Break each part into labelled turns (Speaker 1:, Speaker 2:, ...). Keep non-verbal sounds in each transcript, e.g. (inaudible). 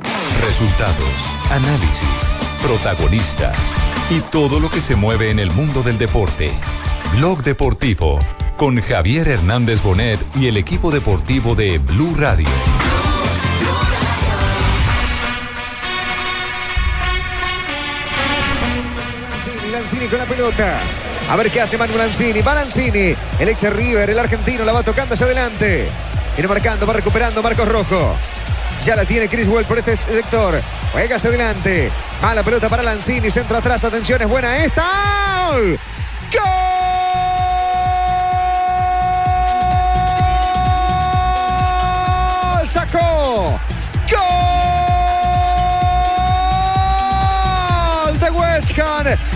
Speaker 1: Resultados, análisis, protagonistas y todo lo que se mueve en el mundo del deporte. Blog Deportivo con Javier Hernández Bonet y el equipo deportivo de Blue Radio.
Speaker 2: Lanzini, Lanzini con la pelota. A ver qué hace Manu Lanzini. Va Lanzini. El ex River, el argentino, la va tocando hacia adelante. Viene marcando, va recuperando Marcos Rojo. Ya la tiene Criswell por este sector. Juega hacia adelante. Mala pelota para Lanzini. Centro atrás. Atención, es buena esta. ¡Gol! ¡Gol! ¡Sacó! ¡Gol! De West Ham.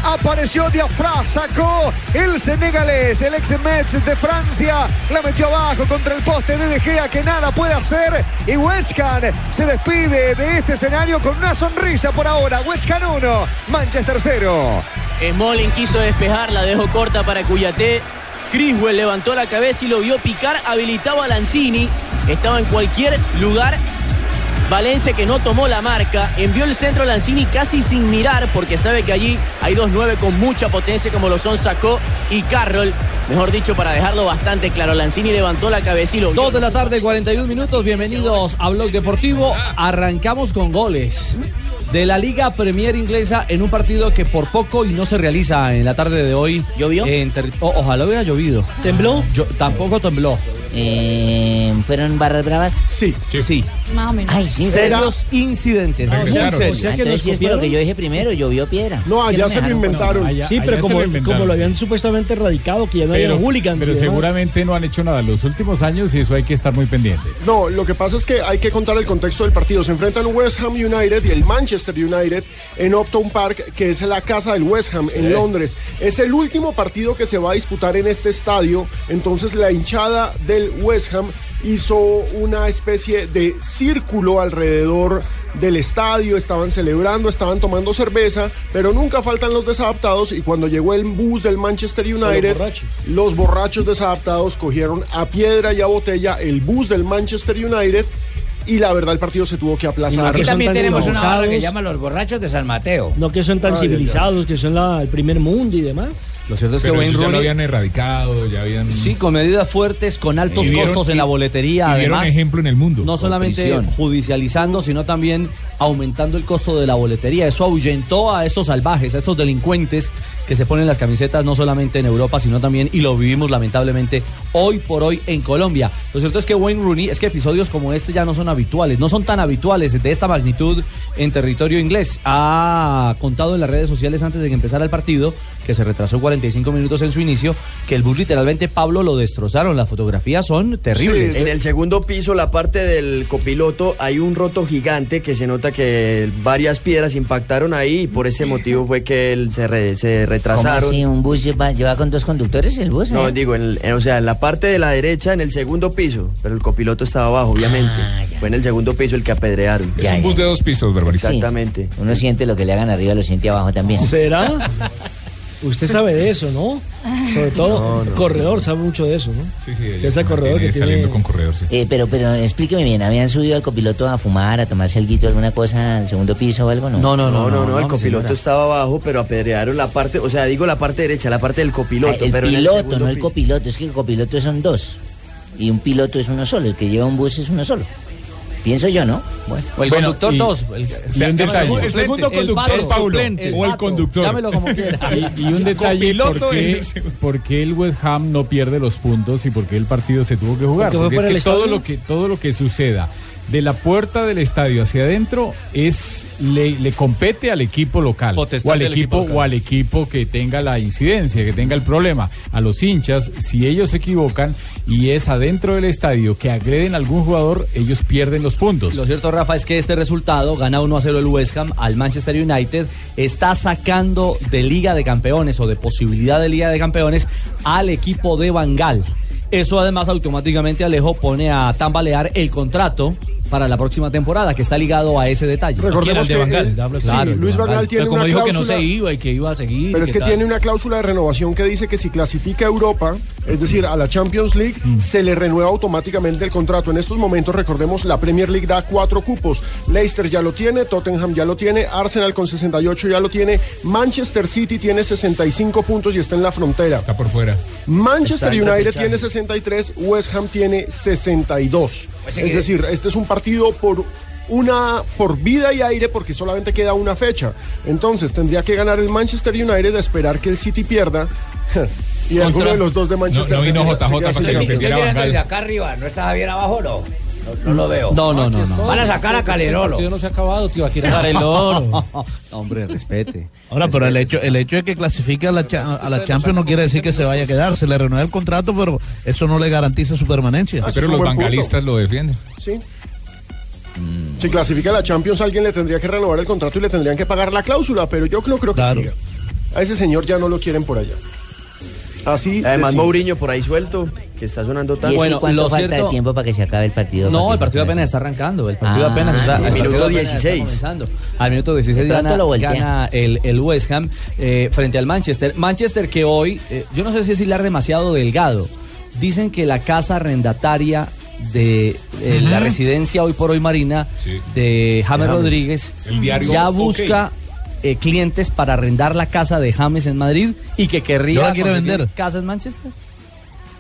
Speaker 2: Apareció Diafra. Sacó el senegalés, el ex Metz de Francia. La metió abajo contra el poste de De Gea que nada puede hacer. Y West Ham se despide de este escenario con una sonrisa por ahora. West Ham 1, Manchester 0.
Speaker 3: Smolin quiso despejar, la dejó corta para Cuyate. Criswell levantó la cabeza y lo vio picar, habilitaba a Lanzini. Estaba en cualquier lugar. Valencia que no tomó la marca, envió el centro a Lanzini casi sin mirar porque sabe que allí hay dos nueve con mucha potencia como lo son Sacó y Carroll. Mejor dicho, para dejarlo bastante claro, Lanzini levantó la cabeza y lo vio.
Speaker 4: Dos de la tarde, 41 minutos. Bienvenidos a Blog Deportivo. Arrancamos con goles de la Liga Premier Inglesa en un partido que por poco y no se realiza en la tarde de hoy.
Speaker 5: ¿Llovió?
Speaker 4: En terri- o- ojalá hubiera llovido.
Speaker 5: ¿Tembló?
Speaker 4: Yo, tampoco tembló.
Speaker 5: Eh, ¿Fueron barras bravas?
Speaker 4: Sí. Sí.
Speaker 6: Más o menos.
Speaker 5: Ay, sí,
Speaker 4: Serios incidentes.
Speaker 7: Ah,
Speaker 4: muy
Speaker 7: claro.
Speaker 4: serios.
Speaker 7: O sea
Speaker 5: Ah,
Speaker 7: que
Speaker 5: entonces
Speaker 7: nos
Speaker 5: sí es por lo
Speaker 7: copiaron.
Speaker 5: que yo dije primero, llovió piedra.
Speaker 7: No,
Speaker 5: Es que
Speaker 7: allá se lo
Speaker 5: me dejaron
Speaker 7: inventaron.
Speaker 8: Allá-
Speaker 7: Sí,
Speaker 8: allá
Speaker 7: pero
Speaker 8: se
Speaker 7: como,
Speaker 8: lo inventaron,
Speaker 7: como lo
Speaker 8: sí.
Speaker 7: habían supuestamente radicado, que ya no
Speaker 8: Pero,
Speaker 7: habían hooligans.
Speaker 8: pero
Speaker 7: y demás.
Speaker 8: seguramente no han hecho nada los últimos años y eso hay que estar muy pendiente.
Speaker 7: No, lo que pasa es que hay que contar el contexto del partido. Se enfrentan West Ham United y el Manchester United en Upton Park, que es la casa del West Ham en Londres. Es el último partido que se va a disputar en este estadio. Entonces la hinchada del West Ham hizo una especie de círculo alrededor del estadio, estaban celebrando, estaban tomando cerveza, pero nunca faltan los desadaptados y cuando llegó el bus del Manchester United,
Speaker 8: borrachos.
Speaker 7: los borrachos desadaptados cogieron a piedra y a botella el bus del Manchester United y la verdad el partido se tuvo que aplazar.
Speaker 9: Aquí
Speaker 7: Ay,
Speaker 9: también
Speaker 7: ay,
Speaker 9: tenemos una
Speaker 7: ay.
Speaker 9: barra que llaman los borrachos de San Mateo.
Speaker 7: No que son
Speaker 8: tan civilizados,
Speaker 7: que son el primer mundo y demás.
Speaker 4: Lo cierto es que
Speaker 8: Pero
Speaker 4: Wayne
Speaker 8: ellos ya lo
Speaker 4: Rooney.
Speaker 8: habían erradicado, ya habían.
Speaker 4: Sí, con medidas fuertes, con altos
Speaker 8: Y dieron-
Speaker 4: costos en
Speaker 8: y-
Speaker 4: la boletería,
Speaker 8: y dieron
Speaker 4: además.
Speaker 8: ejemplo en el mundo.
Speaker 4: No
Speaker 8: Con
Speaker 4: solamente
Speaker 8: prisión.
Speaker 4: judicializando, sino también aumentando el costo de la boletería. Eso ahuyentó a estos salvajes, a estos delincuentes que se ponen las camisetas no solamente en Europa, sino también, y lo vivimos lamentablemente hoy por hoy en Colombia. Lo cierto es que Wayne Rooney, es que episodios como este ya no son habituales, no son tan habituales de esta magnitud en territorio inglés. Ha contado en las redes sociales antes de que empezara el partido, que se retrasó 45 minutos en su inicio, que el bus literalmente Pablo lo destrozaron. Las fotografías son terribles.
Speaker 10: En el segundo piso, la parte del copiloto, hay un roto gigante que se nota que varias piedras impactaron ahí y por ese motivo fue que él se, re- se
Speaker 5: ¿Cómo
Speaker 10: retrasaron.
Speaker 5: así? ¿Un bus lleva, lleva con dos conductores el bus?
Speaker 10: No,
Speaker 5: eh?
Speaker 10: digo, en el- en- o sea, en la parte de la derecha, en el segundo piso, pero el copiloto estaba abajo, obviamente.
Speaker 5: Ah, ya.
Speaker 10: Fue en el segundo piso el que apedrearon.
Speaker 8: Es
Speaker 5: Ya,
Speaker 8: un bus
Speaker 5: ya.
Speaker 8: de dos pisos,
Speaker 5: Sí,
Speaker 8: barbarista.
Speaker 10: Exactamente.
Speaker 5: Uno siente lo que le hagan arriba, lo siente abajo
Speaker 7: (laughs)
Speaker 5: también. (laughs)
Speaker 7: ¿Será? Usted sabe de eso, ¿no? Sobre todo corredor sabe mucho de eso, ¿no?
Speaker 8: Sí, sí,
Speaker 7: Sí, ese
Speaker 8: ellos
Speaker 7: corredor
Speaker 8: mantiene
Speaker 7: que tiene-
Speaker 8: saliendo con corredor, sí.
Speaker 5: Eh, pero, pero explíqueme bien, ¿habían subido al copiloto a fumar, a tomarse alguito, alguna cosa al segundo piso o algo? No,
Speaker 10: No, no, no, el
Speaker 4: mi
Speaker 10: copiloto
Speaker 4: señora.
Speaker 10: estaba abajo, pero apedrearon la parte, o sea, digo la parte derecha, la parte del copiloto,
Speaker 5: Ah, el
Speaker 10: pero en el
Speaker 5: piloto,
Speaker 10: segundo
Speaker 5: no el
Speaker 10: piso.
Speaker 5: copiloto, es que el copiloto son dos. Y un piloto es uno solo, el que lleva un bus es uno solo. Pienso yo, ¿no? Bueno.
Speaker 4: O el
Speaker 8: Bueno,
Speaker 4: conductor
Speaker 8: y-
Speaker 4: dos. El,
Speaker 8: Y un detalle.
Speaker 4: el segundo conductor,
Speaker 8: el
Speaker 4: Paulo,
Speaker 8: suplente o el
Speaker 4: pato,
Speaker 8: conductor.
Speaker 4: Llámelo como quiera.
Speaker 8: (laughs) Y,
Speaker 4: (laughs)
Speaker 8: y un detalle, ¿por
Speaker 4: Copiloto
Speaker 8: qué,
Speaker 4: es
Speaker 8: por qué el West Ham no pierde los puntos y por qué el partido se tuvo que jugar?
Speaker 7: Porque fue
Speaker 8: Porque,
Speaker 7: por el
Speaker 8: es que todo
Speaker 7: estadio.
Speaker 8: lo que, todo lo que suceda de la puerta del estadio hacia adentro es le, le compete al equipo local
Speaker 4: Potestad
Speaker 8: o al
Speaker 4: del equipo
Speaker 8: equipo,
Speaker 4: local.
Speaker 8: o al equipo que tenga la incidencia, que tenga el problema, a los hinchas, si ellos se equivocan y es adentro del estadio que agreden a algún jugador, ellos pierden los puntos.
Speaker 4: Lo cierto, Rafa, es que este resultado, gana 1 a 0 el West Ham al Manchester United, está sacando de Liga de Campeones o de posibilidad de Liga de Campeones al equipo de Bangal. Eso además automáticamente Alejo pone a tambalear el contrato para la próxima temporada, que está ligado a ese detalle.
Speaker 7: Recordemos que él- sí, Luis Van Gaal tiene una cláusula-
Speaker 4: y que iba a seguir.
Speaker 7: Pero es que tiene una cláusula de renovación que dice que si clasifica a Europa, es decir, a la Champions League,
Speaker 8: Mm.
Speaker 7: se le renueva automáticamente el contrato. En estos momentos, recordemos, la Premier League da cuatro cupos. Leicester ya lo tiene, Tottenham ya lo tiene, Arsenal con 68 ya lo tiene, Manchester City tiene 65 puntos y está en la frontera.
Speaker 8: Está por fuera.
Speaker 7: Manchester
Speaker 8: Está en
Speaker 7: United
Speaker 8: repechaje.
Speaker 7: tiene 63, West Ham tiene 62.
Speaker 8: Pues sí
Speaker 7: es
Speaker 8: que-
Speaker 7: decir, este es un partido por una por vida y aire porque solamente queda una fecha. Entonces, tendría que ganar el Manchester United a esperar que el City pierda. (laughs) y
Speaker 8: Contra-
Speaker 7: alguno de los dos de Manchester
Speaker 8: No, no vino
Speaker 7: se queda-
Speaker 8: JJ
Speaker 7: se queda
Speaker 8: para
Speaker 7: sin
Speaker 8: que
Speaker 7: campeón.
Speaker 8: ofreciera
Speaker 9: Estoy mirando desde acá arriba, ¿no está bien abajo no? No, no lo veo.
Speaker 4: No, no, no. no.
Speaker 9: Van a sacar a Calerolo.
Speaker 4: no se ha acabado, tío. Aquí (laughs) Hombre, respete.
Speaker 11: Ahora, pero el hecho, el hecho de que clasifique a la, cha- a la Champions no quiere decir que se vaya a quedar. Se le renueva el contrato, pero eso no le garantiza su permanencia.
Speaker 7: Ah, pero los buen punto. bangalistas
Speaker 8: lo defienden.
Speaker 7: Sí. Si clasifica a la Champions, alguien le tendría que renovar el contrato y le tendrían que pagar la cláusula, pero yo creo, creo que siga. A ese señor ya no lo quieren por allá. Así.
Speaker 10: Eh, Además,
Speaker 7: de simple.
Speaker 10: Mourinho por ahí suelto, que está sonando
Speaker 5: ¿Y
Speaker 10: tan
Speaker 5: es que cuánto falta de tiempo para que se acabe el partido?
Speaker 4: No,
Speaker 5: para
Speaker 4: el
Speaker 5: que se
Speaker 4: partido apenas está arrancando. El partido
Speaker 5: Ah,
Speaker 4: apenas está.
Speaker 5: el
Speaker 4: el partido
Speaker 5: minuto
Speaker 4: apenas está
Speaker 5: 16.
Speaker 4: comenzando. Al minuto 16
Speaker 5: De pronto
Speaker 4: gana,
Speaker 5: lo voltea.
Speaker 4: gana el, el West Ham eh, frente al Manchester. Manchester que hoy, eh, yo no sé si es hilar demasiado delgado. Dicen que la casa arrendataria de eh, la
Speaker 8: Ujú.
Speaker 4: residencia hoy por hoy Marina
Speaker 8: Sí.
Speaker 4: de James
Speaker 8: James.
Speaker 4: Rodríguez
Speaker 8: El diario
Speaker 4: ya
Speaker 8: OK.
Speaker 4: busca eh, clientes para arrendar la casa de James en Madrid y que querría
Speaker 11: ¿No la quiere
Speaker 4: conseguir
Speaker 11: vender?
Speaker 4: casa en Manchester.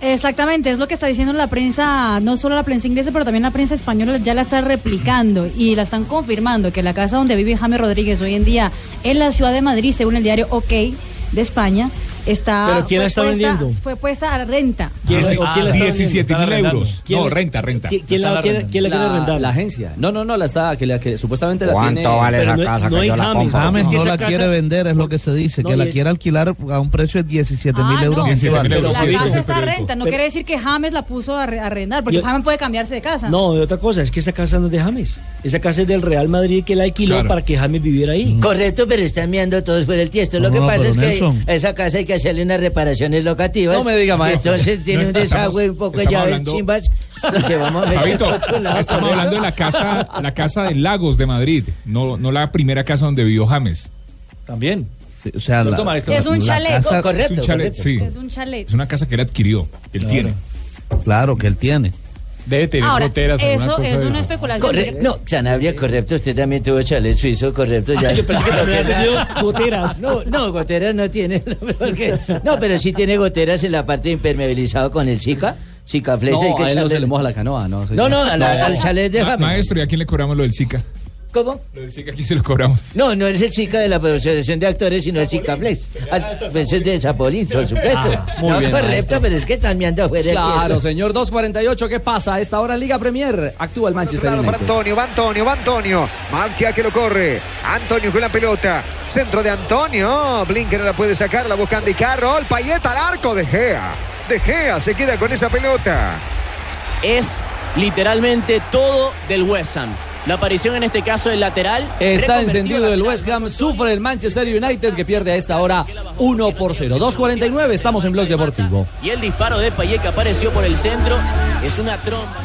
Speaker 6: Exactamente, es lo que está diciendo la prensa, no solo la prensa inglesa, pero también la prensa española ya la está replicando y la están confirmando que la casa donde vive James Rodríguez hoy en día en la ciudad de Madrid, según el diario OK de España, está
Speaker 12: ¿Pero quién la
Speaker 6: fue
Speaker 12: está
Speaker 6: puesta-
Speaker 12: vendiendo?
Speaker 6: Fue puesta a la renta.
Speaker 8: ¿Quién,
Speaker 12: Ah, ¿quién la está
Speaker 8: 17 mil
Speaker 12: vendiendo?
Speaker 8: euros.
Speaker 12: ¿Quién
Speaker 8: no,
Speaker 12: la-
Speaker 8: renta, renta.
Speaker 12: qui- quién la
Speaker 8: Está
Speaker 12: quiere-
Speaker 8: renta.
Speaker 12: quién la quiere rentar?
Speaker 4: La agencia. No, no, no, la está, que, la- que supuestamente la
Speaker 11: ¿Cuánto
Speaker 4: tiene.
Speaker 11: vale
Speaker 4: Pero
Speaker 11: esa
Speaker 4: no-
Speaker 11: casa
Speaker 4: no
Speaker 11: que
Speaker 4: hay
Speaker 11: yo la
Speaker 4: James.
Speaker 11: pongo?
Speaker 4: James,
Speaker 11: no
Speaker 4: que esa
Speaker 11: la
Speaker 4: casa-
Speaker 11: quiere vender, es lo que se dice,
Speaker 4: No,
Speaker 11: que
Speaker 4: y
Speaker 11: la
Speaker 4: es-
Speaker 11: quiere alquilar a un precio de 17 mil euros mensuales.
Speaker 6: La casa está a renta, no
Speaker 12: Pero-
Speaker 6: quiere decir que James la puso a re- a arrendar, porque
Speaker 12: Yo-
Speaker 6: James puede cambiarse de casa.
Speaker 12: No, y otra cosa, es que esa casa no es de James. Esa casa es del Real Madrid que la alquiló para que James viviera ahí.
Speaker 5: Mm. Correcto, pero están mirando todos por el tiesto. Lo
Speaker 12: No,
Speaker 5: que
Speaker 12: no,
Speaker 5: pasa
Speaker 12: pero
Speaker 5: es que
Speaker 12: Nelson.
Speaker 5: a esa casa hay que hacerle unas reparaciones locativas.
Speaker 4: No me diga,
Speaker 5: Y
Speaker 4: maestro.
Speaker 5: Entonces tiene
Speaker 4: No
Speaker 5: un
Speaker 4: está-
Speaker 5: desagüe, un
Speaker 4: estamos-
Speaker 5: poco de
Speaker 4: estamos
Speaker 5: llaves
Speaker 4: hablando-
Speaker 5: chimbas.
Speaker 4: (laughs)
Speaker 5: y se va a mover
Speaker 8: Fabito,
Speaker 5: para otro lado,
Speaker 8: estamos
Speaker 5: ¿correcto?
Speaker 8: hablando de la casa, la casa de Lagos de Madrid, no, no la primera casa donde vivió James.
Speaker 12: También.
Speaker 11: O sea,
Speaker 8: la-
Speaker 11: Toma
Speaker 8: la-
Speaker 6: es un
Speaker 8: la
Speaker 6: chaleco,
Speaker 8: casa-
Speaker 6: correcto.
Speaker 8: Es un chalet, sí.
Speaker 6: Es un chalet.
Speaker 8: Es una casa que él adquirió, él tiene.
Speaker 11: Claro que él tiene.
Speaker 8: Debe tener
Speaker 6: Ahora,
Speaker 8: goteras, alguna
Speaker 6: eso
Speaker 8: cosa
Speaker 6: es
Speaker 8: de
Speaker 6: una
Speaker 8: esas.
Speaker 6: especulación.
Speaker 5: Corre-
Speaker 6: porque-
Speaker 5: no, Sanabria, correcto. Usted también tuvo chalet suizo, correcto. Ya.
Speaker 12: yo pensé que también había tenido goteras.
Speaker 5: (laughs) No, no, goteras no tiene. (laughs) porque- no, pero sí tiene goteras en la parte impermeabilizada con el Zika. Zika
Speaker 4: No,
Speaker 5: Flecha. y que
Speaker 4: a él no
Speaker 5: chalet-
Speaker 4: se le moja la canoa, no.
Speaker 5: No, no, a la- al chalet de
Speaker 8: Ma-
Speaker 5: James.
Speaker 8: Maestro, ¿y a quién le cobramos lo del Zika?
Speaker 5: ¿Cómo?
Speaker 8: Lo del Zika aquí se lo cobramos.
Speaker 5: (laughs) No, no es el chica de la Asociación de Actores, sino el chica Flex. Ah, Pues es de Zapolín, por supuesto.
Speaker 4: Ah, muy
Speaker 5: no,
Speaker 4: bien,
Speaker 5: correcto,
Speaker 4: maestro.
Speaker 5: pero es que también anda fuera de
Speaker 4: Claro,
Speaker 12: (laughs)
Speaker 5: tiesto.
Speaker 4: señor 248, ¿qué pasa? A esta hora Liga Premier actúa el Manchester
Speaker 2: Claro, para
Speaker 4: United.
Speaker 2: Antonio, va Antonio, va Antonio. Marcha que lo corre. Antonio con la pelota. Centro de Antonio. Blinker no la puede sacar, la busca Andy Carroll. Payeta al arco de Gea. De Gea se queda con esa pelota.
Speaker 13: Es literalmente todo del West Ham. La aparición en este caso del lateral.
Speaker 4: Está
Speaker 13: reconvertido
Speaker 4: encendido el West Ham, sufre el Manchester United que pierde a esta hora 1 por 0. 2.49, estamos en Blog Deportivo.
Speaker 13: Y el disparo de Payet que apareció por el centro es una tromba.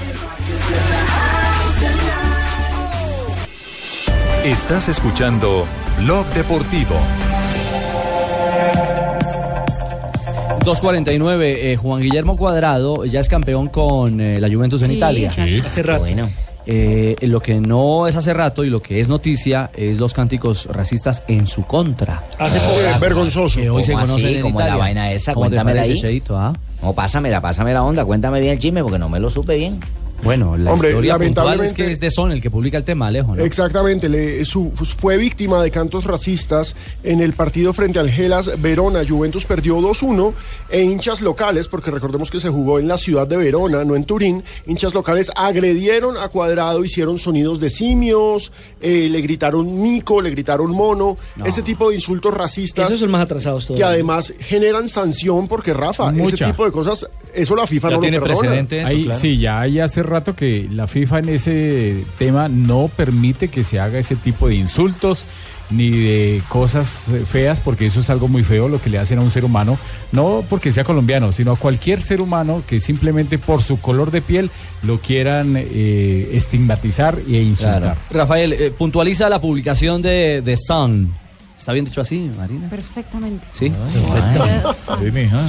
Speaker 1: Estás escuchando Blog Deportivo.
Speaker 4: 2.49, eh, Juan Guillermo Cuadrado ya es campeón con eh, la Juventus en
Speaker 12: Sí,
Speaker 4: Italia.
Speaker 12: exacto. Sí. Hace rato. Bueno.
Speaker 4: Eh, lo que no es hace rato y lo que es noticia es los cánticos racistas en su contra.
Speaker 12: Hace poco.
Speaker 4: Eh,
Speaker 5: vergonzoso.
Speaker 4: Que hoy se
Speaker 5: ¿Cómo así?
Speaker 4: conocen en
Speaker 5: Ah, ¿Cómo la
Speaker 4: Italia.
Speaker 5: vaina esa?
Speaker 4: ¿Cómo te
Speaker 5: Cuéntamela
Speaker 4: parece,
Speaker 5: ahí.
Speaker 4: Cheito, ah?
Speaker 5: No, pásamela, pásame la onda, cuéntame bien el chisme porque no me lo supe bien.
Speaker 4: Bueno, la
Speaker 7: Hombre,
Speaker 4: historia puntual es
Speaker 7: lamentablemente-
Speaker 4: que es de Son el que publica el tema, Alejo, ¿no?
Speaker 7: Exactamente, le- su- pues, fue víctima de cantos racistas en el partido frente al Gelas Verona. Juventus perdió 2-1 e hinchas locales, porque recordemos que se jugó en la ciudad de Verona, no en Turín, hinchas locales agredieron a Cuadrado, hicieron sonidos de simios, eh, le gritaron mico, le gritaron mono, ese tipo de insultos racistas.
Speaker 12: Esos son más atrasados
Speaker 7: que
Speaker 12: todavía.
Speaker 7: además generan sanción porque Rafa, ese
Speaker 8: Mucha.
Speaker 7: tipo de cosas, eso la FIFA no lo perdona.
Speaker 8: Ahí, Sí, ya hay hace rato que la FIFA en ese tema no permite que se haga ese tipo de insultos ni de cosas eh, feas, porque eso es algo muy feo lo que le hacen a un ser humano, no porque sea colombiano, sino a cualquier ser humano que simplemente por su color de piel lo quieran eh, estigmatizar e insultar.
Speaker 4: Claro. Rafael, eh, puntualiza la publicación de, de Sun. ¿Está bien dicho así, Marina?
Speaker 14: Perfectamente.
Speaker 4: Sí.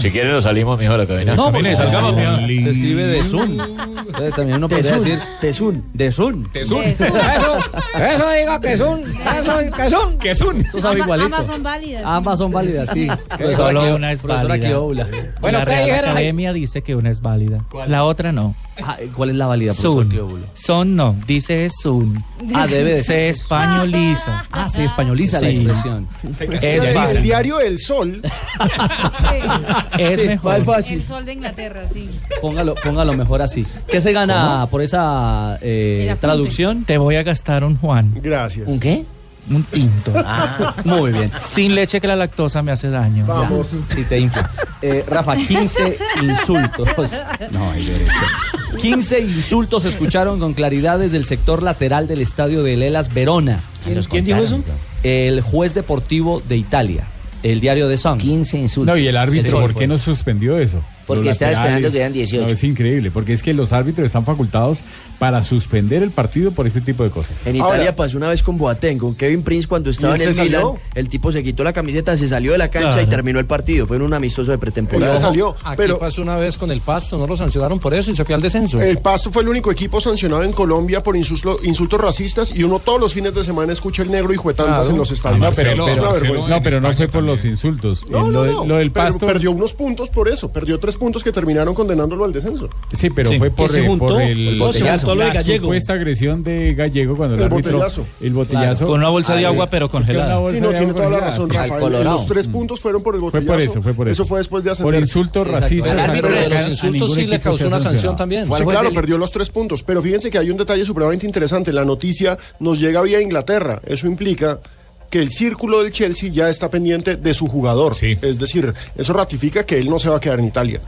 Speaker 15: Si quiere lo salimos, mijo, de la cabina.
Speaker 4: No,
Speaker 15: Camine,
Speaker 4: porque
Speaker 15: salgamos, mijo.
Speaker 4: se escribe de Sun. Entonces también uno podría
Speaker 15: Tesun.
Speaker 4: decir
Speaker 10: Tesun.
Speaker 4: De Sun.
Speaker 9: (laughs)
Speaker 16: Eso, eso diga que son, eso, que son.
Speaker 8: Que son.
Speaker 4: Eso sabe
Speaker 16: Ama-
Speaker 4: igualito.
Speaker 16: ambas
Speaker 14: son válidas.
Speaker 4: Ambas son válidas, sí. Profesora
Speaker 17: Solo
Speaker 4: Cleo-
Speaker 17: una es
Speaker 4: profesora
Speaker 17: válida.
Speaker 4: Cleoula.
Speaker 17: Bueno, la Real Academia dice que una es válida. La otra no.
Speaker 4: Ah, ¿Cuál es la válida, profesor
Speaker 17: Sun.
Speaker 4: Cleóbulo?
Speaker 17: Son no. Dice es sun.
Speaker 4: Ah, debe de
Speaker 17: Se
Speaker 4: ser.
Speaker 17: españoliza.
Speaker 4: Ah, se españoliza la expresión. Se
Speaker 17: Es
Speaker 7: el,
Speaker 17: válida.
Speaker 7: diario El Sol.
Speaker 17: Es
Speaker 4: Sí,
Speaker 17: mejor.
Speaker 4: más fácil.
Speaker 14: El sol de Inglaterra, sí.
Speaker 4: Póngalo, póngalo mejor así. ¿Qué se gana por esa eh,
Speaker 14: El apunte.
Speaker 4: traducción?
Speaker 17: Te voy a gastar un Juan.
Speaker 7: Gracias.
Speaker 17: ¿Un qué? Un tinto.
Speaker 14: Ah,
Speaker 4: Muy bien.
Speaker 17: Sin leche que la lactosa me hace daño. Ya.
Speaker 4: Vamos. Si te infla. Eh, Rafa, 15
Speaker 17: (laughs)
Speaker 4: insultos. No, hay derecho. 15 insultos se escucharon con claridad desde el sector lateral del estadio de Lelas Verona.
Speaker 17: ¿Quién- quién dijo eso?
Speaker 4: El juez deportivo de Italia, el diario de Sun.
Speaker 5: 15 insultos.
Speaker 8: No, y el árbitro, ¿por qué no
Speaker 4: pues.
Speaker 8: suspendió eso?
Speaker 5: Porque
Speaker 8: Los
Speaker 5: estaba
Speaker 8: laterales,
Speaker 5: esperando que eran 18.
Speaker 8: No, es increíble, porque es que los árbitros están facultados para suspender el partido por este tipo de cosas.
Speaker 10: En
Speaker 8: Ahora-
Speaker 10: Italia pasó una vez con Boateng, con Kevin Prince cuando estaba
Speaker 8: ¿Y
Speaker 10: en
Speaker 8: él
Speaker 10: el
Speaker 8: se
Speaker 10: Milan.
Speaker 8: salió?
Speaker 10: El tipo se quitó la camiseta, se salió de la cancha
Speaker 18: Claro.
Speaker 10: y terminó el partido. Fue en un amistoso de pretemporada.
Speaker 18: Aquí pasó una vez con el Pasto, no lo sancionaron por eso y se fue al descenso.
Speaker 7: El Pasto fue el único equipo sancionado en Colombia por insultos, insultos racistas y uno todos los fines de semana escucha el negro y juetantas
Speaker 8: Claro. Ah,
Speaker 7: en los estadios.
Speaker 8: No, pero,
Speaker 7: Es
Speaker 8: pero-
Speaker 7: una
Speaker 8: no,
Speaker 7: vergüenza.
Speaker 8: pero no fue por los insultos. Eh, lo, de- lo del
Speaker 7: Pero
Speaker 8: pasto.
Speaker 7: perdió unos puntos por eso, perdió tres puntos que terminaron condenándolo al descenso.
Speaker 8: Sí, pero
Speaker 7: Sí.
Speaker 8: fue
Speaker 7: ¿Que
Speaker 8: por,
Speaker 7: se
Speaker 8: eh,
Speaker 7: juntó?
Speaker 8: por el,
Speaker 7: El botellazo. Se juntó lo de
Speaker 8: la
Speaker 7: Gallego.
Speaker 8: supuesta agresión de Gallego cuando el,
Speaker 7: El
Speaker 8: árbitro
Speaker 7: botellazo.
Speaker 8: el botellazo
Speaker 17: Claro, con una bolsa de agua, pero
Speaker 8: con una
Speaker 17: congelada.
Speaker 8: bolsa
Speaker 7: Sí, no,
Speaker 8: de
Speaker 7: tiene
Speaker 8: agua
Speaker 7: toda la
Speaker 8: congelada,
Speaker 7: razón,
Speaker 8: sí.
Speaker 7: Rafael. Los tres puntos fueron por el
Speaker 8: Fue
Speaker 7: botellazo.
Speaker 8: por eso, fue por eso.
Speaker 7: fue después de
Speaker 8: Por
Speaker 7: ascender.
Speaker 8: insultos racistas. sacaron a ningún equipo se ha sancionado.
Speaker 7: Sí, claro, perdió los tres puntos. Pero fíjense que hay un detalle supremamente interesante. La noticia nos llega vía Inglaterra. Eso implica que el círculo del Chelsea ya está pendiente de su jugador. Es decir, eso ratifica que él no se va a quedar en Italia.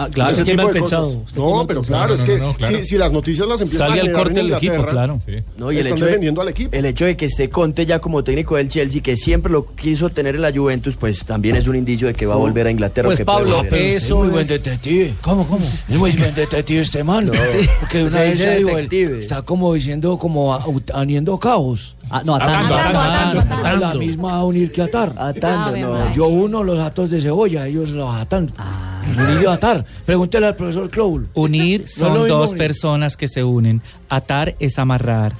Speaker 17: Ah, claro.
Speaker 7: Ese
Speaker 17: Qué
Speaker 7: tipo
Speaker 17: mal
Speaker 7: de
Speaker 17: pensado.
Speaker 7: cosas.
Speaker 17: Usted qué
Speaker 7: No,
Speaker 17: mal
Speaker 7: pero
Speaker 17: pensado.
Speaker 7: claro,
Speaker 17: No,
Speaker 7: es
Speaker 17: no,
Speaker 7: que
Speaker 17: no, claro.
Speaker 7: Si, si las noticias las empiezan
Speaker 17: Sale
Speaker 7: a
Speaker 17: al
Speaker 7: generar
Speaker 17: corte
Speaker 7: en
Speaker 17: el equipo,
Speaker 7: Inglaterra,
Speaker 17: claro.
Speaker 10: No, y el
Speaker 7: están
Speaker 10: hecho,
Speaker 7: defendiendo
Speaker 10: de, el hecho de que esté Conte ya como técnico del Chelsea, que siempre lo quiso tener en la Juventus, pues también es un indicio de que va
Speaker 17: Oh.
Speaker 10: a volver a Inglaterra.
Speaker 16: Pues
Speaker 10: que puede
Speaker 16: Pablo,
Speaker 10: volver.
Speaker 16: es muy buen detective. ¿Cómo, cómo? Es muy buen detective este man.
Speaker 10: Sí.
Speaker 16: Porque de una
Speaker 10: Se
Speaker 16: vez
Speaker 10: dice
Speaker 16: ya digo,
Speaker 10: detective.
Speaker 16: está como diciendo, como a- aut- aniendo cabos.
Speaker 10: atando,
Speaker 4: no,
Speaker 10: Atando, atando, atando.
Speaker 16: Es La
Speaker 10: atando.
Speaker 16: misma a unir que atar.
Speaker 10: Atando, Ave no. María.
Speaker 16: Yo uno los atos de cebolla, ellos los atan.
Speaker 10: Ah.
Speaker 16: Unir y atar. Pregúntele al profesor Cloul.
Speaker 17: Unir son
Speaker 16: lo mismo
Speaker 17: dos
Speaker 16: unir.
Speaker 17: personas que se unen. Atar es amarrar.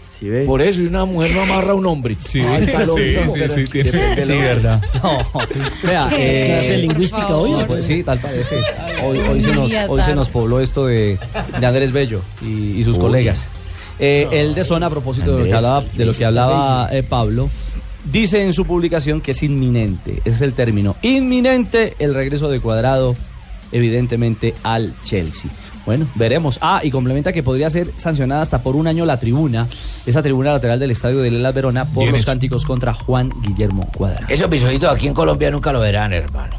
Speaker 16: Por eso, y una mujer no amarra a un hombre.
Speaker 17: Sí,
Speaker 16: Ahí está lo
Speaker 17: sí,
Speaker 16: mismo.
Speaker 17: sí,
Speaker 16: Pero
Speaker 17: sí,
Speaker 16: es que
Speaker 17: tiene-
Speaker 16: depende
Speaker 17: sí,
Speaker 16: de la-
Speaker 17: verdad.
Speaker 4: No, vea.
Speaker 16: ¿Qué clase de lingüística
Speaker 4: por
Speaker 16: hoy,
Speaker 4: favor.
Speaker 16: hombre?
Speaker 4: Sí, tal parece. Hoy, hoy se, nos, hoy se nos pobló esto de, de Andrés Bello y, y sus
Speaker 19: Uy.
Speaker 4: colegas. Eh, el de zona, a propósito de lo que
Speaker 19: Andrés,
Speaker 4: hablaba, de lo que hablaba eh, Pablo, dice en su publicación que es inminente, ese es el término, inminente el regreso de Cuadrado, evidentemente, al Chelsea. Bueno, veremos. Ah, y complementa que podría ser sancionada hasta por un año la tribuna, esa tribuna lateral del estadio de Lelas Verona, por
Speaker 16: Bien
Speaker 4: los
Speaker 16: hecho.
Speaker 4: cánticos contra Juan Guillermo Cuadrado.
Speaker 16: Esos pisoditos aquí en Colombia nunca lo verán, hermano.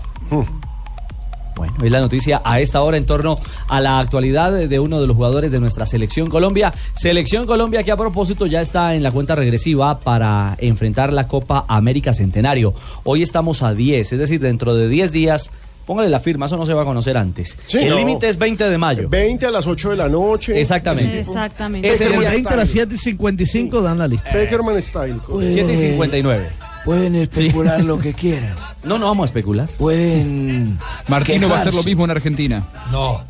Speaker 4: Bueno, es la noticia a esta hora en torno a la actualidad de uno de los jugadores de nuestra selección Colombia. Selección Colombia que a propósito ya está en la cuenta regresiva para enfrentar la Copa América Centenario. Hoy estamos a 10, es decir, dentro de 10 días, póngale la firma, eso no se va a conocer antes.
Speaker 7: Sí,
Speaker 4: El
Speaker 7: no.
Speaker 4: límite es 20 de mayo.
Speaker 7: 20 a las 8 de la noche.
Speaker 4: Exactamente.
Speaker 14: Exactamente.
Speaker 4: Ese
Speaker 6: El
Speaker 4: día-
Speaker 6: 20 a las 7 y 55 dan la lista.
Speaker 7: Beckerman Style.
Speaker 4: 7 y 59.
Speaker 16: Pueden especular lo que quieran.
Speaker 4: No, no vamos a especular.
Speaker 16: Pueden.
Speaker 20: Martino va a hacer
Speaker 16: quejarse.
Speaker 20: lo mismo en Argentina.
Speaker 16: No.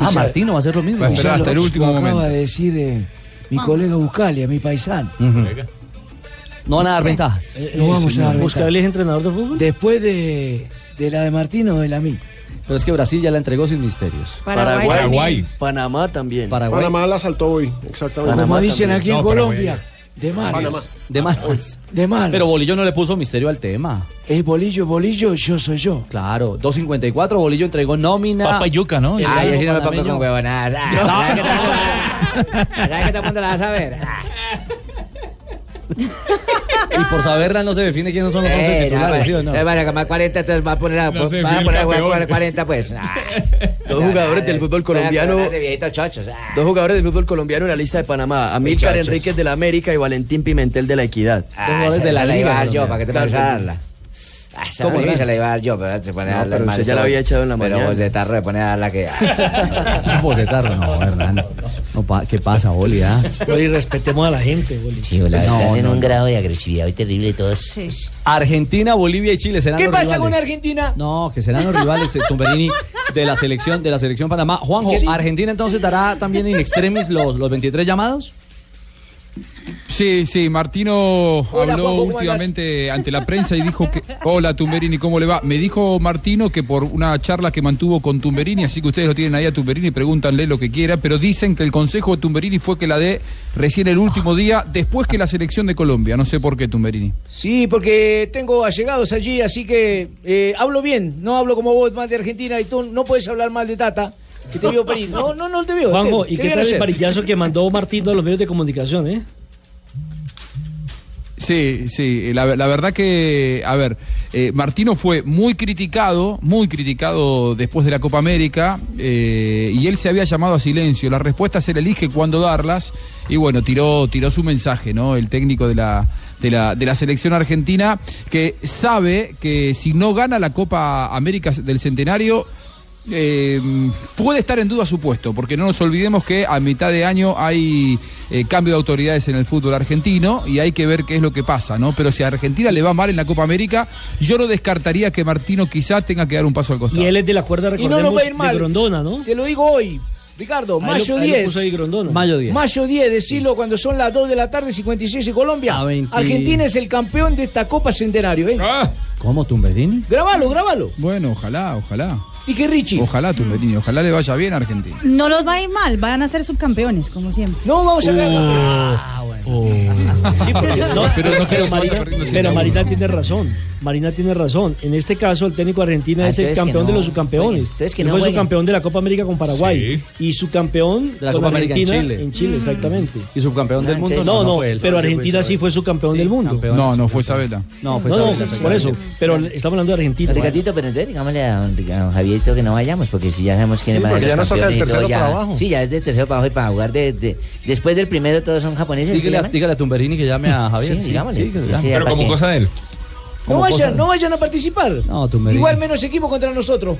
Speaker 4: Ah, Martino va a hacer lo mismo.
Speaker 20: Va a esperar hasta el último momento.
Speaker 16: Acaba de decir eh, mi colega Buscalia, mi paisano.
Speaker 4: No van a dar ventajas.
Speaker 16: No vamos a dar ventajas.
Speaker 12: ¿Buscalia es entrenador de fútbol?
Speaker 16: Después de, de la de Martino, de la mí.
Speaker 4: Pero es que Brasil ya la entregó sin misterios.
Speaker 10: Paraguay. Panamá también.
Speaker 4: Paraguay.
Speaker 7: Panamá la saltó hoy, exactamente.
Speaker 4: Como dicen aquí en No, Paraguay. Colombia,
Speaker 16: de
Speaker 7: Panamá.
Speaker 4: De
Speaker 16: Ah,
Speaker 4: malas. De malas. Pero Bolillo no le puso misterio al tema.
Speaker 16: pues. Es Bolillo, Bolillo, yo soy yo.
Speaker 4: Claro, 254, Bolillo entregó nómina.
Speaker 17: Papa y yuca, ¿no?
Speaker 4: El
Speaker 17: Ay,
Speaker 4: gallo
Speaker 17: yo sí no me pongo
Speaker 4: panameño.
Speaker 17: con
Speaker 5: huevonadas.
Speaker 17: ¿Sabes que todo el mundo la va a
Speaker 10: (laughs)
Speaker 17: saber?
Speaker 4: (laughs) Y por saberla no se define quiénes son los 11 titulares, ¿sí o no?
Speaker 5: Eh, pues. Entonces vas a llamar 40, entonces vas a poner a,
Speaker 4: No se
Speaker 5: vas
Speaker 4: vio
Speaker 5: pues a
Speaker 4: el
Speaker 5: poner a jugar
Speaker 4: campeón.
Speaker 5: 40,
Speaker 4: (laughs)
Speaker 5: pues. Ah,
Speaker 10: Dos jugadores del fútbol colombiano.
Speaker 5: De viejitos chochos. ah.
Speaker 10: Dos jugadores del fútbol colombiano en la lista de Panamá. Amílcar
Speaker 5: Muchachos.
Speaker 10: Enríquez del América y Valentín Pimentel de la Equidad.
Speaker 5: Ah, esa- esa iba a dar yo, ¿para qué te
Speaker 10: Claro,
Speaker 5: pones a darla? Ah, esa
Speaker 10: ¿Cómo
Speaker 5: Rodríguez
Speaker 10: no?
Speaker 5: se la iba a dar yo, pero se pone a
Speaker 10: No,
Speaker 5: darla
Speaker 10: pero
Speaker 5: el mal
Speaker 10: usted ya la
Speaker 5: sol.
Speaker 10: había echado en la
Speaker 5: Pero
Speaker 10: mañana.
Speaker 5: vos de tarro de poner a darla
Speaker 4: (laughs)
Speaker 5: que...
Speaker 4: Un bocetarro, no, Hernán. No, pa- ¿Qué pasa, Boli? ah?
Speaker 12: Y respetemos a la gente, Bolillo.
Speaker 5: la
Speaker 4: No,
Speaker 5: están en
Speaker 4: no,
Speaker 5: un
Speaker 4: no.
Speaker 5: grado de agresividad hoy terrible todos.
Speaker 4: Argentina, Bolivia y Chile serán
Speaker 5: ¿Qué
Speaker 4: los
Speaker 5: pasa
Speaker 4: rivales.
Speaker 5: con
Speaker 4: Argentina? No, que
Speaker 16: (laughs)
Speaker 4: serán los rivales eh, Tumberini de la selección de la selección Panamá. Juanjo,
Speaker 5: Sí.
Speaker 4: Argentina entonces dará también en extremis los, los 23 llamados.
Speaker 20: Sí, sí, Martino
Speaker 4: Hola,
Speaker 20: habló
Speaker 4: Juanjo, ¿cómo
Speaker 20: últimamente ante la prensa y dijo que. Hola, Tumberini, ¿cómo le va? Me dijo Martino que por una charla que mantuvo con Tumberini, así que ustedes lo tienen ahí a Tumberini, pregúntanle lo que quiera, pero dicen que el consejo de Tumberini fue que la dé recién el último día, después que la selección de Colombia. No sé por qué, Tumberini.
Speaker 16: Sí, porque tengo allegados allí, así que eh, hablo bien. No hablo como vos, mal de Argentina, y tú no puedes hablar mal de Tata, que te vio venir. No, no, no te veo.
Speaker 12: Juanjo,
Speaker 16: te-
Speaker 12: ¿y
Speaker 16: te
Speaker 12: qué
Speaker 16: veo
Speaker 12: tal el
Speaker 16: nacer.
Speaker 12: varillazo que mandó Martito a los medios de comunicación, eh?
Speaker 20: Sí, sí, eh, la, la verdad que, a ver, eh, Martino fue muy criticado, muy criticado después de la Copa América, eh, y él se había llamado a silencio. Las respuestas él elige cuándo darlas, y bueno, tiró, tiró su mensaje, ¿no? El técnico de la, de la, de la selección argentina, que sabe que si no gana la Copa América del Centenario, eh, puede estar en duda su puesto, porque no nos olvidemos que a mitad de año hay eh, cambio de autoridades en el fútbol argentino y hay que ver qué es lo que pasa, ¿no? Pero si a Argentina le va mal en la Copa América, yo no descartaría que Martino quizá tenga que dar un paso al costado.
Speaker 12: Y él es de la cuerda,
Speaker 16: Y no
Speaker 12: recordemos,
Speaker 16: nos va a ir mal.
Speaker 12: de Grondona, ¿no?
Speaker 16: Te lo digo hoy, Ricardo,
Speaker 12: Ahí lo-
Speaker 16: mayo
Speaker 12: ahí lo
Speaker 16: 10.
Speaker 12: puso ahí Grondona.
Speaker 4: Mayo 10.
Speaker 16: Mayo 10, decilo cuando son las 2 de la tarde, 56 en Colombia.
Speaker 12: Ah,
Speaker 4: A 20.
Speaker 16: Argentina es el campeón de esta Copa Centenario, ¿eh?
Speaker 8: Ah.
Speaker 4: ¿Cómo Tumberini?
Speaker 16: Grabalo, grabalo.
Speaker 20: Bueno, ojalá, ojalá.
Speaker 16: ¿Y qué Richie?
Speaker 20: Ojalá, Tumberini, ojalá le vaya bien a Argentina.
Speaker 14: No los va a ir mal, van a ser subcampeones, como siempre.
Speaker 16: No, vamos
Speaker 14: a
Speaker 20: pero (laughs) no creo que se vaya
Speaker 12: Marina,
Speaker 20: perdiendo el
Speaker 12: pero
Speaker 20: 7 a
Speaker 12: Marina tiene razón. Marina tiene razón. En este caso, el técnico argentino
Speaker 5: Ah,
Speaker 12: es el
Speaker 5: entonces que
Speaker 12: campeón de
Speaker 5: no
Speaker 12: los subcampeones.
Speaker 5: jueguen, entonces que
Speaker 12: Él
Speaker 5: no
Speaker 12: fue
Speaker 5: jueguen.
Speaker 12: subcampeón de la Copa América con Paraguay. Y subcampeón
Speaker 4: De la
Speaker 12: con
Speaker 4: Copa América en
Speaker 12: Argentina
Speaker 4: Chile.
Speaker 12: En Chile,
Speaker 4: Mm.
Speaker 12: exactamente.
Speaker 4: Y subcampeón del mundo.
Speaker 12: No, no,
Speaker 4: fue él.
Speaker 12: pero Argentina sí fue subcampeón del mundo.
Speaker 4: campeón No, del no
Speaker 20: fue Sabela.
Speaker 4: No, fue
Speaker 12: no,
Speaker 4: Sabela,
Speaker 12: sí,
Speaker 4: fue
Speaker 12: por eso.
Speaker 4: Sabela.
Speaker 12: Pero estamos hablando de Argentina.
Speaker 5: Ricardito, pero entonces digámosle a don, Ric- a don Javierito que no vayamos, porque si ya sabemos quién
Speaker 12: Sí,
Speaker 5: va a
Speaker 12: porque
Speaker 5: ser
Speaker 12: ya
Speaker 5: los
Speaker 12: nos toca el
Speaker 5: campeones y todo,
Speaker 12: tercero para abajo.
Speaker 5: Sí, ya es de tercero para abajo y para jugar de, de- después del primero todos son japoneses. ¿qué
Speaker 4: Dígale, a-
Speaker 5: llaman?
Speaker 4: dígale a Tumberini que llame a Javier.
Speaker 5: Sí, digámosle.
Speaker 4: que se
Speaker 5: Sí,
Speaker 4: llame.
Speaker 5: sí, Pero ¿para como qué? cosa
Speaker 20: de él.
Speaker 16: No
Speaker 4: Como cosa
Speaker 16: vayan,
Speaker 4: de-
Speaker 16: no vayan a participar.
Speaker 4: No, Tumberini.
Speaker 16: Igual menos equipo contra nosotros.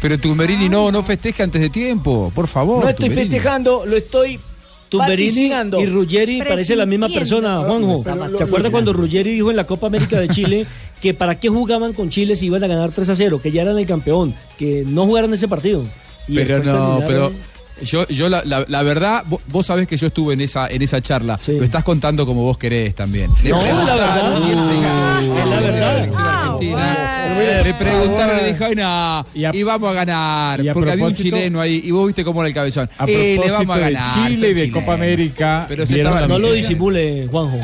Speaker 20: Pero Tumberini no, no festeja antes de tiempo, por favor.
Speaker 16: No estoy
Speaker 20: Tumberini.
Speaker 16: festejando, lo estoy
Speaker 12: Tumberini
Speaker 16: vaticinando.
Speaker 12: y Ruggeri parece la misma persona, Juanjo. ¿Se acuerda cuando Ruggeri dijo en la Copa América de Chile (laughs) que para qué jugaban con Chile si iban a ganar 3 a 0, que ya eran el campeón, que no jugaran ese partido? Y
Speaker 20: Pero
Speaker 12: después
Speaker 20: no,
Speaker 12: terminaron-
Speaker 20: pero yo, yo la, la- la verdad, vo- vos sabés que yo estuve en esa, en esa charla. Lo estás contando como vos querés también. Le
Speaker 12: No,
Speaker 20: preguntaron
Speaker 12: la verdad. Ah,
Speaker 20: y él se hizo
Speaker 12: Es la
Speaker 20: de
Speaker 12: verdad.
Speaker 20: la selección argentina. Le preguntaron y dijo, "Ay, no, y, vamos a ganar.
Speaker 8: y a
Speaker 20: porque había un
Speaker 8: propósito-
Speaker 20: chileno ahí y vos viste cómo era el cabezón.
Speaker 8: A
Speaker 20: Eh, le
Speaker 8: propósito
Speaker 20: vamos a
Speaker 8: de
Speaker 20: ganar.
Speaker 8: Chile y de
Speaker 20: soy
Speaker 8: Copa
Speaker 20: chileno".
Speaker 8: América.
Speaker 20: Pero se
Speaker 8: vieron
Speaker 20: estaba
Speaker 8: la
Speaker 12: No lo
Speaker 8: mitad.
Speaker 12: disimule, Juanjo.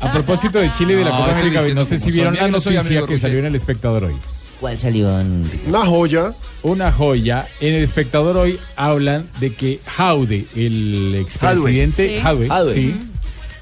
Speaker 8: A propósito de Chile y de la
Speaker 20: No,
Speaker 8: Copa
Speaker 20: estoy
Speaker 8: América,
Speaker 20: diciendo
Speaker 8: no sé
Speaker 20: como
Speaker 8: si
Speaker 20: son.
Speaker 8: vieron
Speaker 20: Mira
Speaker 8: la
Speaker 20: que no soy
Speaker 8: noticia
Speaker 20: amigo de
Speaker 8: que salió en El Espectador hoy.
Speaker 5: ¿Cuál salió? don Ricardo?
Speaker 8: Una joya. Una joya. En El Espectador hoy hablan de que Jaude, el expresidente
Speaker 12: Sí.
Speaker 8: Jaude,
Speaker 12: Jaude.
Speaker 8: sí,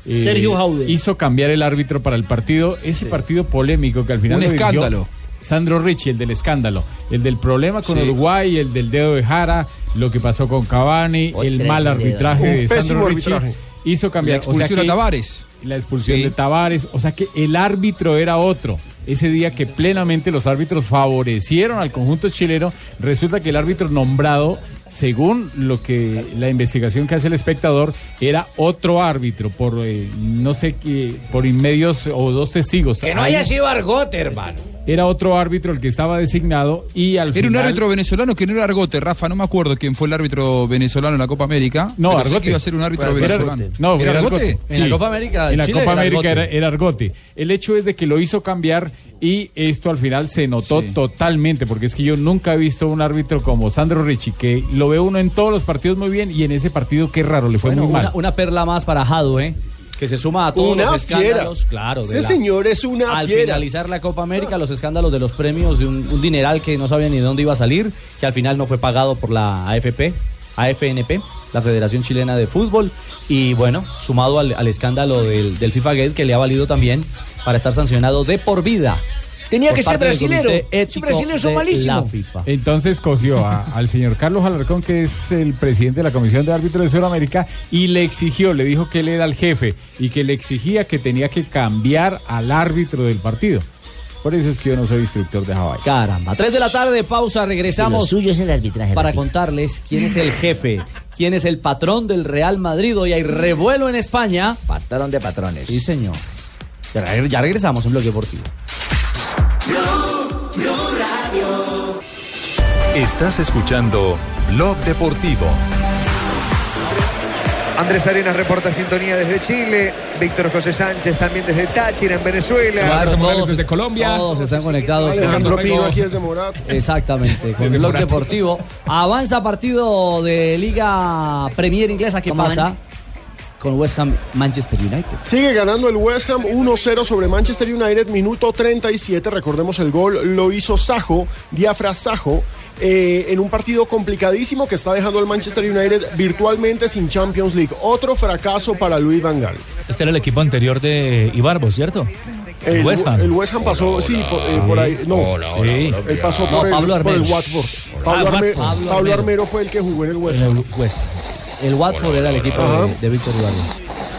Speaker 8: eh,
Speaker 12: Sergio Jaude.
Speaker 8: hizo cambiar el árbitro para el partido, ese partido polémico que al final
Speaker 20: Un
Speaker 8: lo dirigió
Speaker 20: escándalo.
Speaker 8: Sandro Ricci, el del escándalo, el del problema con
Speaker 20: Sí.
Speaker 8: Uruguay, el del dedo de Jara, lo que pasó con Cavani, el
Speaker 20: tres
Speaker 8: mal
Speaker 20: dedos.
Speaker 8: arbitraje
Speaker 20: Un
Speaker 8: de Sandro
Speaker 20: pésimo
Speaker 8: Ricci.
Speaker 20: arbitraje.
Speaker 8: Hizo cambiar
Speaker 20: La expulsión a
Speaker 8: que-
Speaker 20: Tavares.
Speaker 8: la expulsión de Tavares, o sea que el árbitro era otro. Ese día que plenamente los árbitros favorecieron al conjunto chileno, resulta que el árbitro nombrado, según lo que la investigación que hace el espectador, era otro árbitro por eh, no sé qué, por inmedios o dos testigos.
Speaker 16: Que no
Speaker 8: Ahí
Speaker 16: haya sido Argote, hermano.
Speaker 8: Era otro árbitro el que estaba designado y al
Speaker 20: Era un
Speaker 8: final-
Speaker 20: árbitro venezolano que no era Argote, Rafa, no me acuerdo quién fue el árbitro venezolano en la Copa América.
Speaker 8: No,
Speaker 20: pero sé
Speaker 8: Argote.
Speaker 20: que iba a ser un árbitro
Speaker 8: Era-
Speaker 20: venezolano.
Speaker 8: No,
Speaker 20: ¿Era Argote?
Speaker 8: Sí. En la Copa América era, era Argote. El hecho es de que lo hizo cambiar Y esto al final se notó totalmente, porque es que yo nunca he visto un árbitro como Sandro Ricci, que lo ve uno en todos los partidos muy bien y en ese partido qué raro, le fue
Speaker 4: Bueno,
Speaker 8: muy mal.
Speaker 4: una, una perla más para Jado, ¿eh? Que se suma a todos
Speaker 8: Una
Speaker 4: los escándalos.
Speaker 8: fiera.
Speaker 4: Claro, de
Speaker 8: Ese
Speaker 4: la-
Speaker 8: señor es una
Speaker 4: al
Speaker 8: fiera.
Speaker 4: finalizar la Copa América, los escándalos de los premios de un, un dineral que no sabía ni de dónde iba a salir, que al final no fue pagado por la AFP, AFNP, la Federación Chilena de Fútbol. Y bueno, sumado al, al escándalo del, del FIFA Gate, que le ha valido también para estar sancionado de por vida.
Speaker 9: Tenía
Speaker 4: por
Speaker 9: que ser
Speaker 4: parte del
Speaker 9: brasilero.
Speaker 4: Comité
Speaker 9: Ser
Speaker 4: Ético
Speaker 9: brasilero, son
Speaker 4: de
Speaker 9: malísimos.
Speaker 4: la FIFA.
Speaker 8: Entonces cogió a- al señor Carlos Alarcón, que es el presidente de la Comisión de Árbitros de Sudamérica, y le exigió, le dijo que él era el jefe y que le exigía que tenía que cambiar al árbitro del partido. Por eso es que yo no soy instructor de Hawái.
Speaker 4: Caramba, 3 de la tarde, pausa, regresamos.
Speaker 8: Sí, lo suyo
Speaker 5: es el arbitraje.
Speaker 4: Para contarles quién es el jefe, quién es el patrón del Real Madrid. Hoy hay revuelo en España.
Speaker 5: Patrón de patrones.
Speaker 4: Sí, señor. Ya ya regresamos en Bloque Deportivo.
Speaker 1: Estás escuchando Blog Deportivo.
Speaker 2: Andrés Arenas reporta sintonía desde Chile. Víctor José Sánchez también desde Táchira, en Venezuela.
Speaker 4: Todos están conectados.
Speaker 7: Alejandro
Speaker 4: Con-
Speaker 7: Pino aquí desde Morat.
Speaker 4: Exactamente, con
Speaker 7: Desde
Speaker 4: el Bloque
Speaker 7: Morat.
Speaker 4: Deportivo. Avanza partido de Liga Premier Inglesa. ¿Qué
Speaker 7: ¿Cómo van?
Speaker 4: pasa? Con West Ham Manchester United.
Speaker 7: Sigue ganando el West Ham 1-0 sobre Manchester United, minuto 37. Recordemos el gol lo hizo Sajo, Diafra Sajo, eh, en un partido complicadísimo que está dejando al Manchester United virtualmente sin Champions League. Otro fracaso para Luis Van Gaal.
Speaker 14: Este era el equipo anterior de Ibarbo, ¿cierto?
Speaker 7: El, el West Ham pasó, sí, por, eh, por ahí. No,
Speaker 14: Sí.
Speaker 7: él pasó
Speaker 14: No,
Speaker 7: por, el,
Speaker 14: Pablo
Speaker 7: por el
Speaker 14: Armero.
Speaker 7: Watford.
Speaker 14: Hola.
Speaker 7: Pablo,
Speaker 14: Ah,
Speaker 7: Arme-
Speaker 14: Watford.
Speaker 7: Pablo
Speaker 14: Pablo
Speaker 7: Armero fue el que jugó en el West
Speaker 4: En
Speaker 7: Ham.
Speaker 4: el West Ham. Pues, El Watford era el equipo
Speaker 7: Ajá.
Speaker 4: de, de Víctor Ibarra.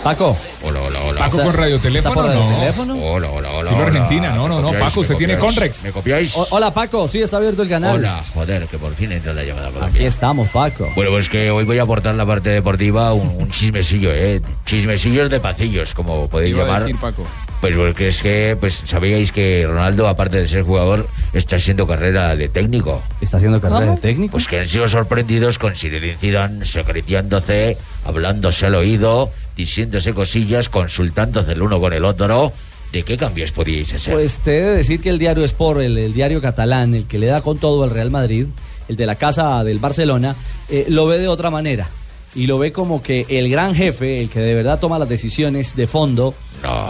Speaker 4: Paco.
Speaker 21: Hola, hola, hola.
Speaker 4: Paco con radioteléfono,
Speaker 21: ¿Está por
Speaker 4: ¿no?
Speaker 21: radioteléfono? Hola, hola, hola.
Speaker 4: Estilo
Speaker 21: hola.
Speaker 4: Argentina, no, no, no,
Speaker 21: ¿Me copiáis?
Speaker 4: Paco,
Speaker 21: ¿Me
Speaker 4: usted tiene
Speaker 21: copiáis?
Speaker 4: Conrex.
Speaker 21: ¿Me copiáis?
Speaker 4: O- hola Paco, sí, está abierto el canal.
Speaker 21: Hola, joder, que por fin entró la llamada. por
Speaker 4: Aquí estamos, Paco.
Speaker 21: Ah. Bueno, pues que hoy voy a aportar la parte deportiva un, un chismecillo, ¿eh? Chismecillos de pasillos, como podéis
Speaker 20: Iba a
Speaker 21: llamar.
Speaker 20: decir, Paco.
Speaker 21: Pues porque es que, pues sabíais que Ronaldo, aparte de ser jugador, está haciendo carrera de técnico.
Speaker 4: ¿Está haciendo carrera de técnico?
Speaker 21: Pues que han sido sorprendidos con Zinedine Zidane secretiándose, hablándose al oído, diciéndose cosillas, consultándose el uno con el otro. ¿De qué cambios podíais hacer?
Speaker 4: Pues te he de decir que el diario Sport, el, el diario catalán, el que le da con todo al Real Madrid, el de la casa del Barcelona, eh, lo ve de otra manera. Y lo ve como que el gran jefe, el que de verdad toma las decisiones de fondo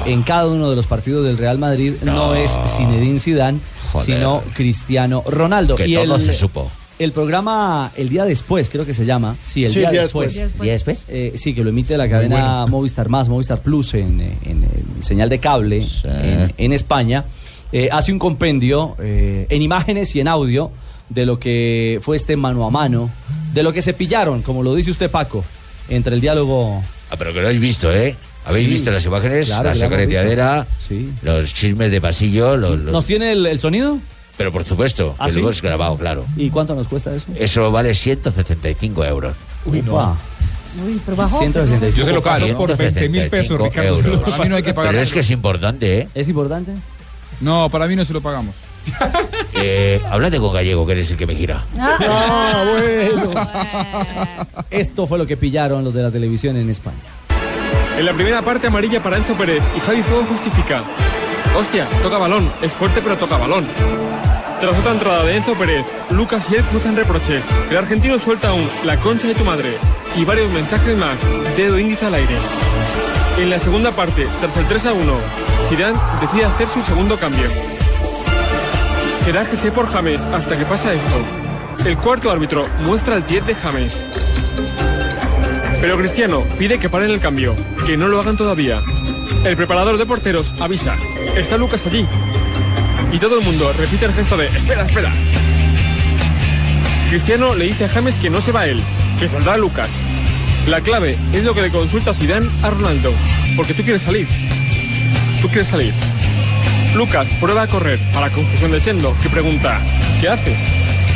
Speaker 4: en cada uno de los partidos del Real Madrid, no,
Speaker 21: No.
Speaker 4: es Zinedine Zidane,
Speaker 21: Joder.
Speaker 4: sino Cristiano Ronaldo.
Speaker 21: que
Speaker 4: y
Speaker 21: todo
Speaker 4: el,
Speaker 21: se supo.
Speaker 4: El programa El Día Después, creo que se llama. Sí, El
Speaker 21: Sí,
Speaker 4: Día,
Speaker 21: El Día
Speaker 4: Después.
Speaker 21: Después.
Speaker 5: ¿Día Después?
Speaker 4: Eh, sí, que lo emite
Speaker 5: Sí,
Speaker 4: la
Speaker 5: muy
Speaker 4: cadena
Speaker 5: bueno.
Speaker 4: Movistar Más, Movistar Plus en, eh, en, eh, señal de cable en, en España. Eh, hace un compendio eh, en imágenes y en audio de lo que fue este mano a mano, de lo que se pillaron, como lo dice usted, Paco, entre el diálogo.
Speaker 21: Ah, pero que lo habéis visto, ¿eh? ¿Habéis
Speaker 4: Sí.
Speaker 21: visto las imágenes?
Speaker 4: Claro,
Speaker 21: la
Speaker 4: que la hemos
Speaker 21: secretadera, los chismes de pasillo, los, los-
Speaker 4: ¿Nos tiene el, el sonido?
Speaker 21: pero por supuesto,
Speaker 4: ¿Ah,
Speaker 21: que
Speaker 4: sí?
Speaker 21: lo hemos grabado, claro.
Speaker 4: ¿Y cuánto nos cuesta eso?
Speaker 21: Eso vale 175 euros.
Speaker 4: Uy, no.
Speaker 22: Uy, pero bajó.
Speaker 4: 165.
Speaker 21: Yo se lo paso por
Speaker 20: 20.000 pesos, Ricardo, se lo paso. A mí no hay que pagar.
Speaker 21: Pero es que es importante, ¿eh?
Speaker 4: ¿Es importante?
Speaker 20: No, para mí no se lo pagamos.
Speaker 21: Eh, háblate con Gallego, que eres el que me gira.
Speaker 4: Ah, bueno.
Speaker 22: (laughs)
Speaker 4: Esto fue lo que pillaron los de la televisión en España.
Speaker 23: En la primera parte amarilla para Enzo Pérez y Javi Fuego justifica. Hostia, toca balón, es fuerte pero toca balón. Tras otra entrada de Enzo Pérez, Lucas y él cruzan reproches. El argentino suelta un la concha de tu madre y varios mensajes más, dedo índice al aire. En la segunda parte, tras el 3 a 1, Zidane decide hacer su segundo cambio. Será que sé por James hasta que pasa esto. El cuarto árbitro muestra el 10 de James. Pero Cristiano pide que paren el cambio, que no lo hagan todavía. El preparador de porteros avisa, está Lucas allí. Y todo el mundo repite el gesto de, espera, espera. Cristiano le dice a James que no se va él, que saldrá Lucas. La clave es lo que le consulta Zidane a Ronaldo, porque tú quieres salir. Tú quieres salir. Lucas prueba a correr para confusión de Chendo, que pregunta, ¿qué hace?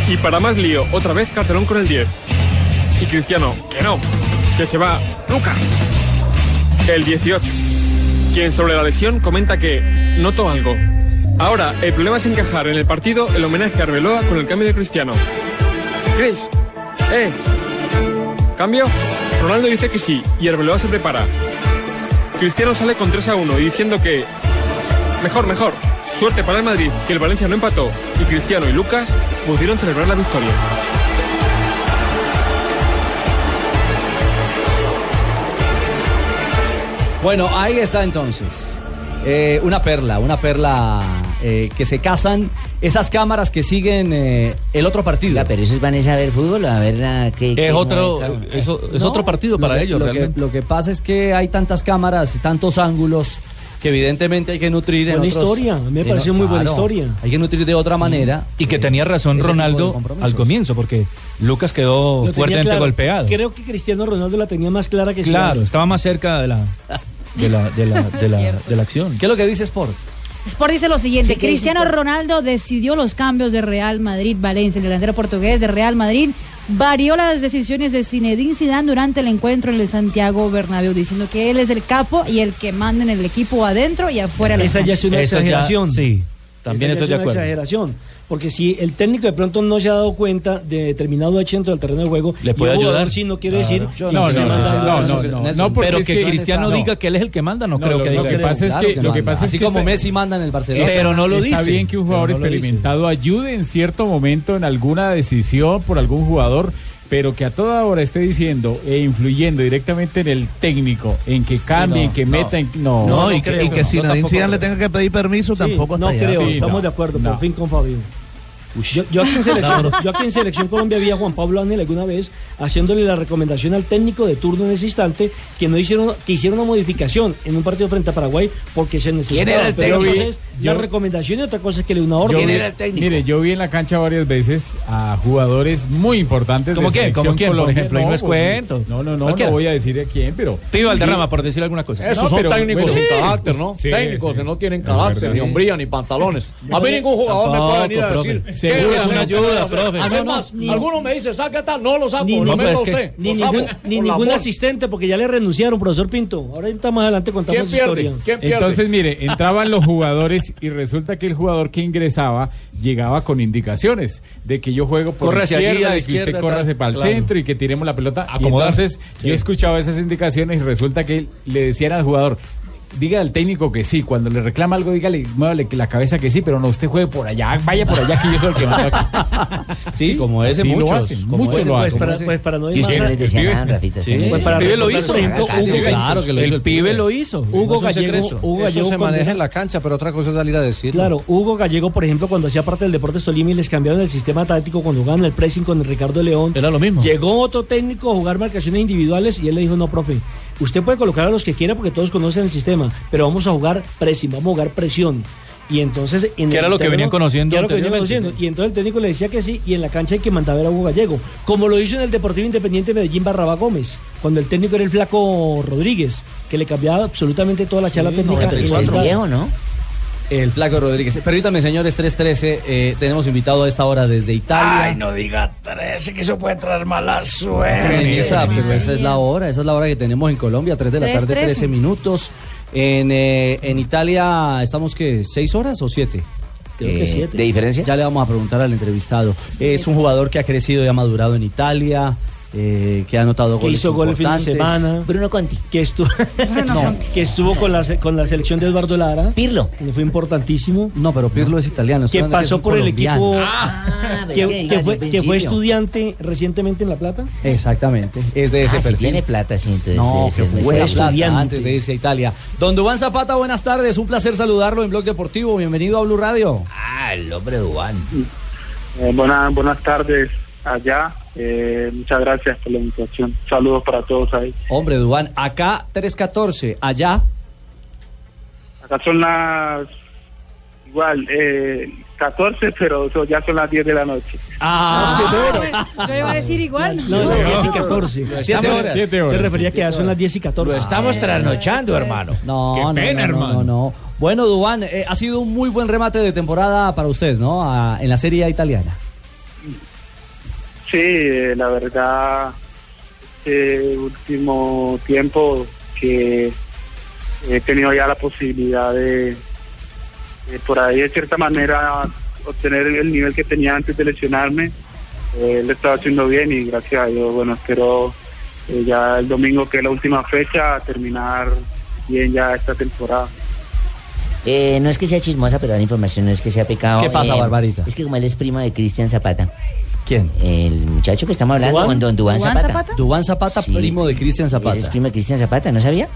Speaker 23: Y para más lío, otra vez cartelón con el 10. Y Cristiano, que no, que se va Lucas. El 18, quien sobre la lesión comenta que notó algo. Ahora, el problema es encajar en el partido el homenaje a Arbeloa con el cambio de Cristiano. Chris, ¿eh? ¿Cambio? Ronaldo dice que sí y Arbeloa se prepara. Cristiano sale con 3 a 1 y diciendo que... Mejor, mejor. Suerte para el Madrid, que el Valencia no empató y Cristiano y Lucas pudieron celebrar la victoria.
Speaker 4: Bueno, ahí está entonces. Eh, una perla, una perla eh, que se casan esas cámaras que siguen eh, el otro partido. pero
Speaker 5: esos van a ver fútbol, a ver la que...
Speaker 4: Es otro-
Speaker 17: eso- es otro partido
Speaker 4: lo
Speaker 17: para
Speaker 4: que-
Speaker 17: ellos,
Speaker 4: Lo que,
Speaker 17: realmente.
Speaker 4: lo que pasa es que hay tantas cámaras, y tantos ángulos que evidentemente hay que nutrir. en
Speaker 17: Buena
Speaker 4: otros-
Speaker 17: historia, a mí me
Speaker 4: en
Speaker 17: pareció
Speaker 4: o-
Speaker 17: muy buena
Speaker 4: claro,
Speaker 17: historia.
Speaker 4: Hay que nutrir de otra manera.
Speaker 17: Y que tenía razón
Speaker 4: ese tipo de
Speaker 17: Ronaldo
Speaker 4: compromisos.
Speaker 17: al comienzo, porque Lucas quedó
Speaker 12: Lo tenía
Speaker 17: fuertemente
Speaker 12: claro.
Speaker 17: golpeado.
Speaker 12: Creo que Cristiano Ronaldo la tenía más clara que
Speaker 17: Claro,
Speaker 12: Zidane.
Speaker 17: estaba más cerca de la, de la, de la, de la, de la acción.
Speaker 4: ¿Qué es lo que dice Sport?
Speaker 14: Sport dice lo siguiente,
Speaker 5: Sí, ¿qué dice
Speaker 14: Cristiano
Speaker 5: Sport?
Speaker 14: Ronaldo decidió los cambios de Real Madrid-Valencia, el delantero portugués de Real Madrid varió las decisiones de Zinedine Zidane durante el encuentro en el Santiago Bernabéu, diciendo que él es el capo y el que manda en el equipo adentro y afuera. de la
Speaker 12: Esa
Speaker 14: cancha.
Speaker 12: ya es una
Speaker 17: Eso ya-
Speaker 12: exageración.
Speaker 17: sí, también estoy de
Speaker 12: Esa ya es una
Speaker 17: acuerdo.
Speaker 12: exageración. Porque si el técnico de pronto no se ha dado cuenta de determinado hecho dentro del terreno de juego,
Speaker 17: ¿Le puede
Speaker 12: y un jugador
Speaker 17: ayudar?
Speaker 12: sí no quiere
Speaker 17: Claro.
Speaker 12: decir
Speaker 17: Yo
Speaker 12: que
Speaker 17: no
Speaker 12: esté
Speaker 17: creo que
Speaker 12: mandando
Speaker 17: sea-
Speaker 12: a
Speaker 17: no,
Speaker 12: esos-
Speaker 17: no, no, no, porque Pero es que que- Cristiano no. diga
Speaker 4: que él es el que manda,
Speaker 17: no creo
Speaker 8: lo,
Speaker 17: que
Speaker 8: lo
Speaker 17: diga
Speaker 8: que
Speaker 17: eso.
Speaker 8: pasa es
Speaker 17: Claro
Speaker 8: que,
Speaker 17: que
Speaker 8: lo que
Speaker 17: manda.
Speaker 8: pasa
Speaker 17: Así
Speaker 8: es que
Speaker 17: como
Speaker 8: está-
Speaker 4: Messi manda en el Barcelona.
Speaker 8: está-
Speaker 4: Pero no lo
Speaker 8: Está
Speaker 4: dice.
Speaker 8: bien que un jugador
Speaker 4: Pero no lo dice.
Speaker 8: experimentado ayude en cierto momento en alguna decisión por algún jugador, pero que a toda hora esté diciendo e influyendo directamente en el técnico, en que cambie,
Speaker 6: Sí, no,
Speaker 8: en que
Speaker 6: no.
Speaker 8: meta, en- no.
Speaker 6: No, y, que, y que si Nadine
Speaker 8: tampoco
Speaker 6: Zidane le
Speaker 8: creo.
Speaker 6: tenga que pedir permiso, tampoco
Speaker 8: no
Speaker 6: hasta allá.
Speaker 8: creo, Sí,
Speaker 12: Estamos
Speaker 8: no.
Speaker 12: de acuerdo, por fin con Fabio. Yo, yo
Speaker 6: (laughs)
Speaker 12: aquí en selección, yo aquí en Selección Colombia vi a Juan Pablo Ángel alguna vez haciéndole la recomendación al técnico de turno en ese instante que no hicieron que hicieron una modificación en un partido frente a Paraguay porque se necesitaba.
Speaker 8: era el
Speaker 12: Pero
Speaker 8: técnico?
Speaker 12: entonces,
Speaker 8: Yo-
Speaker 12: la recomendación y otra cosa es que le dé una orden.
Speaker 8: Yo vi- Mire, yo vi en la cancha varias veces a jugadores muy importantes.
Speaker 17: ¿Cómo
Speaker 8: de
Speaker 17: quién?
Speaker 8: Selección
Speaker 17: ¿Cómo quién, por
Speaker 8: Colombia.
Speaker 17: ejemplo? Ahí no es
Speaker 8: pues,
Speaker 17: cuento.
Speaker 8: No, no, no,
Speaker 17: Cualquiera.
Speaker 8: no voy a decir a quién, pero.
Speaker 17: Pibe Valderrama, por decir alguna cosa.
Speaker 8: No,
Speaker 24: Esos son
Speaker 8: pero,
Speaker 24: técnicos
Speaker 8: bueno,
Speaker 24: sin
Speaker 8: sí.
Speaker 24: carácter, ¿no?
Speaker 8: Sí,
Speaker 24: técnicos
Speaker 8: sí.
Speaker 24: que no tienen
Speaker 8: Es
Speaker 24: carácter,
Speaker 8: verdad.
Speaker 24: ni hombría, ni pantalones. A mí ningún jugador me puede venir a
Speaker 17: Tampoco,
Speaker 24: decir.
Speaker 17: profe.
Speaker 24: ¿qué
Speaker 17: Seguro es
Speaker 24: hacer?
Speaker 17: una ayuda, profe.
Speaker 24: A mí
Speaker 17: No, no,
Speaker 24: más,
Speaker 17: ni-
Speaker 24: alguno me dice, saca tal, no lo saco,
Speaker 12: ni,
Speaker 24: lo
Speaker 12: ningún-
Speaker 24: meta
Speaker 12: es que-
Speaker 24: usted.
Speaker 12: ni
Speaker 24: lo saco,
Speaker 12: ningún, ni
Speaker 24: por la
Speaker 12: ningún
Speaker 24: bola.
Speaker 12: asistente, porque ya le renunciaron, profesor Pinto. Ahora está más adelante contamos su historia.
Speaker 8: Entonces, mire, entraban los jugadores y resulta que el jugador que ingresaba llegaba con indicaciones de que yo juego por
Speaker 24: Corre
Speaker 8: la
Speaker 24: hacia allí,
Speaker 8: izquierda,
Speaker 24: a la
Speaker 8: de que usted
Speaker 24: izquierda,
Speaker 8: corra
Speaker 24: tal.
Speaker 8: para el
Speaker 24: Claro.
Speaker 8: centro y que tiremos la pelota. Y
Speaker 24: Acomodarse.
Speaker 8: entonces, yo he escuchado esas indicaciones y resulta que le decían al jugador. Diga al técnico que sí, cuando le reclama algo, dígale, muévale la cabeza que sí, pero no, usted juegue por allá, vaya por allá, que yo soy el que mando aquí.
Speaker 4: Sí, como
Speaker 8: ese,
Speaker 4: ese
Speaker 8: muchos,
Speaker 4: muchos.
Speaker 8: como ese, pues, para-
Speaker 12: pues para no ir
Speaker 4: Y
Speaker 12: más
Speaker 4: usted no
Speaker 12: atrás.
Speaker 4: les decía nada, Rafita, Ah,
Speaker 12: Sí.
Speaker 4: usted no
Speaker 12: Pues
Speaker 4: les-
Speaker 12: para
Speaker 4: El pibe lo
Speaker 12: recordar,
Speaker 4: hizo,
Speaker 12: por ejemplo,
Speaker 4: Hugo-
Speaker 12: Hugo-
Speaker 4: Claro que lo hizo
Speaker 12: el pibe lo hizo. Hugo Gallego, Hugo
Speaker 18: Eso
Speaker 12: Gallego
Speaker 18: se
Speaker 12: cuando-
Speaker 18: maneja en la cancha, pero otra cosa es salir a decir.
Speaker 12: Claro, Hugo Gallego, por ejemplo, cuando hacía parte del Deportes Tolima y les cambiaron el sistema táctico cuando jugaban el pressing con el Ricardo León. Era lo mismo. Llegó otro técnico a jugar marcaciones individuales y él le dijo, no, profe, usted puede colocar a los que quiera porque todos conocen el sistema, pero vamos a jugar pressing, vamos a jugar presión. Y entonces... En
Speaker 17: Que
Speaker 12: el
Speaker 17: era lo que venían conociendo
Speaker 12: que era lo que venían
Speaker 17: anteriormente,
Speaker 12: conociendo. Y entonces el técnico le decía que sí y en la cancha hay que mandar a ver a Hugo Gallego. Como lo hizo en el Deportivo Independiente Medellín Barraba Gómez, cuando el técnico era el flaco Rodríguez, que le cambiaba absolutamente toda la charla técnica.
Speaker 4: El El Flaco Rodríguez. Permítame, señores, 313. eh, tenemos invitado a esta hora desde Italia.
Speaker 25: Ay, no diga tres, que eso puede traer mala suerte.
Speaker 4: Vanessa, pero esa es la hora, esa es la hora que tenemos en Colombia, 3 de la
Speaker 25: Tres,
Speaker 4: tarde,
Speaker 25: trece.
Speaker 4: 13 minutos. En, eh, en Italia estamos que 6 horas o 7?
Speaker 19: Creo que siete.
Speaker 4: ¿De diferencia? Ya le vamos a preguntar al entrevistado. Es un jugador que ha crecido y ha madurado en Italia, eh, que ha anotado
Speaker 12: que
Speaker 4: goles
Speaker 12: hizo gol el fin de
Speaker 4: importantes.
Speaker 12: semana. Bruno Conti. Que estuvo, (laughs) No, que estuvo con, la, se- con la selección de Eduardo Lara. Pirlo. Que fue importantísimo.
Speaker 4: No, pero Pirlo es italiano. estoy
Speaker 12: Que
Speaker 4: hablando de
Speaker 12: pasó
Speaker 4: un
Speaker 12: por el
Speaker 4: colombiano.
Speaker 12: equipo.
Speaker 5: pero
Speaker 12: que,
Speaker 5: es que
Speaker 12: que
Speaker 5: diga
Speaker 12: fue,
Speaker 5: desde el
Speaker 12: que fue
Speaker 5: principio.
Speaker 12: estudiante recientemente en La Plata.
Speaker 4: Exactamente, es de ese
Speaker 5: Ah, si
Speaker 4: perfil.
Speaker 5: tiene plata, sí, entonces
Speaker 4: No,
Speaker 5: debe
Speaker 4: que
Speaker 5: ser muy
Speaker 4: buena
Speaker 5: serio.
Speaker 4: plata antes de irse a Italia. Don Dubán Zapata, buenas tardes. Un placer saludarlo en Blog Deportivo. Bienvenido a Blue Radio.
Speaker 25: Ah, el hombre Dubán. buenas, Eh, buenas tardes allá. Eh, muchas gracias por la invitación. Saludos para todos ahí.
Speaker 4: Hombre, Dubán, acá 314, allá
Speaker 25: Acá son las igual eh, 14, pero son- ya son las 10 de la noche.
Speaker 24: Ah,
Speaker 14: Yo iba a decir igual.
Speaker 12: No, las 10 y 14.
Speaker 25: Siete
Speaker 12: Estamos-
Speaker 25: horas. Siete horas.
Speaker 12: Se refería que ya son las 10 y 14.
Speaker 25: estamos
Speaker 12: Ah,
Speaker 25: trasnochando,
Speaker 12: entonces-
Speaker 25: hermano.
Speaker 4: No, no, no, no, no, no. Bueno, Dubán, eh, ha sido un muy buen remate de temporada para usted, ¿no? A- en la Serie A italiana.
Speaker 25: Sí, eh, la verdad, este último tiempo que he tenido ya la posibilidad de, de por ahí de cierta manera obtener el nivel que tenía antes de lesionarme, eh, lo estaba haciendo bien y gracias a Dios, bueno, espero eh, ya el domingo que es la última fecha terminar bien ya esta temporada.
Speaker 5: Eh, no es que sea chismosa, pero la información no es que sea pecado.
Speaker 4: ¿Qué
Speaker 26: Eh,
Speaker 4: pasa, Barbarita?
Speaker 5: Es que como él es primo de Cristian Zapata.
Speaker 4: ¿Quién?
Speaker 5: El muchacho que estamos hablando,
Speaker 4: ¿Duván?
Speaker 5: con don Dubán
Speaker 4: ¿Dubán
Speaker 5: Zapata.
Speaker 4: Zapata? Dubán Zapata, primo de Cristian Zapata.
Speaker 5: Es primo de Cristian Zapata, ¿no sabía?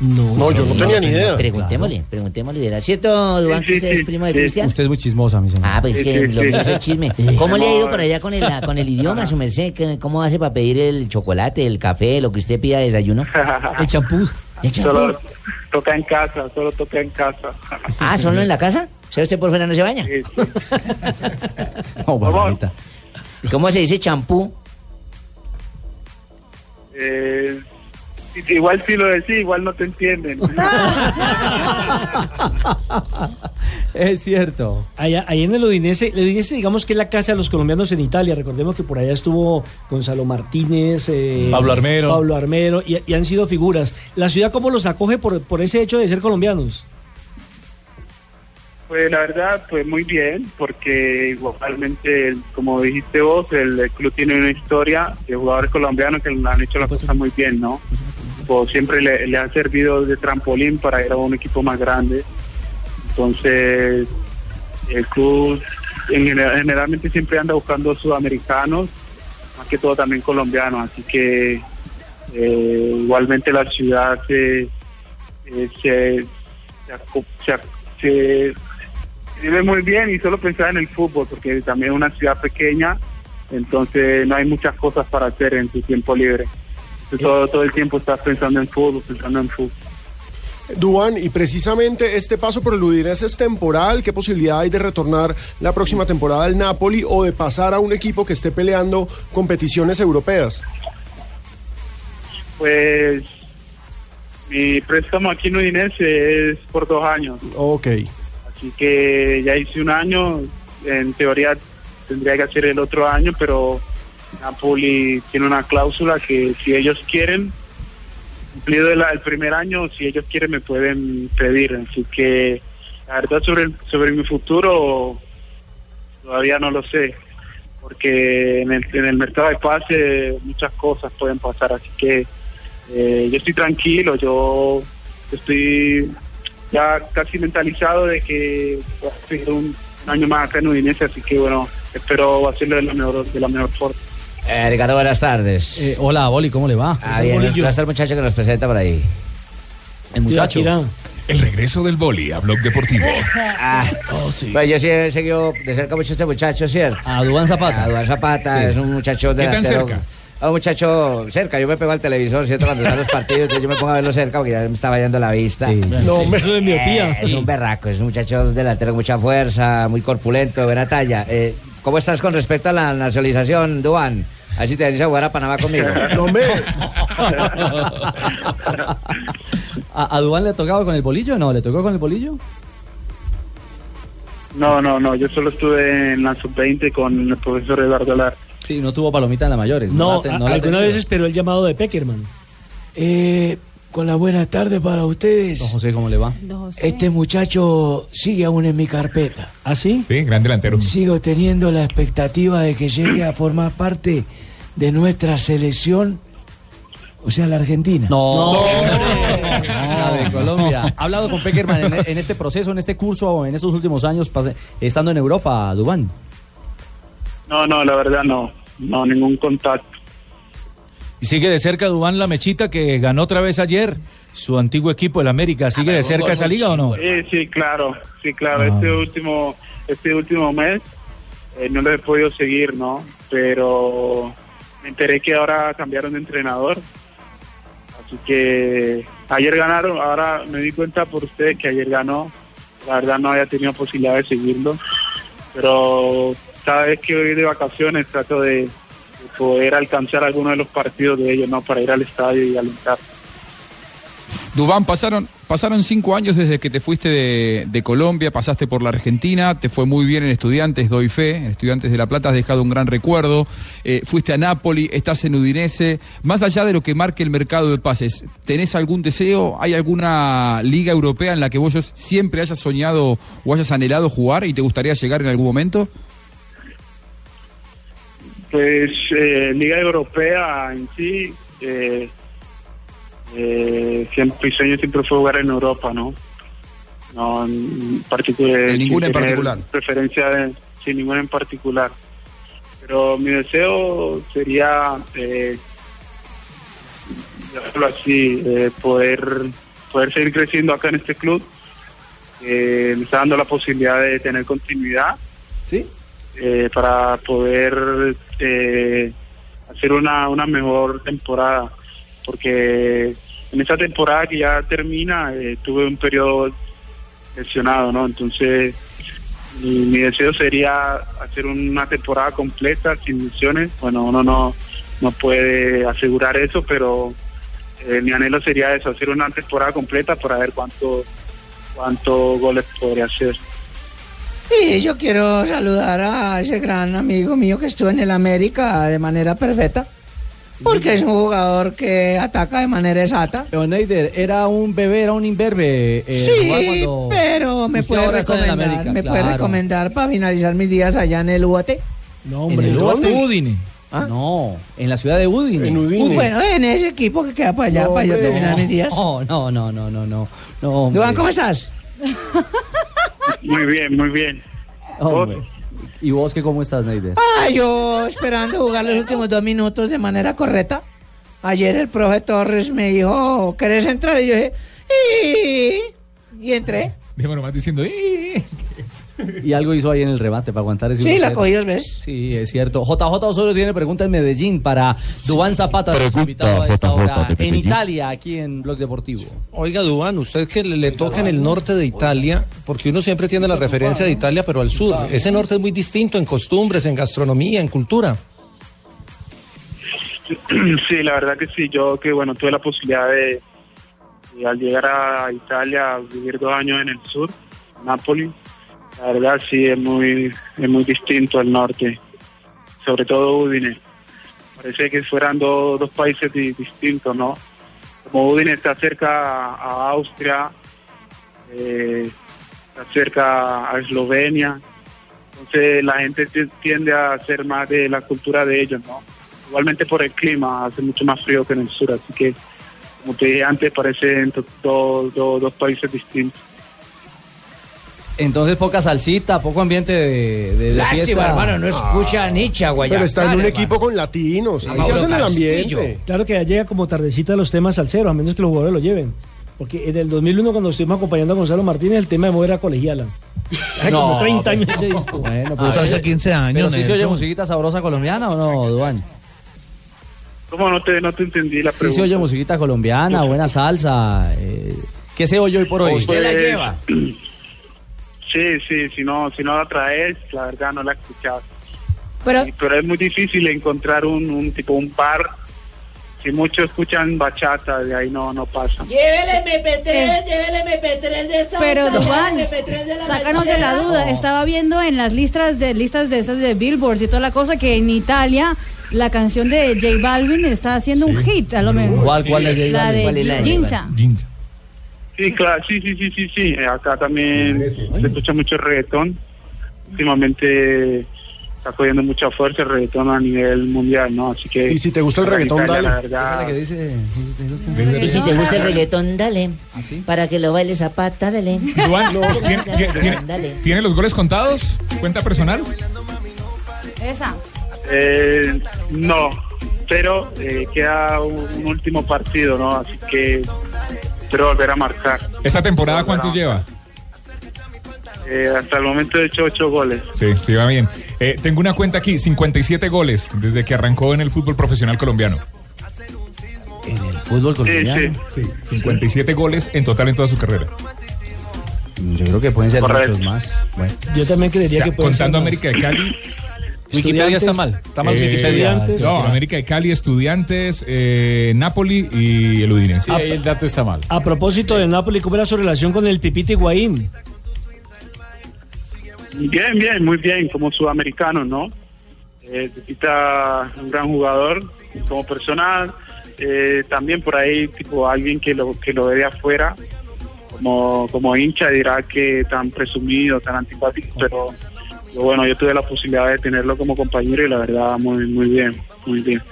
Speaker 4: No,
Speaker 5: No, yo no
Speaker 26: Eh,
Speaker 5: no, tenía ni no, idea.
Speaker 4: Preguntémosle.
Speaker 5: Preguntémosle, ¿era cierto, Dubán, que usted es primo de Cristian?
Speaker 4: Usted es muy chismosa, mi señor.
Speaker 5: Ah, pues es que lo mío es el
Speaker 4: (laughs)
Speaker 5: chisme. ¿Cómo le ha ido por allá con el, la- con el idioma, su merced? ¿Qué- ¿Cómo hace para pedir el chocolate, el café, lo que usted pida de
Speaker 4: (laughs)
Speaker 5: desayuno?
Speaker 4: El champú.
Speaker 5: El champú.
Speaker 25: (laughs) Solo toca en casa, solo toca en casa.
Speaker 5: Ah, ¿solo en la casa? O sea, usted por fuera no se baña.
Speaker 4: No, Barbarita.
Speaker 5: ¿Cómo se dice champú?
Speaker 25: Eh, igual si lo decís, igual no te entienden.
Speaker 4: Es cierto.
Speaker 12: Allá, ahí en el Udinese, el Udinese digamos que es la casa de los colombianos en Italia. Recordemos que por allá estuvo Gonzalo Martínez, eh,
Speaker 14: Pablo Armero.
Speaker 12: Pablo Armero, y, y han sido figuras. ¿La ciudad cómo los acoge por, por ese hecho de ser colombianos?
Speaker 25: Pues la verdad, pues muy bien, porque igualmente, como dijiste vos, el club tiene una historia de jugadores colombianos que han hecho las cosas muy bien, ¿no? Pues siempre le, le ha servido de trampolín para ir a un equipo más grande. Entonces, el club en general- generalmente siempre anda buscando sudamericanos, más que todo también colombianos, así que eh, igualmente la ciudad se, eh, se, se aco- se ac- se vive muy bien y solo pensar en el fútbol, porque también es una ciudad pequeña, entonces no hay muchas cosas para hacer en tu tiempo libre. Entonces, Todo, todo el tiempo estás pensando en fútbol, pensando en fútbol.
Speaker 7: Duan, y precisamente este paso por el Udinese es temporal. ¿Qué posibilidad hay de retornar la próxima temporada al Napoli o de pasar a un equipo que esté peleando competiciones europeas?
Speaker 25: Pues mi préstamo aquí en Udinese es por dos años,
Speaker 7: Ok.
Speaker 25: así que ya hice un año, en teoría tendría que hacer el otro año, pero Napoli tiene una cláusula que si ellos quieren, cumplido el, el primer año, si ellos quieren me pueden pedir, así que la verdad sobre, sobre mi futuro todavía no lo sé, porque en el, en el mercado de pase muchas cosas pueden pasar, así que... Eh, yo estoy tranquilo, yo estoy ya casi mentalizado de que voy a seguir un, un año más acá en Udinese, así que bueno, espero hacerlo de la mejor, de la mejor forma.
Speaker 5: Eh, Ricardo, buenas tardes.
Speaker 4: Eh, hola, Boli, ¿cómo le va?
Speaker 5: Ah, bien, nos- gracias al muchacho que nos presenta por ahí. El
Speaker 4: muchacho.
Speaker 20: El regreso del boli a Blog
Speaker 5: (laughs)
Speaker 20: Deportivo.
Speaker 5: Ah, Pues yo sí he seguido de cerca mucho a este muchacho, ¿cierto?
Speaker 4: Oh, A Dubán Zapata.
Speaker 5: A Dubán Zapata,
Speaker 4: Sí.
Speaker 5: es un muchacho
Speaker 4: ¿Qué tan
Speaker 5: delantero.
Speaker 4: cerca?
Speaker 5: Ah, Un muchacho cerca, yo me pego al televisor, ¿cierto? Cuando están los partidos, entonces yo me pongo a verlo cerca porque ya me está vayando la vista.
Speaker 12: No, hombre, eso es miopía.
Speaker 5: Eh, es un berraco, es un muchacho delantero con mucha fuerza, muy corpulento, de buena talla. Eh, ¿Cómo estás con respecto a la nacionalización, Dubán? Así te venís a jugar a Panamá conmigo.
Speaker 27: (laughs)
Speaker 7: No me...
Speaker 4: ¿A, a Dubán le tocaba con el bolillo o no? ¿Le tocó con el bolillo?
Speaker 25: No, no, no, yo solo estuve en la sub-20 con el profesor Eduardo Lar.
Speaker 4: Sí, no tuvo palomita en la mayores.
Speaker 12: No,
Speaker 4: la te-
Speaker 12: a-
Speaker 4: la
Speaker 12: alguna
Speaker 4: tenía.
Speaker 12: vez esperó el llamado de Peckerman.
Speaker 9: Eh, con la buena tarde para ustedes.
Speaker 4: Don José, ¿cómo le va?
Speaker 9: Este muchacho sigue aún en mi carpeta.
Speaker 12: ¿Ah, sí?
Speaker 9: Sí, gran delantero. Sigo teniendo la expectativa de que llegue a formar parte de nuestra selección, o sea, la Argentina.
Speaker 4: No, La Ah, de Colombia. ¿Ha hablado con Peckerman en, en este proceso, en este curso o en estos últimos años pase- estando en Europa, Dubán?
Speaker 25: No, no, la verdad no, no, ningún contacto.
Speaker 14: Y sigue de cerca Dubán la mechita que ganó otra vez ayer su antiguo equipo, el América. ¿Sigue de cerca esa liga o no? Ah.
Speaker 25: Sí, sí, claro, sí, claro. Este último, este último mes eh, no lo he podido seguir, ¿no? Pero me enteré que ahora cambiaron de entrenador. Así que ayer ganaron, ahora me di cuenta por ustedes que ayer ganó. La verdad no había tenido posibilidad de seguirlo. Pero cada vez que voy de vacaciones trato de, de poder alcanzar alguno de los partidos de ellos, ¿no? Para ir al estadio y alentar.
Speaker 20: Dubán, pasaron, pasaron cinco años desde que te fuiste de, de Colombia, pasaste por la Argentina, te fue muy bien en Estudiantes, doy fe, en Estudiantes de La Plata has dejado un gran recuerdo, eh, fuiste a Nápoli, estás en Udinese, más allá de lo que marque el mercado de pases, ¿tenés algún deseo? ¿Hay alguna liga europea en la que vos siempre hayas soñado o hayas anhelado jugar y te gustaría llegar en algún momento?
Speaker 25: Pues eh, Liga Europea en sí, eh, eh, siempre, mi sueño siempre fue jugar en Europa, ¿no? No, en particular.
Speaker 20: De ninguna en particular.
Speaker 25: Preferencia de- sin ninguna en particular. Pero mi deseo sería, eh, llamarlo así, eh, poder, poder seguir creciendo acá en este club. Eh, me está dando la posibilidad de tener continuidad.
Speaker 16: Sí.
Speaker 25: Eh, para poder eh, hacer una, una mejor temporada. Porque en esta temporada que ya termina, eh, tuve un periodo lesionado, ¿no? Entonces, mi, mi deseo sería hacer una temporada completa, sin lesiones. Bueno, uno no, no puede asegurar eso, pero eh, mi anhelo sería eso, hacer una temporada completa para ver cuánto cuántos goles podría hacer.
Speaker 28: Sí, yo quiero saludar a ese gran amigo mío que estuvo en el América de manera perfecta, porque es un jugador que ataca de manera exata.
Speaker 4: Pero Neider, era un bebé, era un imberbe. eh, jugar
Speaker 28: sí,
Speaker 4: cuando-
Speaker 28: pero me
Speaker 4: usted
Speaker 28: puede
Speaker 4: ahora está en el
Speaker 28: recomendar,
Speaker 4: América,
Speaker 28: me puede
Speaker 4: claro.
Speaker 28: recomendar para finalizar mis días allá en el UAT.
Speaker 12: No,
Speaker 28: hombre,
Speaker 4: en el ¿Ah?
Speaker 28: ¿dónde?
Speaker 4: Udine. No, en la ciudad de Udine. En
Speaker 28: Bueno, en ese equipo que queda para allá, para yo terminar mis días.
Speaker 4: No, no, no, no, no, no. no hombre.
Speaker 28: Duván, ¿cómo estás?
Speaker 25: Muy bien, muy bien.
Speaker 4: Hombre. ¿Y vos qué cómo estás, Neider?
Speaker 28: Ah, yo esperando jugar los últimos dos minutos de manera correcta. Ayer el profe Torres me dijo, "Oh, ¿querés entrar? Y yo dije, "Sí". y entré.
Speaker 15: Déjame nomás diciendo.
Speaker 4: Y algo hizo ahí en el remate para aguantar ese
Speaker 28: Sí,
Speaker 4: 1-0.
Speaker 28: la cogí dos veces.
Speaker 4: Sí, es cierto. JJ Osorio tiene pregunta en Medellín para Dubán Zapata, nuestro invitado a esta
Speaker 18: JJ
Speaker 4: hora
Speaker 18: de
Speaker 4: en
Speaker 18: Medellín.
Speaker 4: Italia, aquí en Blog Deportivo.
Speaker 18: Oiga, Dubán, usted que le, le toca en el norte de Italia, porque uno siempre tiene la referencia de Italia, pero al sur. Ese norte es muy distinto en costumbres, en gastronomía, en cultura.
Speaker 25: (clears throat) Sí, la verdad que sí. Yo que bueno tuve la posibilidad de, de al llegar a Italia vivir dos años en el sur, Nápoles. La verdad sí es muy es muy distinto al norte, sobre todo Udine. Parece que fueran dos- dos países di- distintos, ¿no? Como Udine está cerca a, a Austria, eh, está cerca a Eslovenia, entonces la gente ti- tiende a ser más de la cultura de ellos, ¿no? igualmente por el clima, hace mucho más frío que en el sur, así que como te dije antes, parecen to- do- do- dos países distintos.
Speaker 4: Entonces, poca salsita, poco ambiente de, de, de
Speaker 28: Lástima,
Speaker 4: fiesta.
Speaker 28: hermano, no escucha
Speaker 4: Ah.
Speaker 28: a Nietzsche, a
Speaker 27: Pues
Speaker 7: Pero está en un equipo con latinos. Ahí se hacen el ambiente.
Speaker 12: Claro que ya llega como tardecita los temas salseros, a menos que los jugadores lo lleven. Porque en el 2001, cuando estuvimos acompañando a Gonzalo Martínez, el tema de mover a colegiala. Hace como
Speaker 4: No,
Speaker 12: 30 años ese disco.
Speaker 4: Bueno, pues
Speaker 12: hace
Speaker 4: hace 15 años. ¿Pero sí se oye musiquita sabrosa colombiana o no, Duan?
Speaker 25: ¿Cómo no te, no te entendí la
Speaker 4: Sí
Speaker 25: pregunta?
Speaker 4: se oye musiquita colombiana, buena salsa. eh, ¿Qué se oye hoy por hoy?
Speaker 25: Pues, (clears throat) Sí, sí, si no, si no la traes, la verdad no la escuchas.
Speaker 14: Pero,
Speaker 25: Y- Pero es muy difícil encontrar un, un tipo, un par. Si muchos escuchan bachata, de ahí no, no pasa.
Speaker 26: Llévele MP3,
Speaker 14: Es-
Speaker 26: llévele MP3 de esa.
Speaker 14: pero Duván,
Speaker 26: MP3 de la
Speaker 14: sácanos de la
Speaker 26: ranchera.
Speaker 14: duda. Estaba viendo en las listas de listas de esas de Billboard y toda la cosa que en Italia la canción de J Balvin está haciendo un hit, a lo mejor.
Speaker 4: ¿Cuál- cuál es J
Speaker 14: La
Speaker 4: Balvin? ¿Cuál es la de
Speaker 14: de
Speaker 4: J
Speaker 14: Ginza.
Speaker 25: Sí, claro, sí, sí, sí, sí, sí. Eh, Acá también se escucha mucho reggaetón. Últimamente está cogiendo mucha fuerza el reggaetón a nivel mundial, ¿no? Así que...
Speaker 7: Y si te gusta el
Speaker 25: acá en
Speaker 7: reggaetón,
Speaker 25: Italia,
Speaker 7: dale.
Speaker 25: La verdad,
Speaker 26: Y si te gusta el reggaetón, dale.
Speaker 4: ¿Ah,
Speaker 26: Para que lo baile Zapata, dale.
Speaker 29: Duan, ¿tiene, tiene- tiene- tiene los goles contados? ¿Cuenta personal?
Speaker 14: Esa.
Speaker 25: Eh, no, pero eh, queda un, un último partido, ¿no? Así que espero volver a marcar.
Speaker 29: ¿Esta temporada cuántos lleva?
Speaker 25: Eh, hasta el momento he hecho ocho goles.
Speaker 29: Sí, sí, va bien. Eh, tengo una cuenta aquí, 57 goles desde que arrancó en el fútbol profesional colombiano.
Speaker 4: ¿En el fútbol colombiano?
Speaker 29: Sí, sí. 57 goles en total en toda su carrera.
Speaker 4: Yo creo que pueden ser
Speaker 29: Correcto.
Speaker 4: muchos más. Bueno.
Speaker 12: Yo también creería
Speaker 29: O sea,
Speaker 12: que puede
Speaker 29: contando
Speaker 12: ser más.
Speaker 29: América de Cali.
Speaker 12: Wikipedia está mal, está
Speaker 8: Eh,
Speaker 12: mal Wikipedia.
Speaker 29: estudiantes. No, América de Cali, Estudiantes, eh, Napoli y el Udinese.
Speaker 12: Ah, ahí
Speaker 29: el dato está mal.
Speaker 12: A propósito de Napoli, ¿cómo era su relación con el Pipita Higuaín?
Speaker 25: Bien, bien, muy bien, como sudamericano, ¿no? Eh, Pepita, un gran jugador, como personal, eh, también por ahí, tipo, alguien que lo, que lo ve de afuera, como, como hincha, dirá que tan presumido, tan antipático, pero yo, bueno, yo tuve la posibilidad de tenerlo como compañero y la verdad, muy, muy bien, muy bien.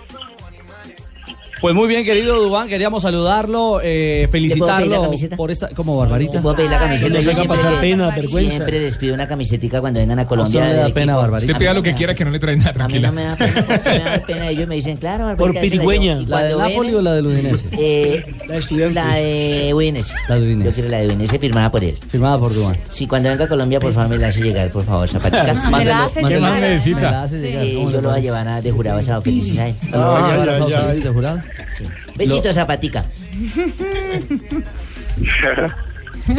Speaker 4: Pues muy bien, querido Dubán, queríamos saludarlo, eh,
Speaker 5: pedir la
Speaker 4: felicitarlo
Speaker 5: camiseta?
Speaker 4: por esta, como Barbarita.
Speaker 5: Puedo pedir la camiseta. Yo siempre,
Speaker 29: vergüenza.
Speaker 5: siempre despido una camisetica cuando vengan a
Speaker 29: usted
Speaker 5: Colombia.
Speaker 29: no le da
Speaker 5: del
Speaker 29: pena,
Speaker 5: equipo.
Speaker 29: Barbarita. Usted
Speaker 5: A mí
Speaker 29: pida
Speaker 5: no
Speaker 29: lo
Speaker 5: me
Speaker 29: que
Speaker 5: da-
Speaker 29: quiera que no le traen nada, tranquila.
Speaker 5: A mí no me da pena, porque me da pena. Ellos me dicen, claro, Barbarita.
Speaker 29: Por
Speaker 5: dásela yo.
Speaker 29: pirigüeña.
Speaker 5: Y
Speaker 29: ¿La
Speaker 5: cuando
Speaker 29: de Napoli
Speaker 5: vienen-
Speaker 29: o la del Udinese?
Speaker 5: Eh, la de La de Udinese.
Speaker 4: La de Udinese.
Speaker 5: Yo quiero la de Udinese firmada por él.
Speaker 4: Firmada por Dubán.
Speaker 5: Sí, cuando venga a Colombia, por favor, me la hace llegar, por favor, zapatica.
Speaker 4: (laughs) Me la hace Mándelo, llegar, mándelo, además. me la hace
Speaker 5: Sí,
Speaker 4: llegar, ¿cómo
Speaker 5: Yo lo voy
Speaker 4: le
Speaker 5: a
Speaker 4: parece?
Speaker 5: llevar a- de jurado a Sao Felices a él.
Speaker 4: ¿Lo va a llevar a Sao Felices de jurado?
Speaker 5: Besito,
Speaker 4: (laughs)
Speaker 5: zapatica.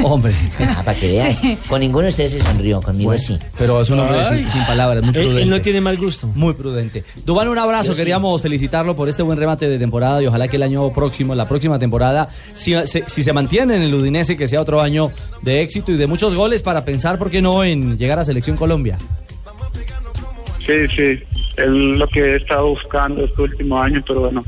Speaker 4: Hombre.
Speaker 5: Ah, para que veas.
Speaker 4: Sí.
Speaker 5: Con ninguno de ustedes se sonrió, conmigo sí.
Speaker 4: Pero es un hombre
Speaker 5: Ay.
Speaker 4: sin, sin palabras, muy
Speaker 5: Él- él
Speaker 4: prudente.
Speaker 5: no
Speaker 4: tiene mal gusto. Muy prudente. Dubán, un abrazo.
Speaker 5: Yo sí.
Speaker 4: Queríamos felicitarlo por este buen remate de temporada y ojalá que el año próximo, la próxima temporada, si se, si se mantiene en el Udinese, que sea otro año de éxito y de muchos goles para pensar, ¿por qué no?, en llegar a Selección Colombia.
Speaker 25: Sí, sí, es lo que he estado buscando este último año, pero bueno,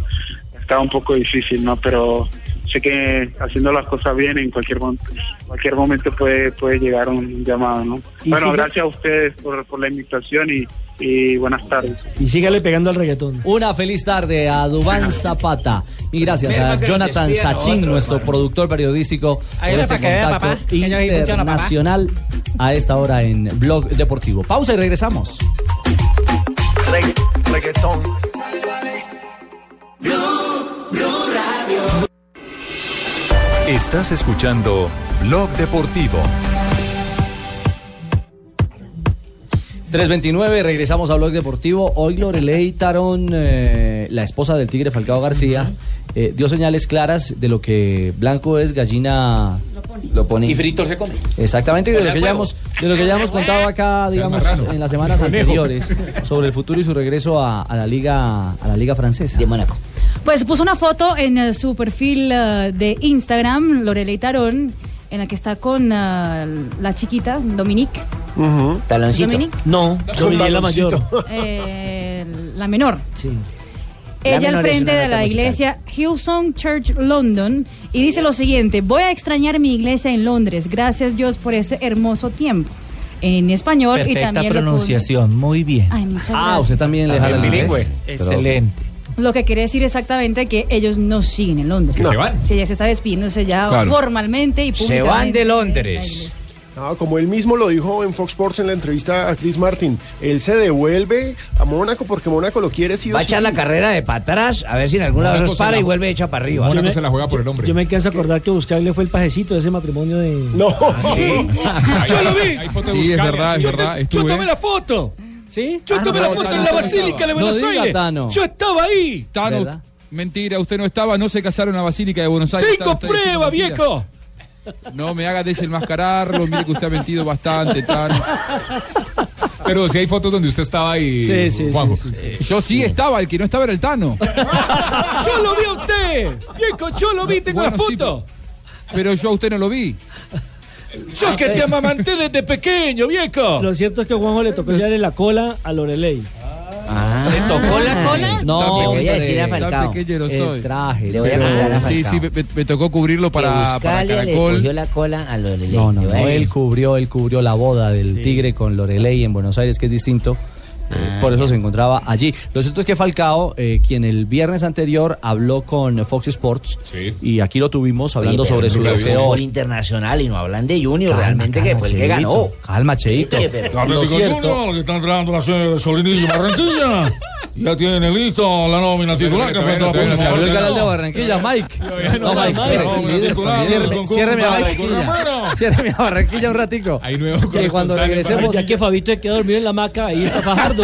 Speaker 25: está un poco difícil, ¿no? Pero sé que haciendo las cosas bien en cualquier momento, cualquier momento puede, puede llegar un llamado, ¿no?
Speaker 12: Y
Speaker 25: Bueno,
Speaker 12: sigue-
Speaker 25: gracias a ustedes por, por la invitación y, y buenas tardes.
Speaker 12: Y sígale pegando al reggaetón.
Speaker 4: Una feliz tarde a Dubán Zapata. Y gracias
Speaker 12: Mira,
Speaker 4: a
Speaker 12: que nos
Speaker 4: Jonathan
Speaker 12: despidan a
Speaker 4: Sachin,
Speaker 12: otro,
Speaker 4: nuestro productor periodístico, por
Speaker 15: Ayuda
Speaker 4: este
Speaker 15: para que vea,
Speaker 4: contacto
Speaker 15: papá, que yo aquí escucho a la papá.
Speaker 4: internacional a esta hora en Blog Deportivo. Pausa y regresamos.
Speaker 20: Estás escuchando Blog Deportivo.
Speaker 4: 329, regresamos a Blog Deportivo. Hoy Lorelei Tarón, eh, la esposa del Tigre Falcao García, eh, dio señales claras de lo que blanco es, gallina lo pone.
Speaker 29: Y frito se come.
Speaker 4: Exactamente,
Speaker 29: O
Speaker 4: de
Speaker 29: sea,
Speaker 4: lo, que ya
Speaker 29: huevo.
Speaker 4: hemos, de lo que ya hemos contado acá,
Speaker 29: Sea
Speaker 4: digamos,
Speaker 29: marrano.
Speaker 4: en las semanas
Speaker 29: Conejo.
Speaker 4: anteriores, sobre el futuro y su regreso a, a la liga a la liga francesa. De
Speaker 5: Mónaco.
Speaker 6: Pues puso una foto en eh, su perfil eh, de Instagram, Lorelei Tarón, en la que está con eh, la chiquita, Dominique,
Speaker 5: Taloncito.
Speaker 6: Dominique.
Speaker 12: No, Dominique es la mayor.
Speaker 6: eh, la menor.
Speaker 5: La
Speaker 6: Ella al
Speaker 5: menor es
Speaker 6: frente
Speaker 5: una
Speaker 6: de
Speaker 5: nota
Speaker 6: la
Speaker 5: musical.
Speaker 6: iglesia Hillsong Church London y dice lo siguiente, voy a extrañar mi iglesia en Londres, gracias Dios por este hermoso tiempo. En español y
Speaker 30: Perfecta
Speaker 6: también lo publica-
Speaker 30: pronunciación, muy bien.
Speaker 6: Ay, muchas
Speaker 30: Ah,
Speaker 6: gracias.
Speaker 30: usted también le
Speaker 29: También
Speaker 30: jala el
Speaker 29: bilingüe.
Speaker 30: inglés.
Speaker 29: Pero-
Speaker 30: Excelente.
Speaker 6: Lo que quiere decir exactamente que ellos no siguen en Londres.
Speaker 29: Que se van.
Speaker 6: Sí, ella se está despidiéndose ya
Speaker 7: Claro.
Speaker 6: formalmente y públicamente.
Speaker 4: (laughs)
Speaker 7: Ah, como él mismo lo dijo en Fox Sports en la entrevista a Chris Martin, él se devuelve a Mónaco porque Mónaco lo quiere sí o
Speaker 27: Va a
Speaker 7: sí.
Speaker 27: echar la carrera de para atrás, a ver si en algún lado
Speaker 7: Mónaco
Speaker 27: los
Speaker 7: se
Speaker 27: para
Speaker 7: la-
Speaker 27: y vuelve hecha para arriba.
Speaker 12: Mónaco Yo me- se
Speaker 27: la
Speaker 12: juega por el hombre. Yo me alcanzo a acordar que Buscaglia fue el pajecito de ese matrimonio de.
Speaker 7: No,
Speaker 8: Ah,
Speaker 12: (laughs) yo lo vi.
Speaker 20: Sí, es verdad, es verdad.
Speaker 12: Yo
Speaker 20: Estuve.
Speaker 12: tomé la foto. ¿Sí? Yo
Speaker 20: Ah,
Speaker 12: tomé
Speaker 20: no,
Speaker 12: la foto
Speaker 20: Tano,
Speaker 12: en la
Speaker 20: no
Speaker 12: Basílica
Speaker 20: estaba.
Speaker 12: de
Speaker 20: No
Speaker 12: Buenos
Speaker 20: diga,
Speaker 12: Aires.
Speaker 20: Tano.
Speaker 12: Yo estaba ahí.
Speaker 20: Tano, mentira, usted no estaba, no se casaron en la Basílica de Buenos Aires.
Speaker 12: Tengo
Speaker 20: Tano, está diciendo
Speaker 12: prueba,
Speaker 20: mentiras.
Speaker 12: viejo.
Speaker 20: No me haga desenmascararlo, mire que usted ha mentido bastante, Tano.
Speaker 31: Pero sí hay fotos donde usted estaba ahí,
Speaker 20: Sí, sí,
Speaker 31: Juanjo.
Speaker 20: Yo sí estaba, el que no estaba era el Tano.
Speaker 12: Yo lo vi a usted. Viejo, yo lo vi, tengo la
Speaker 20: Bueno, sí,
Speaker 12: foto.
Speaker 20: Pero yo a usted no lo vi.
Speaker 12: Yo que te amamanté desde pequeño, viejo. Lo cierto es que a Juanjo le tocó llevarle la cola a Lorelei.
Speaker 5: ¿Le
Speaker 12: tocó la cola?
Speaker 5: No, le voy a decir Eh, a
Speaker 20: Tan
Speaker 5: Falcao.
Speaker 20: pequeño no
Speaker 5: El
Speaker 20: soy.
Speaker 5: traje. Le voy a contar a
Speaker 20: sí, sí,
Speaker 5: Falcao.
Speaker 20: me, me- me tocó cubrirlo para, para
Speaker 5: Buscale le
Speaker 20: Caracol.
Speaker 5: cogió la cola a Lorelei.
Speaker 4: No, no,
Speaker 5: le
Speaker 4: no,
Speaker 5: voy a decir.
Speaker 4: él cubrió, él cubrió la boda del Tigre con Loreley en Buenos Aires, que es distinto. eh,
Speaker 5: Ah,
Speaker 4: Por eso se encontraba allí. Lo cierto es que Falcao, eh, quien el viernes anterior habló con Fox Sports, y aquí lo tuvimos hablando
Speaker 5: Oye,
Speaker 4: sobre
Speaker 5: pero
Speaker 4: su
Speaker 5: no es
Speaker 4: deseo.
Speaker 5: fútbol internacional y no hablan de Junior realmente que fue el que ganó.
Speaker 4: Cheito, Calma, Cheito.
Speaker 5: Oye, pero-
Speaker 4: Lo cierto-
Speaker 14: que están trabajando la sede de Solís
Speaker 4: (laughs)
Speaker 14: y Barranquilla. Ya tienen listo la nómina titular que frente a
Speaker 4: Bueno,
Speaker 14: la
Speaker 4: se
Speaker 14: próxima
Speaker 4: abrió el
Speaker 14: parte,
Speaker 4: canal de
Speaker 14: ¿no?
Speaker 4: Barranquilla, Mike. No,
Speaker 14: no,
Speaker 4: Mike,
Speaker 14: Mike.
Speaker 4: eres
Speaker 14: No,
Speaker 4: el
Speaker 14: no,
Speaker 4: líder.
Speaker 14: titular,
Speaker 4: Cierre-
Speaker 14: con- con-
Speaker 4: Ciérreme a (laughs)
Speaker 14: con-
Speaker 4: Barranquilla. Ciérreme a Barranquilla un ratico. Hay nuevo Que cuando regresemos...
Speaker 12: Ya que Fabito se quedó dormido en la maca, ahí está Fajardo.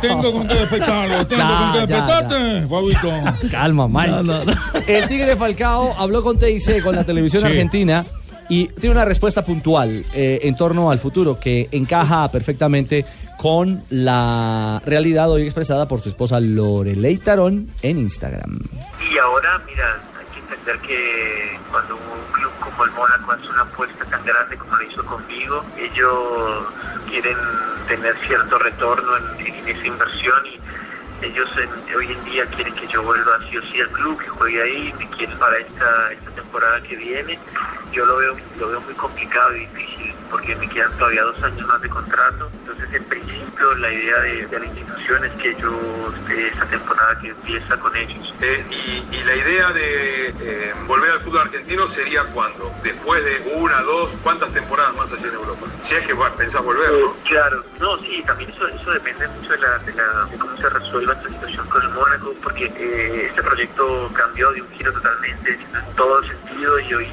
Speaker 14: Te tengo con qué despertarlo, tengo
Speaker 4: Ya,
Speaker 14: con qué
Speaker 4: ya,
Speaker 14: despertarte, Fabito.
Speaker 4: Calma, Mike. El Tigre Falcao habló con TIC, con la televisión
Speaker 14: Sí.
Speaker 4: argentina, y tiene una respuesta puntual eh, en torno al futuro que encaja perfectamente con la realidad hoy expresada por su esposa Lorelei Tarón en Instagram.
Speaker 32: Y ahora, mira, hay que entender que cuando un club como el Mónaco hace una apuesta tan grande como lo hizo conmigo, ellos quieren tener cierto retorno en, en esa inversión y, Ellos en- hoy en día quieren que yo vuelva sí o sí al club, que juegue ahí, me quieren para esta, esta temporada que viene. Yo lo veo, lo veo muy complicado y difícil porque me quedan todavía dos años más de contrato. Entonces, en principio, la idea de, de la institución es que yo esté esta temporada que empieza con ellos.
Speaker 30: Eh, y, y la idea de eh, volver al fútbol argentino sería cuando, después de una, dos, cuántas temporadas más allá en Europa. Si es que va- pensás volver, ¿no?
Speaker 32: Claro, no, sí, también eso, eso depende mucho de, la, de, la- de cómo se resuelva esta situación con el Mónaco, porque eh, este proyecto cambió de un giro totalmente en todo sentido y hoy,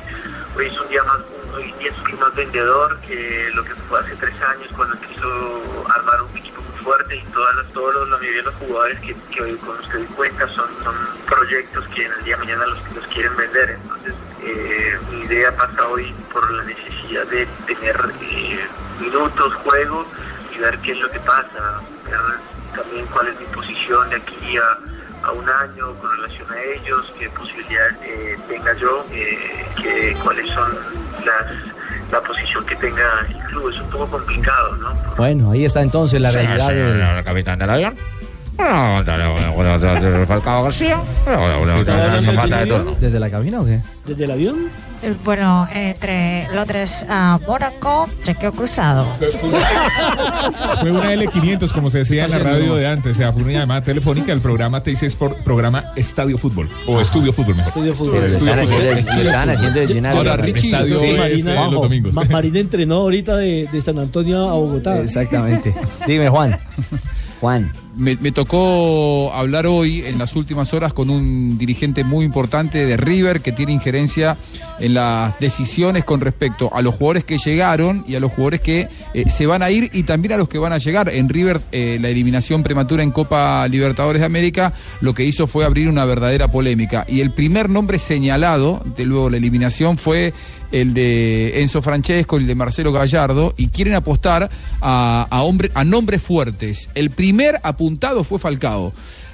Speaker 32: hoy es un día más, hoy en día es un club más vendedor que lo que fue hace tres años cuando quiso armar un equipo muy fuerte y todas las, todos los, la mayoría de los jugadores que, que hoy con los que doy cuenta son, son proyectos que en el día de mañana los, los quieren vender. Entonces, eh, mi idea pasa hoy por la necesidad de tener eh, minutos, juego y ver qué es lo que pasa, ver también cuál es mi posición de aquí a, a un año con relación a ellos, qué posibilidades eh, tenga yo, eh, qué- cuáles son las, la posición que tenga el club. Es un poco complicado, ¿no?
Speaker 4: Bueno, ahí está entonces la
Speaker 6: Señor,
Speaker 4: realidad.
Speaker 6: señor,
Speaker 4: del-
Speaker 6: el capitán del avión. Bueno, bueno, bueno, Falcao García. Bueno, bueno, bueno,
Speaker 4: Sí,
Speaker 6: falta de turno.
Speaker 4: ¿Desde la cabina o qué?
Speaker 12: ¿Desde el avión?
Speaker 23: Eh, Bueno, entre Londres a Mónaco, chequeo cruzado.
Speaker 29: Fue una L500, como se decía en la radio de antes. O sea, fue una llamada telefónica del programa TIC Sport, programa Estadio Fútbol. O Estudio Fútbol, mejor. Estudio
Speaker 12: Fútbol.
Speaker 5: Pero lo están haciendo- lo están haciendo desde una Ahora, avión. Richie,
Speaker 29: Estadio
Speaker 5: sí,
Speaker 29: es,
Speaker 5: Marina,
Speaker 29: eh,
Speaker 5: ojo,
Speaker 29: los domingos.
Speaker 12: Ma- Marina entrenó ahorita de, de San Antonio a Bogotá.
Speaker 14: Ah,
Speaker 4: Exactamente. (laughs) Dime, Juan.
Speaker 20: Juan. Me, me tocó hablar hoy, en las últimas horas, con un dirigente muy importante de River que tiene injerencia en las decisiones con respecto a los jugadores que llegaron y a los jugadores que eh, se van a ir y también a los que van a llegar. En River, eh, la eliminación prematura en Copa Libertadores de América lo que hizo fue abrir una verdadera polémica. Y el primer nombre señalado, de luego la eliminación, fue el de Enzo Francesco, el de Marcelo Gallardo, y quieren apostar a, a hombre- a nombres fuertes. El primer apuntado fue Falcao.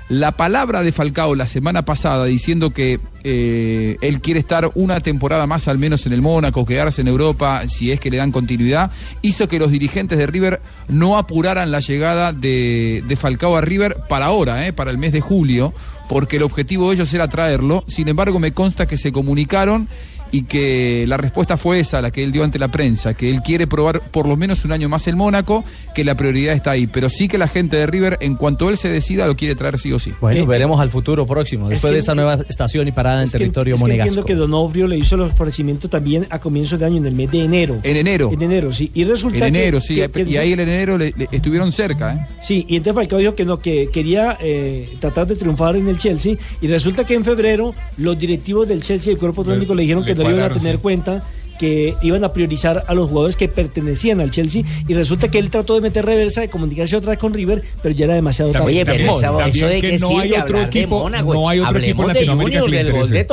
Speaker 20: La palabra de Falcao la semana pasada diciendo que eh, él quiere estar una temporada más al menos en el Mónaco, quedarse en Europa, si es que le dan continuidad, hizo que los dirigentes de River no apuraran la llegada de, de Falcao a River para ahora, eh, para el mes de julio, porque el objetivo de ellos era traerlo. Sin embargo, me consta que se comunicaron y que la respuesta fue esa, la que él dio ante la prensa, que él quiere probar por lo menos un año más el Mónaco, que la prioridad está ahí, pero sí que la gente de River, en cuanto él se decida, lo quiere traer sí o sí.
Speaker 14: eh,
Speaker 4: Bueno, veremos al futuro próximo,
Speaker 12: Es
Speaker 4: después
Speaker 12: que-
Speaker 4: de esta nueva estación y parada en territorio
Speaker 12: Es que entiendo
Speaker 4: monegasco.
Speaker 12: que Donofrio le hizo el ofrecimiento también a comienzos de año, en el mes de enero.
Speaker 20: En enero.
Speaker 12: En enero, sí. Y resulta
Speaker 20: En enero,
Speaker 12: que-
Speaker 20: sí, eh,
Speaker 12: que- que
Speaker 20: y ahí en enero le- le estuvieron cerca, ¿eh?
Speaker 12: Sí, y entonces Falcao dijo que no, que quería eh, tratar de triunfar en el Chelsea y resulta que en febrero los directivos del Chelsea y el cuerpo técnico le dijeron
Speaker 6: le
Speaker 12: que no le iban a
Speaker 6: cuadraron,
Speaker 12: tener
Speaker 6: sí.
Speaker 12: cuenta que iban a priorizar a los jugadores que pertenecían al Chelsea y resulta que él trató de meter reversa de comunicarse otra vez con River, pero ya era demasiado tarde.
Speaker 6: También- también- también que no hay otro equipo, no hay otro equipo en Latinoamérica que le interese.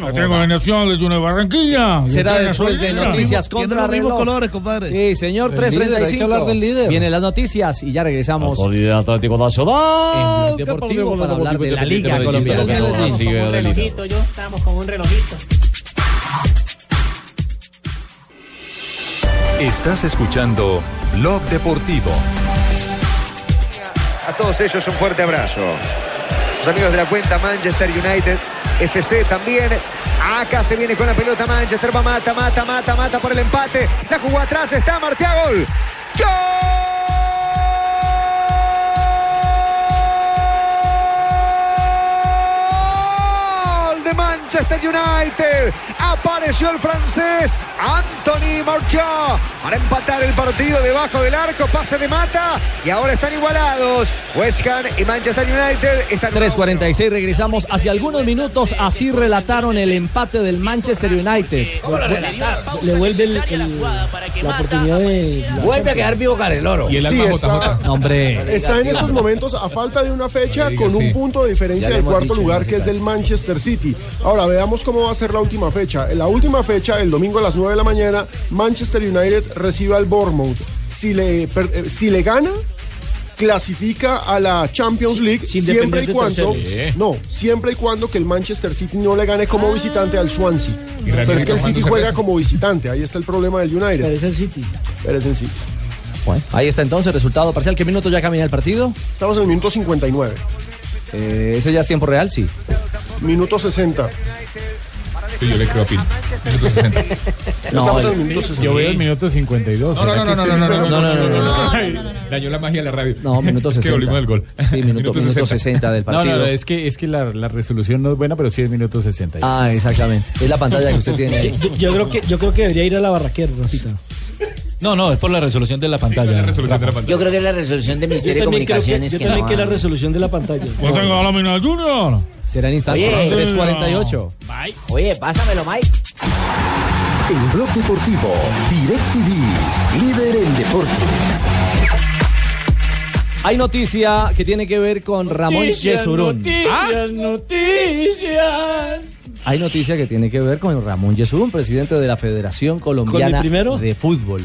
Speaker 6: La Recomendación de Junior Barranquilla.
Speaker 4: Será
Speaker 6: Junior
Speaker 4: después de
Speaker 6: Barranquilla.
Speaker 4: noticias
Speaker 6: Tiene
Speaker 4: contra
Speaker 6: los mismos
Speaker 4: reloj.
Speaker 6: colores,
Speaker 4: Sí, señor,
Speaker 6: El líder, hay que
Speaker 4: 335.
Speaker 6: hablar del líder.
Speaker 4: Vienen las noticias y ya regresamos.
Speaker 24: Solidaridad Atlético Nacional.
Speaker 4: En Blog Deportivo para hablar de la Liga
Speaker 24: Independiente
Speaker 4: Colombiana.
Speaker 24: Medellín, de lo que nos consigue
Speaker 4: Un
Speaker 24: Adelita.
Speaker 9: yo estábamos con un relojito.
Speaker 1: Estás escuchando Blog Deportivo.
Speaker 2: A todos ellos un fuerte abrazo. Los amigos de la cuenta Manchester United, FC también. Acá se viene con la pelota Manchester, va mata, mata, mata, mata por el empate. La jugó atrás, está Martial. ¡Gol! ¡Gol de Manchester United! Apareció el francés Anthony Marchand para empatar el partido debajo del arco. Pase de mata y ahora están igualados. West Ham y Manchester United están
Speaker 4: 3.46, regresamos. Hace algunos minutos así relataron el empate del Manchester United.
Speaker 12: Le vuelve el- el- la oportunidad de...
Speaker 16: Vuelve a quedar vivo Careloro.
Speaker 12: Y el alma JJ.
Speaker 4: No, hombre.
Speaker 7: Está en estos momentos a falta de una fecha
Speaker 4: diga
Speaker 7: con un
Speaker 4: sí.
Speaker 7: punto de
Speaker 4: Ya
Speaker 7: diferencia
Speaker 4: le
Speaker 7: del
Speaker 4: hemos
Speaker 7: cuarto
Speaker 4: dicho,
Speaker 7: lugar que es del Manchester City. Ahora veamos cómo va a ser la última fecha. En la última fecha, el domingo a las 9 de la mañana, Manchester United recibe al Bournemouth. Si le, per- eh, si le gana, clasifica a la Champions League
Speaker 12: sin
Speaker 7: siempre y
Speaker 12: depender de
Speaker 7: cuando
Speaker 12: terceros.
Speaker 7: no siempre y cuando que el Manchester City no le gane
Speaker 12: Ah.
Speaker 7: como visitante al Swansea.
Speaker 29: Y
Speaker 7: Pero es que el
Speaker 29: Ramiro
Speaker 7: City
Speaker 29: tomando
Speaker 7: juega
Speaker 29: cerveza.
Speaker 7: como visitante, ahí está el problema del United. Pero
Speaker 12: es el City.
Speaker 7: Pero es el City.
Speaker 4: Ahí está entonces, resultado parcial. ¿Qué minuto ya camina el partido?
Speaker 7: Estamos en el minuto 59.
Speaker 4: Eh, ¿Ese ya es tiempo real? Sí.
Speaker 7: Minuto 60.
Speaker 29: Sí, yo le creo a Pil. Minuto 60.
Speaker 7: Estamos en el minuto
Speaker 29: Sí,
Speaker 7: 60.
Speaker 29: yo veo el
Speaker 4: minuto 52.
Speaker 29: No, no, no, no, no, no, no, no, no, no, no, no. Ay,
Speaker 4: Dañó la magia de la radio. No,
Speaker 29: (laughs)
Speaker 4: minuto
Speaker 29: Es
Speaker 4: 60.
Speaker 29: que volvimos del gol.
Speaker 4: Sí, minuto,
Speaker 29: Minuto
Speaker 4: minuto 60.
Speaker 29: 60.
Speaker 4: del
Speaker 24: No,
Speaker 4: partido.
Speaker 24: no, es que, es que la, la resolución no es buena, pero sí es minuto 60.
Speaker 4: Ah, exactamente. Es la pantalla que usted tiene ahí.
Speaker 12: Yo, yo creo que, yo creo que debería ir a la barraquera, Rafita.
Speaker 15: No, no, es por la resolución de la pantalla. Rafa.
Speaker 26: Yo creo que es la resolución de Ministerio de
Speaker 12: también creo que-
Speaker 26: Comunicaciones
Speaker 12: yo
Speaker 26: que
Speaker 12: también
Speaker 26: no
Speaker 12: quiero
Speaker 26: hay.
Speaker 12: la resolución de la pantalla.
Speaker 29: No tengo la lámina del Junior.
Speaker 4: Será en instante.
Speaker 26: Oye.
Speaker 4: 3.48.
Speaker 26: Oye, pásamelo, Mike.
Speaker 28: En Blog Deportivo, DirecTV, líder en deportes.
Speaker 4: Hay noticia que tiene que ver con Ramón
Speaker 9: Noticias,
Speaker 4: Yesurún. ¿Ah?
Speaker 9: Noticias, noticias.
Speaker 4: Hay noticia que tiene que ver con Ramón Yesurún, presidente de la Federación Colombiana
Speaker 24: primero?
Speaker 4: de Fútbol.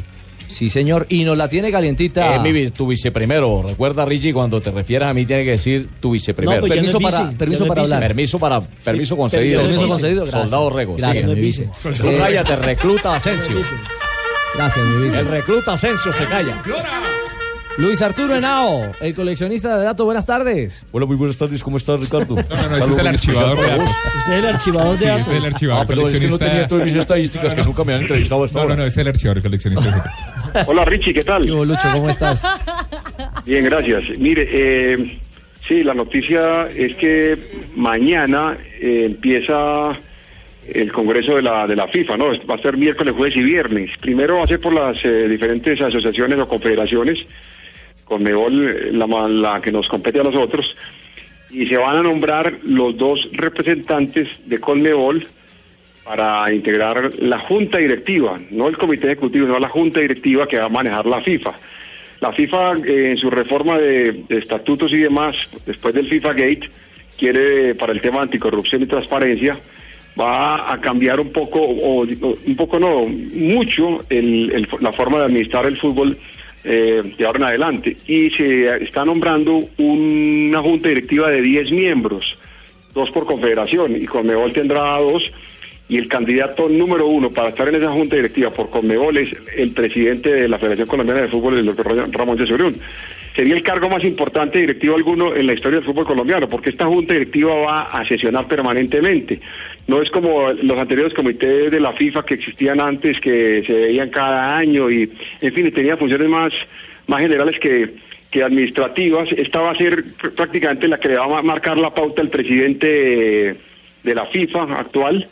Speaker 4: Sí, señor, y nos la tiene calientita.
Speaker 24: Es mi, vi- tu viceprimero. Recuerda, Richie, cuando te refieras a mí, tiene que decir tu viceprimero.
Speaker 4: No, pues ya Permiso no es para- vice, permiso ya no es para vice. hablar.
Speaker 24: Permiso para, permiso concedido.
Speaker 4: permiso
Speaker 24: Sol-
Speaker 4: concedido, gracias.
Speaker 24: Soldado Rego.
Speaker 4: Gracias,
Speaker 24: sigue.
Speaker 4: mi vice.
Speaker 24: Tú
Speaker 4: Eh,
Speaker 24: cállate, recluta Asensio.
Speaker 4: Gracias, mi vice.
Speaker 24: El recluta Asensio se calla.
Speaker 4: Luis Arturo Henao, el coleccionista de datos, buenas tardes.
Speaker 24: Hola, muy buenas tardes. ¿Cómo
Speaker 4: (laughs)
Speaker 24: estás, Ricardo?
Speaker 29: (laughs) No, no, ese es el archivador de datos.
Speaker 12: Usted es el archivador
Speaker 29: Sí,
Speaker 12: de datos.
Speaker 29: es el archivador
Speaker 24: Ah, pero es que no
Speaker 29: coleccionista.
Speaker 24: tenía todas mis estadísticas que nunca me han entrevistado hasta
Speaker 29: No, no,
Speaker 24: ahora.
Speaker 29: no, es el archivador coleccionista.
Speaker 19: Hola Richie, ¿qué tal?
Speaker 4: Lucho, ¿cómo estás?
Speaker 19: Bien, gracias. Mire, eh, sí, la noticia es que mañana eh, empieza el Congreso de la, de la FIFA, ¿no? Va a ser miércoles, jueves y viernes. Primero va a ser por las eh, diferentes asociaciones o confederaciones, con la, ma- la que nos compete a nosotros, y se van a nombrar los dos representantes de Conmebol para integrar la junta directiva, no el comité ejecutivo, sino la junta directiva que va a manejar la FIFA. La FIFA eh, en su reforma de, de estatutos y demás, después del FIFA Gate, quiere para el tema de anticorrupción y transparencia, va a cambiar un poco, o, o un poco no, mucho el- el- la forma de administrar el fútbol eh, de ahora en adelante. Y se está nombrando una junta directiva de 10 miembros, dos por confederación, y Conmebol tendrá dos. Y el candidato número uno para estar en esa junta directiva por Conmebol es el presidente de la Federación Colombiana de Fútbol, el doctor Ra- Ramón Yesurún. Sería el cargo más importante directivo alguno en la historia del fútbol colombiano, porque esta junta directiva va a sesionar permanentemente. No es como los anteriores comités de la FIFA que existían antes, que se veían cada año y, en fin, y tenía funciones más, más generales que, que administrativas. Esta va a ser pr- prácticamente la que le va a marcar la pauta el presidente eh, de la FIFA actual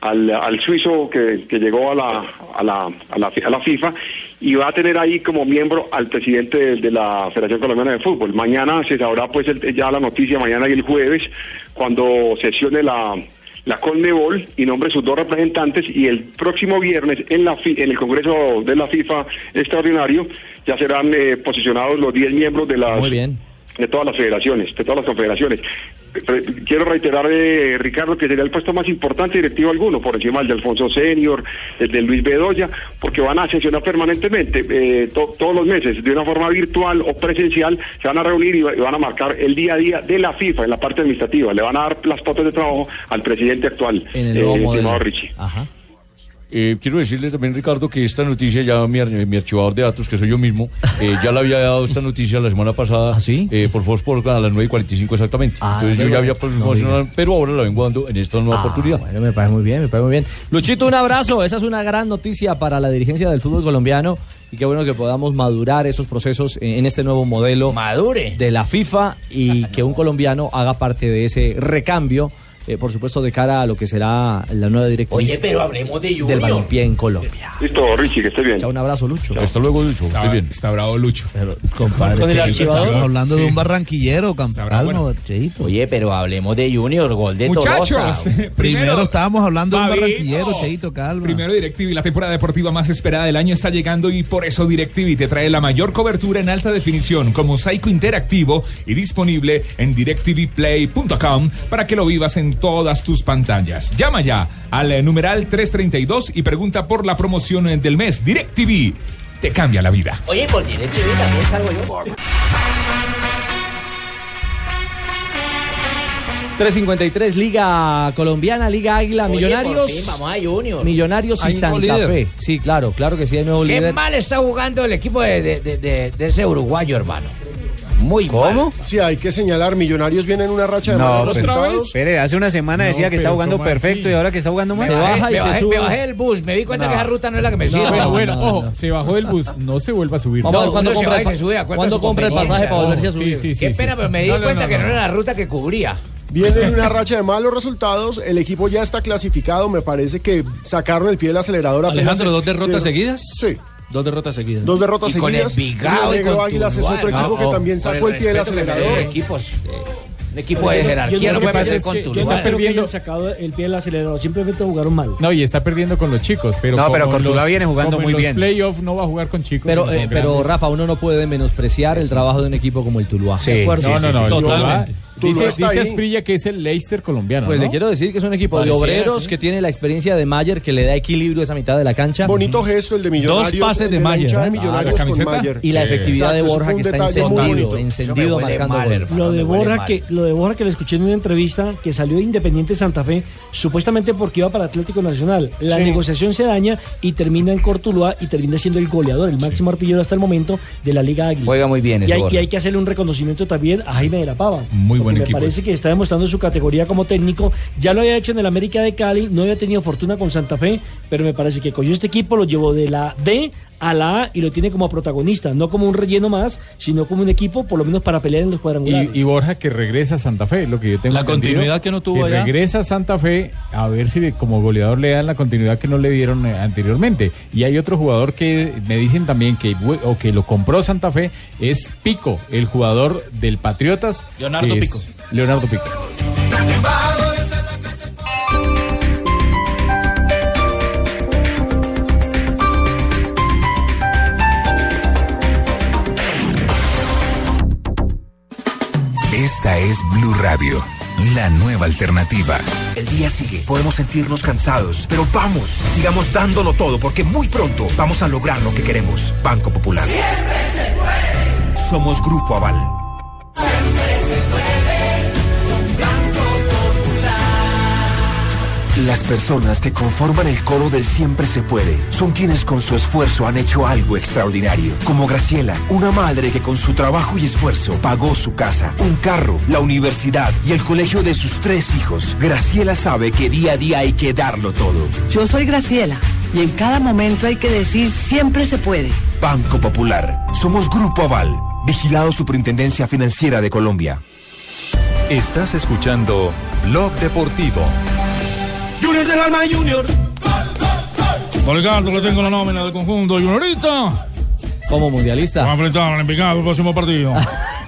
Speaker 19: al, al suizo que, que llegó a la, a, la, a, la, a la FIFA y va a tener ahí como miembro al presidente de, de la Federación Colombiana de Fútbol. Mañana se sabrá pues el- ya la noticia, mañana y el jueves, cuando sesione la, la Conmebol y nombre sus dos representantes y el próximo viernes en, la, fi- en el Congreso de la FIFA extraordinario ya serán eh, posicionados los 10 miembros de las de todas las federaciones, de todas las confederaciones. Re- Quiero reiterar, eh, Ricardo, que sería el puesto más importante directivo alguno, por encima del de Alfonso Senior, el de Luis Bedoya, porque van a sesionar permanentemente, eh, to- todos los meses, de una forma virtual o presencial, se van a reunir y, va- y van a marcar el día a día de la FIFA en la parte administrativa. Le van a dar las pautas de trabajo al presidente actual,
Speaker 24: el nuevo
Speaker 19: estimado
Speaker 24: modelo.
Speaker 19: Richie.
Speaker 24: Eh, quiero decirle también, Ricardo, que esta noticia ya mi, ar- mi archivador de datos, que soy yo mismo, eh, ya le había dado esta noticia la semana pasada eh, por Foxport a las 9 y 45 exactamente. Entonces yo
Speaker 4: pero-
Speaker 24: ya había
Speaker 4: ¿Ah, no
Speaker 24: promocionado, pero ahora la vengo dando en esta nueva
Speaker 4: Ah,
Speaker 24: oportunidad.
Speaker 4: Bueno, me parece muy bien, me parece muy bien. Luchito, un abrazo. Esa es una gran noticia para la dirigencia del fútbol colombiano y qué bueno que podamos madurar esos procesos en en este nuevo modelo Madure. de la FIFA
Speaker 9: (laughs)
Speaker 4: y que un colombiano haga parte de ese recambio, eh, por supuesto, de cara a lo que será la nueva directiva
Speaker 9: Oye, pero hablemos de
Speaker 4: del
Speaker 9: Junior.
Speaker 4: balompié en Colombia.
Speaker 19: Listo, Richie, que esté bien.
Speaker 4: Un abrazo, Lucho.
Speaker 24: Hasta luego, Lucho.
Speaker 29: Está, está bravo Lucho.
Speaker 8: Compadre,
Speaker 29: Con el
Speaker 8: que
Speaker 29: archivador.
Speaker 8: estamos hablando de
Speaker 29: Sí.
Speaker 8: un barranquillero,
Speaker 29: bravo,
Speaker 8: campano,
Speaker 9: Oye, pero hablemos de Junior, gol de
Speaker 8: Muchachos,
Speaker 9: Tolosa.
Speaker 8: primero estábamos hablando de un
Speaker 29: Fabito.
Speaker 8: barranquillero, Cheito, calma.
Speaker 29: Primero DirecTV, la temporada deportiva más esperada del año está llegando y por eso DirecTV te trae la mayor cobertura en alta definición con mosaico interactivo y disponible en directvplay.com para que lo vivas en todas tus pantallas. Llama ya al eh, numeral 332 y pregunta por la promoción eh, del mes. DirecTV te cambia la vida.
Speaker 9: Oye, por DirecTV también salgo yo.
Speaker 4: 353, Liga Colombiana, Liga Águila,
Speaker 9: Oye, por
Speaker 4: Millonarios.
Speaker 9: fin, vamos a Junior.
Speaker 4: Millonarios
Speaker 9: Hay
Speaker 4: y
Speaker 9: un
Speaker 4: Santa
Speaker 9: nuevo líder.
Speaker 4: Fe. Sí, claro, claro que sí, hay nuevo
Speaker 9: Qué
Speaker 4: líder.
Speaker 9: mal está jugando el equipo de, de- de- de- de ese uruguayo, hermano. Muy ¿Cómo?
Speaker 7: Sí, hay que señalar, Millonarios viene en una racha de malos resultados.
Speaker 8: Espere, hace una semana
Speaker 7: No,
Speaker 8: decía que está
Speaker 7: pero
Speaker 8: jugando
Speaker 7: ¿cómo así?
Speaker 8: perfecto y ahora que está jugando mal. Se baja
Speaker 9: Eh,
Speaker 8: y
Speaker 9: me
Speaker 8: se
Speaker 9: bajé,
Speaker 8: sube.
Speaker 9: me bajé del bus, me di cuenta
Speaker 8: No.
Speaker 9: que esa ruta no es la que me sirve.
Speaker 8: No,
Speaker 9: bueno,
Speaker 8: no,
Speaker 9: ojo.
Speaker 8: Se bajó del bus, no se vuelva a subir.
Speaker 9: No, uno se va y se sube, acuerda
Speaker 8: ¿Cuándo
Speaker 9: su
Speaker 8: compra el
Speaker 9: conveniencia,
Speaker 8: pasaje
Speaker 9: ¿no?
Speaker 8: para volverse a subir?
Speaker 9: Sí, sí, sí, Qué pena, pero me di
Speaker 7: No, no,
Speaker 9: cuenta
Speaker 7: no,
Speaker 9: que no
Speaker 7: no.
Speaker 9: era la ruta que cubría.
Speaker 7: Viene en
Speaker 8: (laughs)
Speaker 7: una racha de malos resultados. El equipo ya está clasificado. Me parece que sacaron el pie del acelerador. apenas
Speaker 33: Alejandro,
Speaker 7: se-
Speaker 33: ¿dos derrotas
Speaker 7: se-
Speaker 33: seguidas? Sí. Dos derrotas seguidas.
Speaker 7: Dos derrotas
Speaker 33: Y con
Speaker 7: seguidas.
Speaker 33: Envigado y
Speaker 7: Río Negro
Speaker 33: con
Speaker 7: Águilas es otro
Speaker 33: Tuluá,
Speaker 7: equipo
Speaker 33: ¿no?
Speaker 7: que
Speaker 33: Oh,
Speaker 7: también
Speaker 33: por el
Speaker 7: sacó el, pie del
Speaker 9: respeto que se
Speaker 7: acelerador.
Speaker 9: debe, equipos. eh, Un equipo de jerarquía no
Speaker 12: lo que
Speaker 9: puede
Speaker 12: pasa
Speaker 9: perder
Speaker 12: es
Speaker 9: con
Speaker 12: que
Speaker 9: tu
Speaker 12: yo
Speaker 9: lugar.
Speaker 12: no creo que hayan sacado el pie del acelerador. Simplemente jugaron mal.
Speaker 8: No, y está perdiendo con los chicos. Pero
Speaker 12: No,
Speaker 8: como
Speaker 12: pero
Speaker 8: en
Speaker 12: Cortuluá
Speaker 8: los-
Speaker 12: viene jugando
Speaker 8: como en
Speaker 12: muy
Speaker 8: los
Speaker 12: bien.
Speaker 8: playoff no va a jugar con chicos.
Speaker 4: Pero,
Speaker 8: sino
Speaker 4: eh,
Speaker 8: con
Speaker 4: pero
Speaker 8: grandes.
Speaker 4: Rafa, uno no puede menospreciar el trabajo de un equipo como el Tuluá.
Speaker 8: Sí, Ah, no, no, no, el
Speaker 4: totalmente.
Speaker 8: Tuluá- Dice, dice Asprilla que es el Leicester colombiano.
Speaker 4: Pues
Speaker 8: ¿no?
Speaker 4: le quiero decir que es un este equipo de
Speaker 8: Pareciera,
Speaker 4: obreros
Speaker 8: sí.
Speaker 4: que tiene la experiencia de Mayer que le da equilibrio a esa mitad de la cancha.
Speaker 7: Bonito gesto el de Millonarios.
Speaker 4: Dos pases
Speaker 7: el
Speaker 4: de
Speaker 7: la
Speaker 4: Mayer.
Speaker 7: hinchada de
Speaker 4: ¿eh?
Speaker 7: Millonarios
Speaker 4: Ah, la
Speaker 7: con
Speaker 4: camiseta.
Speaker 7: Mayer.
Speaker 4: Y la efectividad
Speaker 7: Exacto,
Speaker 4: de
Speaker 7: eso
Speaker 4: Borja
Speaker 7: fue un
Speaker 4: que está
Speaker 7: detalle muy bonito. Eso
Speaker 4: encendido,
Speaker 7: me
Speaker 4: encendido
Speaker 7: huele
Speaker 4: marcando
Speaker 7: mal,
Speaker 4: goles.
Speaker 7: hermano,
Speaker 12: Lo de
Speaker 7: me huele
Speaker 12: Borja
Speaker 7: mal.
Speaker 12: que lo de Borja que le escuché en una entrevista que salió de Independiente Santa Fe supuestamente porque iba para Atlético Nacional. La
Speaker 7: Sí.
Speaker 12: negociación se daña y termina en Cortuluá y termina siendo el goleador, el máximo artillero hasta el momento de la Liga Águila.
Speaker 8: Juega muy bien
Speaker 12: y
Speaker 8: ese
Speaker 12: hay,
Speaker 8: Borja.
Speaker 12: y hay que hacerle un reconocimiento también a Jaime de la Pava.
Speaker 8: Muy
Speaker 12: porque
Speaker 8: buen
Speaker 12: me
Speaker 8: equipo.
Speaker 12: parece que está demostrando su categoría como técnico. Ya lo había hecho en el América de Cali, no había tenido fortuna con Santa Fe, pero me parece que cogió este equipo, lo llevó de la D a la A y lo tiene como protagonista, no como un relleno más, sino como un equipo por lo menos para pelear en los cuadrangulares.
Speaker 8: Y, y Borja que regresa a Santa Fe, lo que yo tengo
Speaker 12: La
Speaker 8: entendido,
Speaker 12: continuidad que no tuvo allá.
Speaker 8: Regresa a Santa Fe a ver si le- como goleador le dan la continuidad que no le dieron eh, anteriormente. Y hay otro jugador que me dicen también que bu- o que lo compró Santa Fe es Pico, el jugador del Patriotas.
Speaker 14: Leonardo
Speaker 8: que es
Speaker 14: Pico.
Speaker 8: Leonardo Pico.
Speaker 17: Esta es Blue Radio, la nueva alternativa. El día sigue, podemos sentirnos cansados, pero vamos, sigamos dándolo todo porque muy pronto vamos a lograr lo que queremos. Banco Popular. Somos Grupo Aval. Las personas que conforman el coro del Siempre se puede son quienes con su esfuerzo han hecho algo extraordinario. Como Graciela, una madre que con su trabajo y esfuerzo pagó su casa, un carro, la universidad y el colegio de sus tres hijos. Graciela sabe que día a día hay que darlo todo.
Speaker 5: Yo soy Graciela y en cada momento hay que decir siempre se
Speaker 26: (laughs)
Speaker 5: puede.
Speaker 17: Banco Popular. Somos Grupo Aval. Vigilado Superintendencia Financiera de Colombia.
Speaker 34: Estás escuchando Blog Deportivo.
Speaker 14: Junior del Alma Junior. Policardo, le tengo la nómina del conjunto Juniorista.
Speaker 4: Como mundialista.
Speaker 14: Va a enfrentar al Envigado el próximo
Speaker 33: (laughs)
Speaker 14: partido.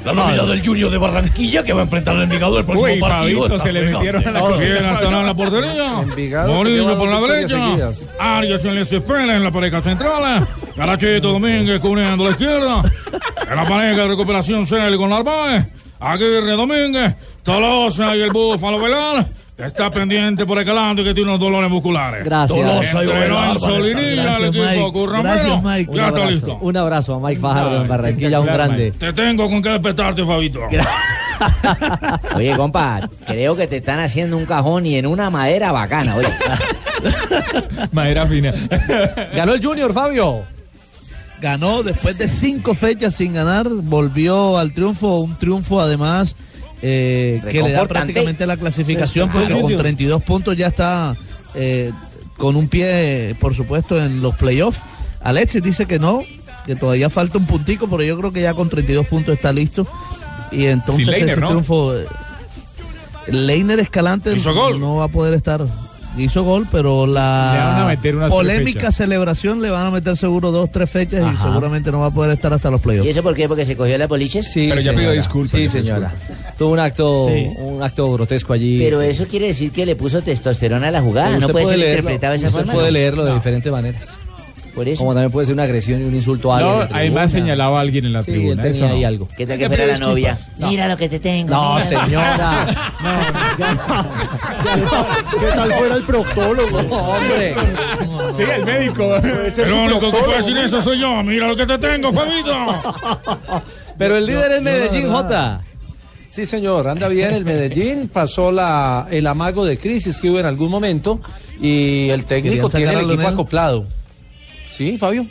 Speaker 9: La nómina del Junior de Barranquilla que va a enfrentar al Envigado el próximo
Speaker 14: Uy,
Speaker 9: partido.
Speaker 14: Fabito, se le metieron a la
Speaker 33: Oh,
Speaker 14: cocina.
Speaker 9: Bien,
Speaker 14: Viene Altaná en la portería. Morillo por la derecha. Arias en les espera en la pareja central. Carachito Domínguez cubriendo la izquierda. En la pareja de recuperación Celi con Narváez. Aguirre Domínguez. Tolosa y el Búfalo Velar. que Está pendiente por el calando y que tiene unos dolores musculares.
Speaker 4: Gracias.
Speaker 14: Tolosa y Velar. Solinilla, el equipo Curramero.
Speaker 4: Mike. Un
Speaker 14: Ya está listo.
Speaker 4: abrazo, un abrazo a Mike Fajardo en Barranquilla, un grande.
Speaker 14: Te tengo con qué despertarte, Fabito.
Speaker 9: Oye, compa, creo que te están haciendo un cajón y en una madera bacana, oye.
Speaker 8: Madera fina.
Speaker 4: Ganó el Junior, Fabio.
Speaker 11: Ganó después de cinco fechas sin ganar, volvió al triunfo, un triunfo además eh, que le da
Speaker 35: Reconfortante.
Speaker 11: prácticamente la clasificación
Speaker 35: Sí, claro.
Speaker 11: porque con 32 puntos ya está eh, con un pie, por supuesto, en los playoffs. Alexis dice que no, que todavía falta un puntico, pero yo creo que ya con 32 puntos está listo. Y entonces
Speaker 35: Sin Leiner,
Speaker 11: ese
Speaker 35: ¿no?
Speaker 11: triunfo... eh, Leiner Escalante
Speaker 35: Hizo gol.
Speaker 11: no va a poder estar. Hizo gol, pero la
Speaker 8: Le van a meter unas tres
Speaker 11: polémica
Speaker 8: fechas.
Speaker 11: celebración le van a meter seguro dos, tres fechas y
Speaker 8: Ajá.
Speaker 11: seguramente no va a poder estar hasta los playoffs.
Speaker 26: ¿Y eso por qué? ¿Porque se cogió la boliche?
Speaker 4: Sí, señora. Sí, señora. Tuvo un acto, un acto grotesco allí.
Speaker 26: Pero eso quiere decir que le puso testosterona a la jugada.
Speaker 4: Usted
Speaker 26: Ah, No puede, ser
Speaker 4: leerlo,
Speaker 26: interpretado de esa
Speaker 4: usted
Speaker 26: forma.
Speaker 4: puede
Speaker 26: ¿no?
Speaker 4: leerlo de diferentes maneras.
Speaker 26: Por eso.
Speaker 4: Como también puede ser una agresión y un insulto a alguien.
Speaker 8: No,
Speaker 4: en la tribuna.
Speaker 8: además señalaba a alguien en la
Speaker 4: Sí, él
Speaker 8: tribuna.
Speaker 4: tenía
Speaker 8: eso no.
Speaker 4: ahí algo.
Speaker 26: ¿Qué tal
Speaker 8: Hay
Speaker 26: que
Speaker 8: que
Speaker 26: fuera la
Speaker 8: pedir
Speaker 26: novia?
Speaker 8: disculpas.
Speaker 26: Mira lo que te tengo.
Speaker 4: No,
Speaker 26: mira.
Speaker 4: señora.
Speaker 7: (laughs)
Speaker 26: (laughs)
Speaker 7: ¿Qué tal fuera el proctólogo?
Speaker 4: hombre.
Speaker 7: Sí, el médico.
Speaker 4: (laughs)
Speaker 14: Pero lo único que puede decir eso soy yo. Mira lo que te tengo, Fabito.
Speaker 4: (laughs) Pero el líder es
Speaker 13: No, no,
Speaker 4: Medellín,
Speaker 13: no, no.
Speaker 4: J.
Speaker 13: Sí, señor, anda bien el Medellín, pasó la, el amago de crisis que hubo en algún momento y el técnico
Speaker 11: Querían sacar
Speaker 13: tiene el
Speaker 11: a
Speaker 13: equipo
Speaker 11: Leonel.
Speaker 13: acoplado. Sí, Fabio.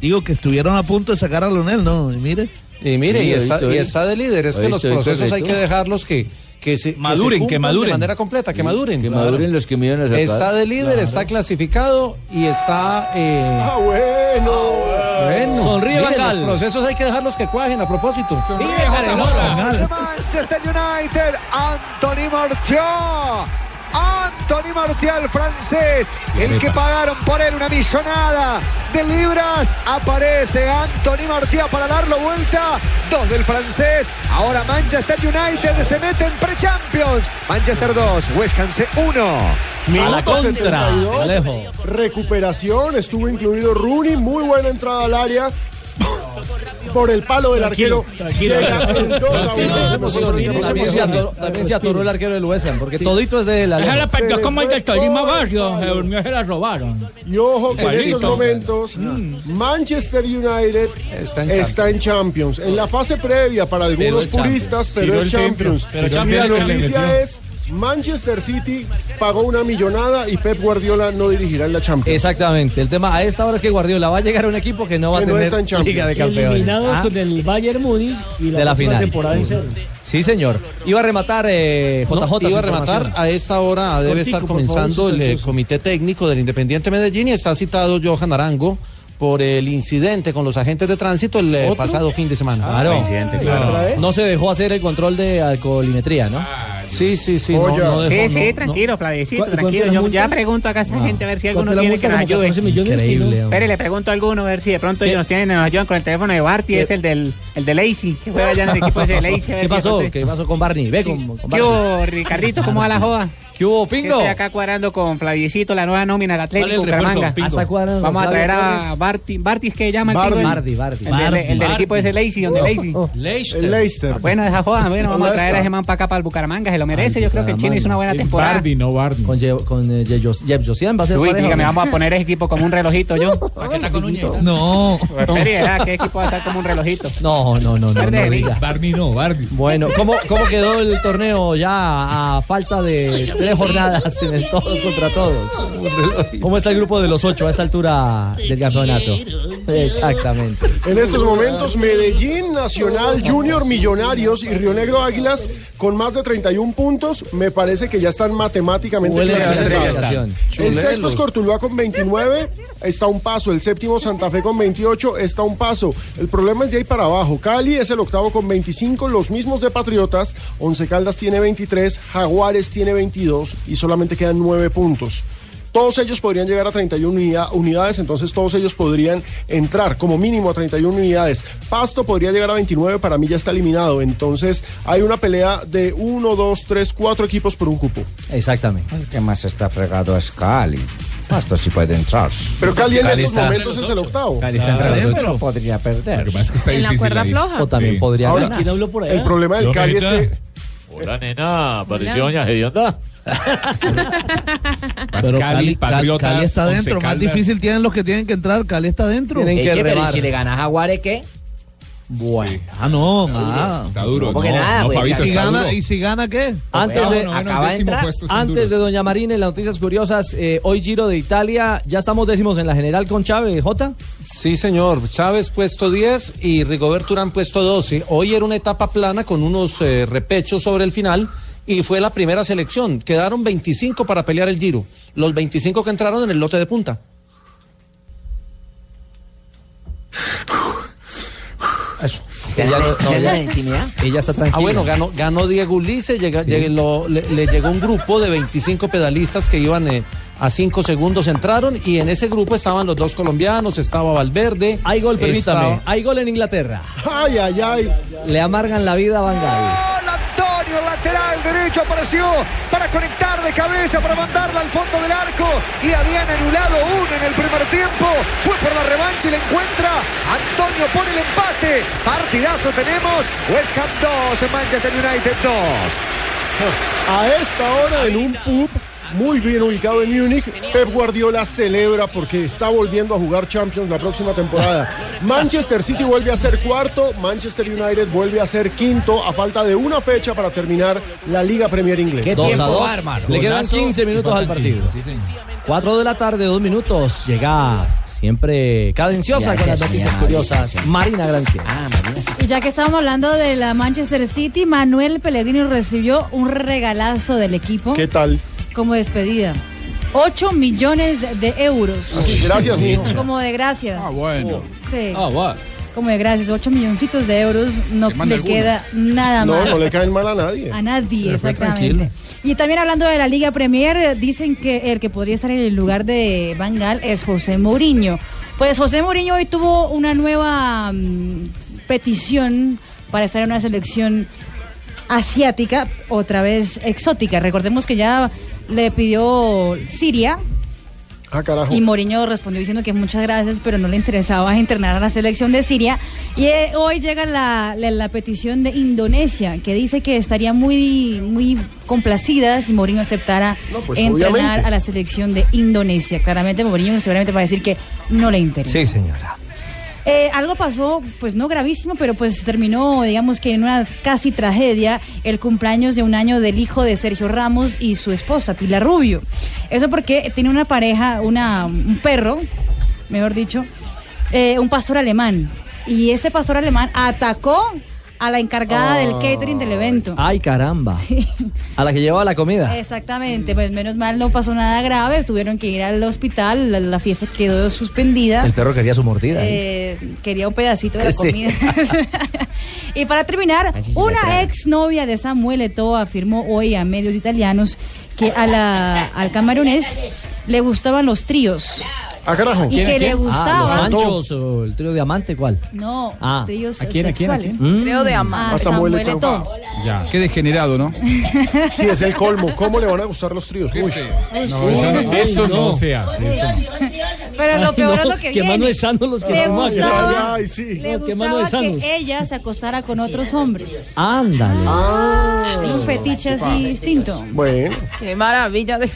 Speaker 11: Digo que estuvieron a punto de sacar a Lonel, ¿no? Y mire.
Speaker 13: Y mire, Sí, y, está, oíste, y oí. está de líder. Es que Oíste, los oí, procesos hay correcto. que dejarlos que, que se que se Maduren, que cumplan maduren. De manera completa, que Sí, maduren. que Claro. maduren los
Speaker 24: que me iban a sacar.
Speaker 13: Está de líder, está clasificado y está. eh,
Speaker 7: Ah, bueno.
Speaker 13: bueno.
Speaker 7: Sonríe,
Speaker 13: Mire,
Speaker 7: Bangal.
Speaker 13: Los procesos hay que dejarlos que cuajen a propósito.
Speaker 2: De Manchester United, Anthony Martial. Anthony Martial francés, el que pagaron por él una millonada de libras, aparece Anthony Martial para darlo vuelta, dos del francés, ahora Manchester United se mete en pre-champions, Manchester 2, West Ham 1.
Speaker 7: Minuto 72, Recuperación, estuvo incluido Rooney, muy buena entrada al área. Por el palo del
Speaker 13: Tranquilo,
Speaker 7: arquero.
Speaker 13: tranquilo.
Speaker 7: llega el 2 a
Speaker 13: Es que no
Speaker 7: 1.
Speaker 13: se emocione, no se
Speaker 4: También se atoró- también se atoró el arquero del West Ham, porque todito es de él.
Speaker 14: Esa
Speaker 4: Alejo.
Speaker 14: la perdió como el del Tolima Barrio. Se
Speaker 13: eh,
Speaker 14: durmió, se la robaron.
Speaker 7: Y ojo que en
Speaker 14: Igualito.
Speaker 7: estos momentos
Speaker 13: Mm.
Speaker 7: Manchester United está en, Champions. En la fase previa para
Speaker 13: Pero
Speaker 7: algunos
Speaker 13: es Champions.
Speaker 7: puristas, pero
Speaker 13: Tiró
Speaker 7: es
Speaker 13: el centro,
Speaker 7: Champions.
Speaker 13: pero
Speaker 7: Y
Speaker 13: Champions
Speaker 7: la
Speaker 13: le
Speaker 7: noticia
Speaker 13: metió.
Speaker 7: es Manchester City pagó una millonada y Pep Guardiola no dirigirá en la Champions.
Speaker 4: Exactamente. El tema a esta hora es que Guardiola va a llegar a un equipo que no va
Speaker 7: Que
Speaker 4: a
Speaker 7: no
Speaker 4: tener
Speaker 7: está en Champions.
Speaker 4: Liga de Campeones.
Speaker 12: Eliminado
Speaker 4: Ah,
Speaker 12: con el Bayern Múnich y la,
Speaker 4: de la
Speaker 12: próxima
Speaker 4: final.
Speaker 12: temporada en cero.
Speaker 4: Sí, señor. Iba a rematar eh,
Speaker 13: No,
Speaker 4: JJ. su
Speaker 13: iba a rematar
Speaker 4: información.
Speaker 13: a esta hora, debe
Speaker 4: Cortico,
Speaker 13: estar
Speaker 4: por favor,
Speaker 13: comenzando el eh,
Speaker 4: sentencioso.
Speaker 13: comité técnico del Independiente Medellín y está citado Johan Arango por el incidente con los agentes de tránsito el eh,
Speaker 4: ¿Otro?
Speaker 13: pasado fin de semana.
Speaker 4: Claro. No, no se dejó hacer el control de alcoholimetría, ¿no?
Speaker 13: Sí, sí, sí.
Speaker 4: no- no dejó,
Speaker 30: Oh, Sí, sí,
Speaker 4: no-
Speaker 30: tranquilo, Flavicito,
Speaker 4: ¿Cuánto
Speaker 30: tranquilo.
Speaker 4: la
Speaker 30: Yo
Speaker 4: multa?
Speaker 30: ya pregunto acá a esa gente a ver si
Speaker 4: ¿Cuánto
Speaker 30: alguno
Speaker 4: la
Speaker 30: tiene
Speaker 4: multa?
Speaker 30: que nos
Speaker 4: Como
Speaker 30: ayude.
Speaker 4: 14 millones, Increíble, ¿no? hombre.
Speaker 30: Espere, le pregunto a alguno a ver si de pronto ellos nos tienen, nos ayudan con el teléfono de Barty,
Speaker 4: ¿Qué?
Speaker 30: es el del el de Lacey, que juega allá en el
Speaker 4: (laughs)
Speaker 30: equipo ese de Lacey. a ver si
Speaker 4: ¿Qué
Speaker 30: de
Speaker 4: pasó?
Speaker 30: pronto-
Speaker 4: ¿Qué pasó con Barney? Ve con, con
Speaker 30: ¿Qué
Speaker 4: Barney.
Speaker 30: hubo, Ricardito? ¿Cómo va la
Speaker 4: (laughs)
Speaker 30: joda?
Speaker 4: ¿Qué hubo,
Speaker 30: Estoy acá cuadrando con Flaviecito, la nueva nómina del
Speaker 4: ¿Cuál es el
Speaker 30: Atlético
Speaker 4: refuerzo,
Speaker 30: Bucaramanga.
Speaker 4: Pingo? Hasta cuadrando,
Speaker 30: Vamos a
Speaker 4: Flavio
Speaker 30: traer a
Speaker 4: Torres.
Speaker 30: Barty. Barty es que llama el
Speaker 4: Bardi.
Speaker 30: pingo?
Speaker 4: Bardi, Bardi.
Speaker 30: El, del- el del
Speaker 4: Bardi.
Speaker 30: equipo ese Lacey, donde Lacey.
Speaker 4: Oh. Leicester.
Speaker 7: El Leicester.
Speaker 30: Ah, Bueno, esa joda, bueno, vamos a traer a ese man para acá, para el Bucaramanga, se lo merece. Yo creo que el chino hizo una buena temporada.
Speaker 4: no Barney. Con, Je- con eh, Je- Jos- Jeff Josian va a ser
Speaker 30: Uy,
Speaker 4: pareja,
Speaker 30: dígame,
Speaker 4: ¿no?
Speaker 30: vamos a poner ese equipo como un relojito, yo.
Speaker 4: (laughs) No.
Speaker 30: Espere, ¿verdad? ¿Qué equipo va a estar como un relojito?
Speaker 4: No, no, no, no, no,
Speaker 30: Verde de
Speaker 4: diga.
Speaker 36: Barney no, Barney.
Speaker 4: Bueno, ¿cómo, ¿cómo quedó el torneo ya a falta de tres jornadas en el todos contra todos? ¿Cómo está el grupo de los ocho a esta altura del campeonato? Exactamente.
Speaker 7: En estos momentos, Medellín, Nacional, Junior, Millonarios y Río Negro Águilas, con más de 31 puntos, me parece que ya están matemáticamente
Speaker 4: Huele a
Speaker 7: clasificados.
Speaker 4: clasificación.
Speaker 7: El
Speaker 4: Chulelos.
Speaker 7: sexto es Cortuluá con 29, está a un paso. El séptimo, Santa Fe con 28, está a un paso. El problema es de ahí para abajo. Cali es el octavo con 25, los mismos de Patriotas. Once Caldas tiene 23, Jaguares tiene 22 y solamente quedan 9 puntos. Todos ellos podrían llegar a 31 unida- unidades, entonces todos ellos podrían entrar como mínimo a 31 unidades. Pasto podría llegar a 29, para mí ya está eliminado. Entonces hay una pelea de 1, 2, 3, 4 equipos por un cupo.
Speaker 4: Exactamente.
Speaker 5: El que más está fregado es Cali. Pasto sí puede entrar.
Speaker 7: Pero Cali en estos
Speaker 5: está-
Speaker 7: momentos es el octavo.
Speaker 5: Cali está entre los ocho. Pero podría perder.
Speaker 7: En la cuerda floja. O también podría
Speaker 5: Ahora,
Speaker 7: ganar.
Speaker 5: ¿quién habló por allá?
Speaker 7: El problema del
Speaker 5: Yo,
Speaker 7: Cali es
Speaker 5: Melita.
Speaker 7: que
Speaker 24: Hola, nena.
Speaker 7: Hola.
Speaker 24: ¿Apareció doña Gedionda?
Speaker 13: Pero
Speaker 24: Cali, Patriotas,
Speaker 13: Cali está
Speaker 24: Once
Speaker 13: dentro, más
Speaker 24: Caldas.
Speaker 13: difícil
Speaker 9: tienen los que tienen que entrar. Cali está dentro.
Speaker 11: Eche, pero ¿y si le ganas a Jaguares, ¿qué?
Speaker 9: Bueno. Ah, no, nada.
Speaker 13: Está duro,
Speaker 11: Porque no, nada, no, pues, Fabito,
Speaker 9: ¿Y si
Speaker 11: está
Speaker 9: gana-
Speaker 11: duro.
Speaker 9: ¿Y si gana qué?
Speaker 4: Antes de, antes de Doña Marina en las noticias curiosas, eh, hoy Giro de Italia, ya estamos décimos en la general con Chávez, J.
Speaker 13: Sí, señor. Chávez puesto 10 y Rigobert Urán puesto 12. Hoy era una etapa plana con unos eh, repechos sobre el final y fue la primera selección. Quedaron 25 para pelear el giro. Los 25 que entraron en el lote de punta. Eso.
Speaker 11: Ya no- no, ya-
Speaker 4: Ella está tranquila.
Speaker 13: Ah, bueno, ganó, ganó Diego Ulises, llega- llega- lo- le, le llegó un grupo de 25 pedalistas que iban eh, a 5 segundos, entraron y en ese grupo estaban los dos colombianos, estaba Valverde.
Speaker 4: Hay gol, permítame.
Speaker 13: estaba-
Speaker 4: Hay gol en Inglaterra.
Speaker 7: Ay, ay, ay.
Speaker 4: Le amargan la vida a Van Gaal.
Speaker 2: Antonio, lateral derecho, apareció para conectar de cabeza, para mandarla al fondo del arco. Y habían anulado uno en el primer tiempo. Fue por la revancha y la encuentra. Antonio pone el empate. Partidazo tenemos. West Ham 2, Manchester United 2.
Speaker 7: A esta hora en un pub muy bien ubicado en Múnich. Pep Guardiola celebra porque está volviendo a jugar Champions la próxima temporada. Manchester City vuelve a ser cuarto, Manchester United vuelve a ser quinto a falta de una fecha para terminar la Liga Premier Inglesa.
Speaker 4: Dos a dos. Le quedan 15 minutos al partido. 4 de la tarde, 2 minutos. Llega siempre cadenciosa con las
Speaker 6: Gracias,
Speaker 4: noticias
Speaker 6: mi
Speaker 4: curiosas. Marina Grancia.
Speaker 6: Y ya que estamos hablando de la Manchester City, Manuel Pellegrini recibió un regalazo del equipo
Speaker 7: ¿Qué tal?
Speaker 6: como despedida. 8 millones de euros.
Speaker 7: Así, Ah, gracias, mijo.
Speaker 6: Como de gracias. Ah,
Speaker 7: bueno.
Speaker 6: Sí.
Speaker 4: Ah,
Speaker 6: Como de gracias, 8 milloncitos de euros no
Speaker 7: manda
Speaker 6: le
Speaker 7: alguno.
Speaker 6: queda nada
Speaker 7: No,
Speaker 6: más.
Speaker 7: no le caen mal a nadie.
Speaker 6: A nadie,
Speaker 7: Se le fue
Speaker 6: exactamente.
Speaker 7: tranquilo.
Speaker 6: Y también hablando de la Liga Premier, eh, dicen que el que podría estar en el lugar de Van Gaal es José Mourinho. Pues José Mourinho hoy tuvo una nueva mm, petición para estar en una selección asiática, otra vez exótica. Recordemos que ya le pidió Siria
Speaker 7: Ah, carajo.
Speaker 6: y Mourinho respondió diciendo que muchas gracias, pero no le interesaba entrenar a la selección de Siria. Y eh, hoy llega la, la- la petición de Indonesia, que dice que estaría muy, muy complacida si Mourinho aceptara
Speaker 4: pues,
Speaker 6: entrenar
Speaker 4: obviamente.
Speaker 6: a la selección de Indonesia. Claramente Mourinho seguramente va a decir que no le interesa.
Speaker 4: Sí, señora.
Speaker 6: Eh, algo pasó, pues no gravísimo, pero pues terminó, digamos que en una casi tragedia, el cumpleaños de un año del hijo de Sergio Ramos y su esposa, Pilar Rubio. Eso porque tiene una pareja, una, un perro, mejor dicho, eh, un pastor alemán. Y este pastor alemán atacó a la encargada del catering del evento.
Speaker 4: Ay, caramba. A la que llevaba la comida.
Speaker 6: Exactamente, pues menos mal no pasó nada grave, tuvieron que ir al hospital, la, la fiesta quedó suspendida.
Speaker 4: El perro quería su mordida.
Speaker 6: Eh, quería un pedacito de
Speaker 4: (laughs)
Speaker 6: la
Speaker 4: Sí.
Speaker 6: comida. (laughs) y para terminar,
Speaker 4: Así se le
Speaker 6: una
Speaker 4: traga.
Speaker 6: ex novia de Samuel Eto'o afirmó hoy a medios italianos que a la, al camerunés le gustaban los tríos.
Speaker 7: Ah, carajo.
Speaker 6: Y que le gustaba.
Speaker 4: Ah, los manchos, o el trío diamante, ¿cuál?
Speaker 6: No,
Speaker 4: Ah.
Speaker 6: tríos
Speaker 4: ¿A quién, a quién, a
Speaker 6: sexuales.
Speaker 4: quién? Mm.
Speaker 6: Creo de amar. A Samuel Eto'o.
Speaker 29: Ya. Qué degenerado, ¿no?
Speaker 7: Sí, es el colmo. ¿Cómo le van a gustar los tríos? Uy.
Speaker 29: No, eso no- eso no se hace, eso
Speaker 6: Pero lo peor es lo
Speaker 7: que
Speaker 6: que, viene.
Speaker 7: mano de sano los que
Speaker 6: le
Speaker 7: fuman.
Speaker 6: gustaba,
Speaker 7: Ay, sí.
Speaker 6: le
Speaker 7: No, que mano de
Speaker 6: gustaba
Speaker 7: sanos.
Speaker 6: que ella se acostara con otros hombres.
Speaker 4: Ándale.
Speaker 15: Ah.
Speaker 6: Era un fetiche así distinto.
Speaker 7: Bueno.
Speaker 6: Qué maravilla (laughs) de...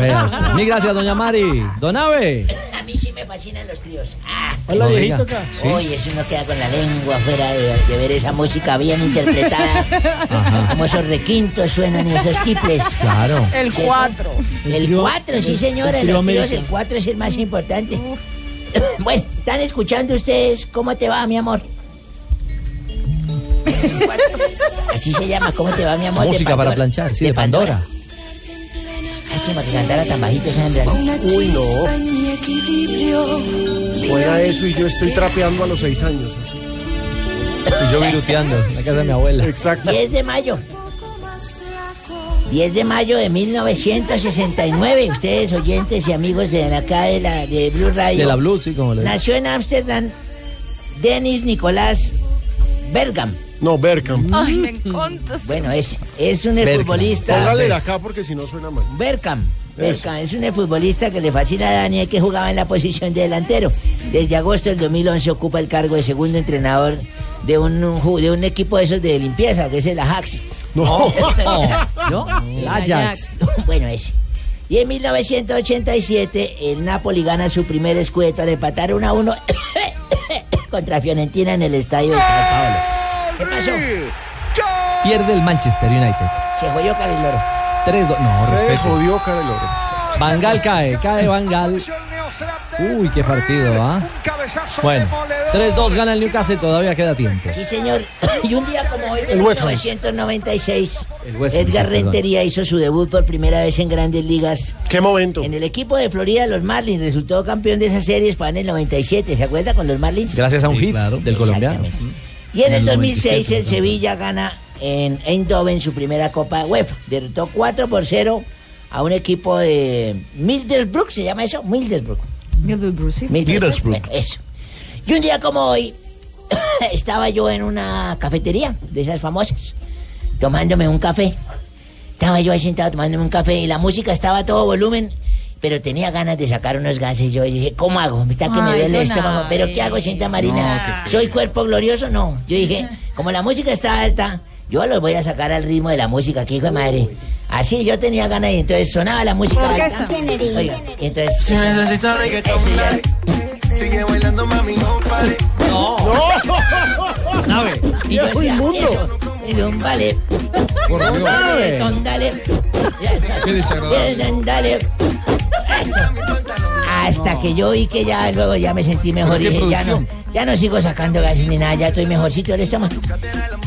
Speaker 4: Vea usted. Mil gracias, doña Mari. Don Ave.
Speaker 26: A mí sí me fascinan los tríos. Ah.
Speaker 4: Hola, No viejito, diga. acá. Sí.
Speaker 26: Oye, eso uno queda con la lengua fuera de, de ver esa música bien interpretada. Como esos requintos suenan y esos tiples.
Speaker 4: Claro.
Speaker 26: El cuatro. El
Speaker 6: trío-
Speaker 26: 4, sí
Speaker 4: eh,
Speaker 6: el-
Speaker 26: señora,
Speaker 6: el
Speaker 26: en
Speaker 6: trío
Speaker 26: los tríos
Speaker 6: América.
Speaker 26: el 4 es el más importante. (coughs) Bueno, ¿están escuchando ustedes cómo te va, mi amor? Así se llama, ¿cómo te va, mi amor? de
Speaker 4: Música para
Speaker 26: Pandora.
Speaker 4: planchar, sí, de Pandora.
Speaker 26: Lástima que cantara tan bajito esa hembra.
Speaker 7: Uy, no. Fuera eso y yo estoy trapeando a los seis años.
Speaker 4: Y yo viruteando en la casa de mi abuela.
Speaker 7: Exacto.
Speaker 26: 10 de mayo. 10 de mayo de 1969, ustedes oyentes y amigos de acá de la de Blue Radio.
Speaker 4: De la blues, sí, como le digo.
Speaker 26: Nació en Ámsterdam Dennis Nicolás Bergam.
Speaker 7: No, Bergam.
Speaker 26: Ay, me encanto. Mm. Bueno, es, es un futbolista.
Speaker 7: Póngale acá porque si no suena mal.
Speaker 26: Bergam. Bergam es un futbolista que le fascina a Daniel que jugaba en la posición de delantero. Desde agosto del 2011 ocupa el cargo de segundo entrenador de un, un ju- de un equipo de esos de limpieza, que es el Ajax.
Speaker 7: No.
Speaker 26: (laughs) ¿No?
Speaker 4: El Ajax.
Speaker 26: Bueno, ese. Y en 1987 el Napoli gana su primer escueto al empatar 1 a 1 (coughs) contra Fiorentina en el estadio de Sao Paulo. ¿Qué pasó?
Speaker 4: Pierde el Manchester United.
Speaker 26: Se jodió Cariloro.
Speaker 4: 3-2. No,
Speaker 7: Se
Speaker 4: respeto.
Speaker 7: jodió cara el oro.
Speaker 4: Bangal cae, cae Bangal. Uy, qué partido, ¿ah? Bueno, 3-2 gana el Newcastle, todavía queda tiempo.
Speaker 26: Sí, señor. (coughs) Y un día como hoy, de
Speaker 4: El West Ham.
Speaker 26: 1996,
Speaker 4: El West Ham,
Speaker 26: Edgar
Speaker 4: sí, perdón.
Speaker 26: Rentería hizo su debut por primera vez en Grandes Ligas.
Speaker 7: ¿Qué momento?
Speaker 26: En el equipo de Florida, los Marlins, resultó campeón de esa serie para en el 97, ¿se acuerda con los Marlins?
Speaker 4: Gracias a un hit del colombiano.
Speaker 26: Y en el
Speaker 4: En el
Speaker 26: 2006 el
Speaker 4: 97,
Speaker 26: Sevilla gana en Eindhoven su primera Copa UEFA. Derrotó 4 por 0 a un equipo de Middlesbrough, ¿se llama eso? Middlesbrough.
Speaker 6: Middlesbrough, sí.
Speaker 26: Middlesbrough. Bueno, eso. Y un día como hoy (coughs) estaba yo en una cafetería de esas famosas, tomándome un café. Estaba yo ahí sentado tomándome un café y la música estaba a todo volumen, pero tenía ganas de sacar unos gases. Yo dije, ¿cómo hago? Me Está que me
Speaker 6: Ay,
Speaker 26: duele el
Speaker 6: don
Speaker 26: estómago. ¿Pero qué hago, Santa Marina? ¿Soy cuerpo glorioso? No. Yo dije, como la música está alta, yo los voy a sacar al ritmo de la música. ¿Qué hijo de madre? Así yo tenía ganas y entonces sonaba la música
Speaker 5: Orquesta.
Speaker 26: alta. Oiga, y entonces...
Speaker 5: Si necesitas reggaetón,
Speaker 26: Eso ya-
Speaker 5: Sigue bailando, mami, no pare. No.
Speaker 26: ¡No!
Speaker 5: Nave.
Speaker 26: Y yo
Speaker 5: Viejo
Speaker 26: decía,
Speaker 5: inmundo.
Speaker 26: eso, y de un vale.
Speaker 5: Por
Speaker 26: Dale,
Speaker 5: Dios.
Speaker 26: reggaetón, dale. Ya está.
Speaker 5: Qué desagradable.
Speaker 26: Dale, dale. Hasta que yo vi que ya luego ya me sentí mejor.
Speaker 5: Pero qué
Speaker 26: y dije, ya no,
Speaker 5: producción.
Speaker 26: ya no sigo sacando gas ni nada, ya estoy mejorcito del estómago.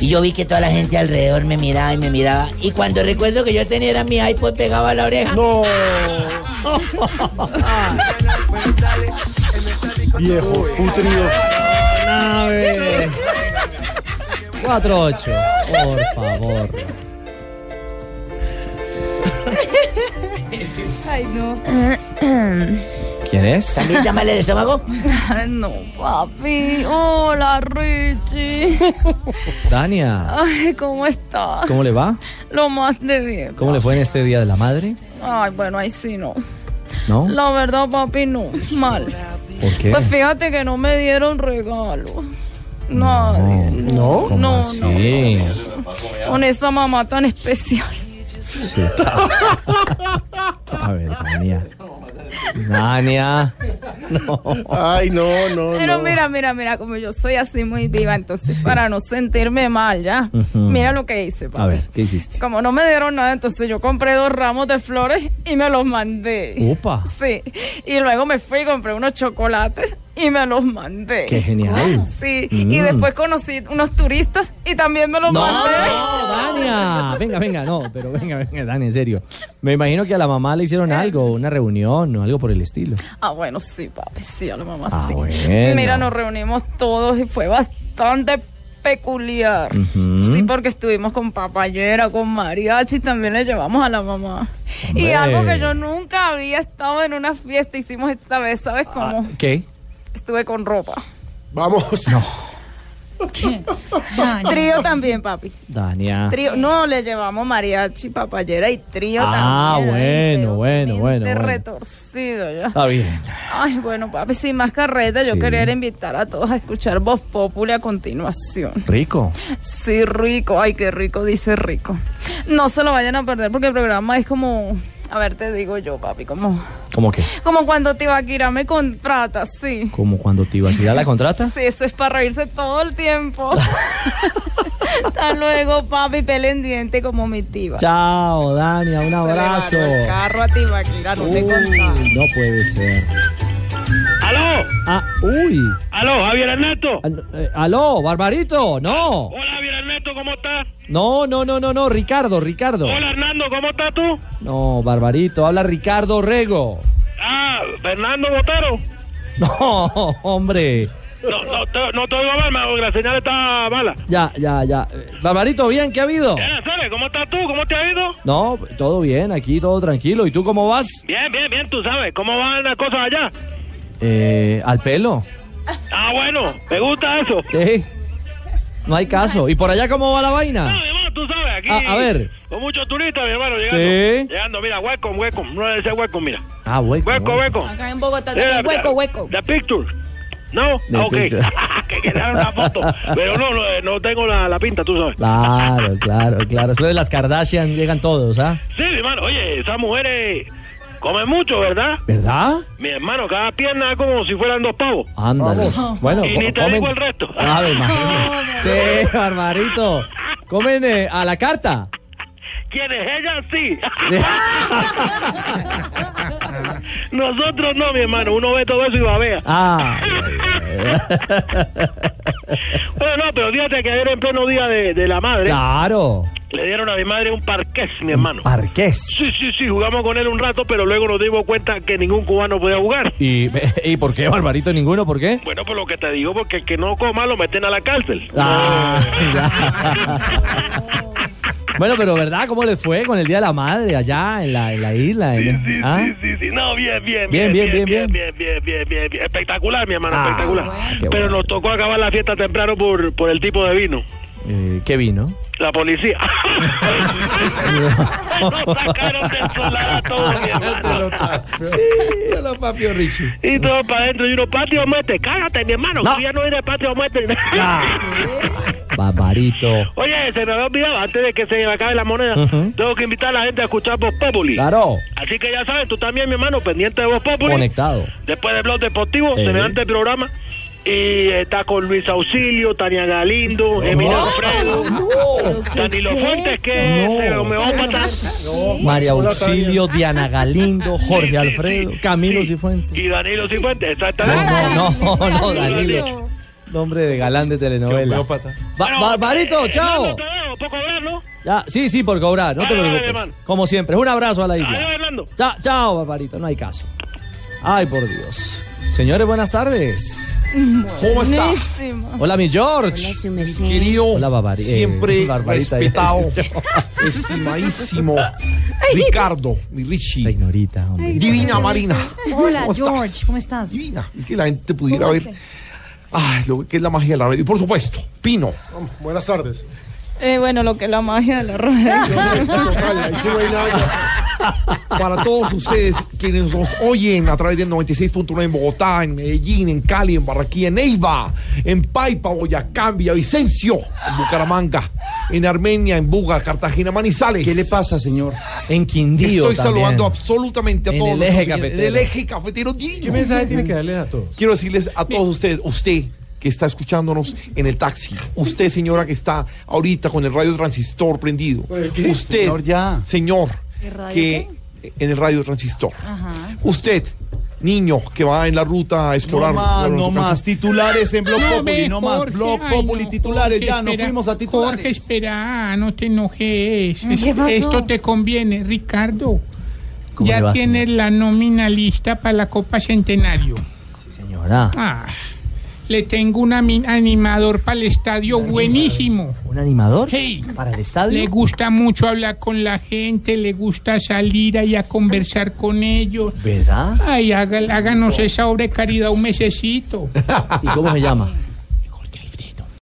Speaker 26: Y yo vi que toda la gente alrededor me miraba y me miraba. Y cuando recuerdo que yo tenía era mi iPod pegado a la oreja. ¡No!
Speaker 5: Viejo, putrido.
Speaker 4: Nave. 4-8. Por favor.
Speaker 16: (laughs)
Speaker 5: Ay, no.
Speaker 4: ¿Quién es?
Speaker 26: ¿También está mal el estómago?
Speaker 5: no.
Speaker 16: Papi, hola Richie.
Speaker 4: Dania.
Speaker 16: Ay, ¿cómo está?
Speaker 4: ¿Cómo le va?
Speaker 16: Lo más de bien.
Speaker 4: ¿Cómo le fue en este Día de la Madre?
Speaker 16: Ay, bueno, ahí sí no.
Speaker 4: ¿No?
Speaker 16: La verdad, papi, no. Mal.
Speaker 4: ¿Por qué?
Speaker 16: Pues fíjate que no me dieron regalo. No,
Speaker 4: ¿No? ¿Cómo
Speaker 16: No,
Speaker 4: así?
Speaker 16: con esa mamá tan especial.
Speaker 4: A ver,
Speaker 16: (laughs)
Speaker 4: Dania. Dania. No. Ay, no, no,
Speaker 16: Pero mira, mira, mira, como yo soy así muy viva, entonces para no sentirme mal, ¿ya?
Speaker 4: Ujú.
Speaker 16: Mira lo que hice, papi.
Speaker 4: Mm. A ver, ¿qué hiciste?
Speaker 16: Como no me dieron nada, entonces yo compré dos ramos de flores y me los mandé.
Speaker 4: Opa.
Speaker 16: Sí. Y luego me fui y compré unos chocolates y me los mandé.
Speaker 4: Qué genial.
Speaker 16: Sí.
Speaker 4: Mm.
Speaker 16: Y después conocí unos turistas y también me los
Speaker 4: No,
Speaker 16: mandé.
Speaker 4: Dania. Venga, venga, no, pero venga, venga, Dania, en serio. Me imagino que a la mamá le
Speaker 16: Eh.
Speaker 4: hicieron algo, una reunión o algo por el estilo.
Speaker 16: Ah, bueno, sí, papi, sí, a la mamá
Speaker 4: Ah,
Speaker 16: sí.
Speaker 4: bueno.
Speaker 16: Mira, nos reunimos todos y fue bastante peculiar.
Speaker 4: Ujú.
Speaker 16: Sí, porque estuvimos con papayera, con mariachi, y también le llevamos a la mamá. Y
Speaker 4: Hombre.
Speaker 16: algo que yo nunca había estado en una fiesta, hicimos esta vez, ¿sabes
Speaker 4: Ah.
Speaker 16: cómo?
Speaker 4: ¿Qué?
Speaker 16: Estuve con ropa.
Speaker 37: Vamos. No.
Speaker 16: (laughs) Trío también, papi.
Speaker 4: Dania.
Speaker 16: Trío, no, le llevamos mariachi, papayera y trío
Speaker 4: Ah,
Speaker 16: también.
Speaker 4: bueno, bueno, bueno,
Speaker 16: De
Speaker 4: bueno.
Speaker 16: retorcido ya.
Speaker 4: Está bien.
Speaker 16: Ay, bueno, papi, sin más carreta, yo
Speaker 4: Sí.
Speaker 16: quería era invitar a todos a escuchar Voz Populi a continuación.
Speaker 4: Rico.
Speaker 16: Sí, rico, ay, qué rico, dice rico. No se lo vayan a perder porque el programa es como, a ver, te digo yo, papi, como,
Speaker 4: ¿Cómo qué?
Speaker 16: como cuando Tibaquira me contrata, sí.
Speaker 4: ¿Como cuando te iba a tirar la
Speaker 16: (laughs)
Speaker 4: contrata?
Speaker 16: Sí, eso es para reírse todo
Speaker 4: (laughs)
Speaker 16: el tiempo. Hasta luego, papi, pelen diente como mi tiba.
Speaker 4: Chao, Dania, un
Speaker 16: Se le varó
Speaker 4: abrazo.
Speaker 16: el carro a Tibaquira, no te contaba.
Speaker 4: Uy, no puede ser.
Speaker 38: ¡Aló!
Speaker 4: Ah, uy.
Speaker 38: ¡Aló, Javier Ernesto!
Speaker 4: Al- eh, aló, Barbarito, no.
Speaker 38: Hola, Javier Ernesto, ¿cómo estás?
Speaker 4: No, no, no, no, no, Ricardo, Ricardo.
Speaker 38: Hola, Hernando, ¿cómo estás tú?
Speaker 4: No, Barbarito, habla Ricardo Rego. (laughs)
Speaker 38: Ah, Fernando Botero.
Speaker 4: No, hombre.
Speaker 38: No, no, te, no te oigo mal, ma, porque la señal está mala.
Speaker 4: Ya, ya, ya. Eh, Barbarito, bien, ¿qué ha habido?
Speaker 38: Eh, Sole, ¿Cómo estás tú? ¿Cómo te ha ido?
Speaker 4: No, todo bien, aquí todo tranquilo. ¿Y tú cómo vas?
Speaker 38: Bien, bien, bien, tú sabes. ¿Cómo van las cosas allá?
Speaker 4: Eh, al pelo.
Speaker 38: Ah, bueno, me gusta eso.
Speaker 4: Sí. No hay caso. ¿Y por allá cómo va la vaina?
Speaker 38: Bueno, tú sabes, aquí.
Speaker 4: Ah, a ver.
Speaker 38: Con muchos turistas, mi hermano, llegando.
Speaker 4: Sí.
Speaker 38: Llegando, mira, welcome, welcome. No ese welcome, mira.
Speaker 4: Ah, hueco.
Speaker 38: Hueco, hueco.
Speaker 16: Acá en Bogotá
Speaker 38: Yeah,
Speaker 16: también, hueco,
Speaker 38: the-
Speaker 16: hueco.
Speaker 38: The picture. No,
Speaker 4: The
Speaker 38: Ah, ok.
Speaker 4: picture.
Speaker 38: (laughs) que quedaron una foto. Pero no, no, eh, no tengo la, la pinta, tú sabes.
Speaker 4: Claro, claro, claro. Después de las Kardashian llegan todos, ¿ah?
Speaker 38: Sí, mi hermano, oye, esas mujeres comen mucho, ¿verdad?
Speaker 4: ¿Verdad?
Speaker 38: Mi hermano, cada pierna es como si fueran dos pavos.
Speaker 4: Ándale. Vamos. Bueno,
Speaker 38: y
Speaker 4: co-
Speaker 38: ni te
Speaker 4: comen-
Speaker 38: digo el resto.
Speaker 4: Ah, me
Speaker 16: (laughs)
Speaker 4: imagino. Sí, Barbarito. Comen eh, a la carta.
Speaker 38: ¿Quién es ella?
Speaker 4: (laughs)
Speaker 38: Sí. Nosotros no, mi hermano. Uno ve todo eso y babea.
Speaker 4: Ah.
Speaker 38: (laughs) Bueno, no, pero fíjate que ayer en pleno día de, de la madre.
Speaker 4: Claro.
Speaker 38: Le dieron a mi madre un parqués, mi hermano.
Speaker 4: Parqués.
Speaker 38: Sí, sí, sí, jugamos con él un rato, pero luego nos dimos cuenta que ningún cubano podía jugar.
Speaker 4: ¿Y, (laughs) ¿Y por qué, Barbarito? ¿Ninguno? ¿Por qué?
Speaker 38: Bueno, por lo que te digo, porque el que no coma lo meten a la cárcel.
Speaker 4: Ah, ya. Bueno, pero ¿verdad? ¿Cómo le fue con el Día de la Madre allá en la, en la isla? en- ¿ah?
Speaker 38: Sí, sí, no, bien, bien,
Speaker 4: Bien,
Speaker 38: bien,
Speaker 4: bien, bien,
Speaker 38: bien, bien, bien, bien, bien. Espectacular, mi hermano,
Speaker 4: Ah,
Speaker 38: espectacular.
Speaker 4: qué
Speaker 38: Pero nos tocó acabar la fiesta temprano por, por el tipo de vino.
Speaker 4: Eh, ¿Qué vino?
Speaker 38: La
Speaker 4: (laughs)
Speaker 38: policía. Nos sacaron del solar a todos, mi hermano.
Speaker 15: Sí, a la papio Richie.
Speaker 38: Y todo para adentro. Y uno, patio o muerte. Cágate, mi hermano. que ya no eres patio o muerte.
Speaker 4: Barbarito.
Speaker 38: (laughs) Oye, se me había olvidado, antes de que se me acabe la moneda,
Speaker 4: Ujú.
Speaker 38: tengo que invitar a la gente a escuchar Voz Populi.
Speaker 4: Claro.
Speaker 38: Así que ya sabes, tú también, mi hermano, pendiente de Voz Populi.
Speaker 4: Conectado.
Speaker 38: Después del blog deportivo,
Speaker 4: Eh.
Speaker 38: semejante programa. Y está con Luis Auxilio, Tania Galindo, Emilio Alfredo, Danilo Fuentes, que
Speaker 4: No.
Speaker 38: es el homeópata.
Speaker 4: María Auxilio, Diana Galindo, Jorge Alfredo, Camilo Cifuentes.
Speaker 38: Y Danilo Cifuentes, exactamente.
Speaker 4: No, no, no, Danilo. Nombre de galán de telenovela. Ba- Barbarito,
Speaker 38: eh,
Speaker 4: chao. Ya, sí, sí, por cobrar, no te preocupes. Como siempre, un abrazo a la isla. Chao, chao, Barbarito, no hay caso. Ay, por Dios. Señores, buenas tardes.
Speaker 15: ¿Cómo está?
Speaker 16: Buenísimo.
Speaker 4: Hola, mi George. Hola,
Speaker 15: Querido,
Speaker 4: Hola, Barbari- eh, (laughs)
Speaker 15: siempre
Speaker 4: Barbarita, (laughs)
Speaker 15: respetado,
Speaker 4: iba
Speaker 15: estimadísimo Ricardo, mi Richie.
Speaker 4: ignorita,
Speaker 15: Divina Marina.
Speaker 6: Hola,
Speaker 15: ¿Cómo estás?
Speaker 6: George, ¿cómo estás?
Speaker 15: Divina. Es que la gente pudiera ver ay, lo que es la magia de la radio. Y por supuesto, Pino.
Speaker 17: Buenas tardes.
Speaker 16: Eh, bueno, lo que es la magia de
Speaker 7: (laughs)
Speaker 16: la rueda.
Speaker 15: Para todos ustedes quienes nos oyen a través del 96.9 en Bogotá, en Medellín, en Cali, en Barranquilla, en Neiva, en Paipa, Boyacá, en Villavicencio, en Bucaramanga, en Armenia, en Buga, Cartagena, Manizales. ¿Qué le pasa, señor?
Speaker 4: En Quindío.
Speaker 15: Estoy
Speaker 4: también.
Speaker 15: saludando absolutamente a
Speaker 4: En
Speaker 15: todos.
Speaker 4: el
Speaker 15: los
Speaker 4: eje
Speaker 15: oyentes.
Speaker 4: cafetero.
Speaker 15: En el eje cafetero.
Speaker 4: ¿Qué mensaje tiene que darles
Speaker 15: a todos? Quiero decirles a todos ustedes, usted que está escuchándonos en el taxi, usted señora que está ahorita con el radio transistor prendido,
Speaker 17: ¿qué?
Speaker 15: usted, señor,
Speaker 17: ¿El radio
Speaker 15: que en el radio transistor, usted, niño que va en la ruta escolar,
Speaker 8: No
Speaker 15: por
Speaker 8: más,
Speaker 15: su
Speaker 8: no
Speaker 15: casa.
Speaker 8: más. Titulares en Blog Populi, no más. Blog Populi, titulares, ya, nos fuimos a titulares.
Speaker 18: Jorge, espera, no te enojes.
Speaker 8: Mm, ¿Qué
Speaker 18: Es-
Speaker 8: pasó?
Speaker 18: esto te conviene, Ricardo.
Speaker 4: ¿Cómo le
Speaker 18: Ya
Speaker 4: va,
Speaker 18: tienes la nómina lista para la Copa Centenario.
Speaker 4: Señora,
Speaker 18: Ah, le tengo un ami- animador para el estadio buenísimo.
Speaker 4: ¿un animador?
Speaker 18: Hey.
Speaker 4: ¿Para el
Speaker 18: Le
Speaker 4: estadio?
Speaker 18: gusta mucho hablar con la gente, le gusta salir ahí a conversar con ellos.
Speaker 4: ¿Verdad?
Speaker 18: Ay, haga- háganos esa obra de caridad un mesecito.
Speaker 4: ¿Y cómo se llama?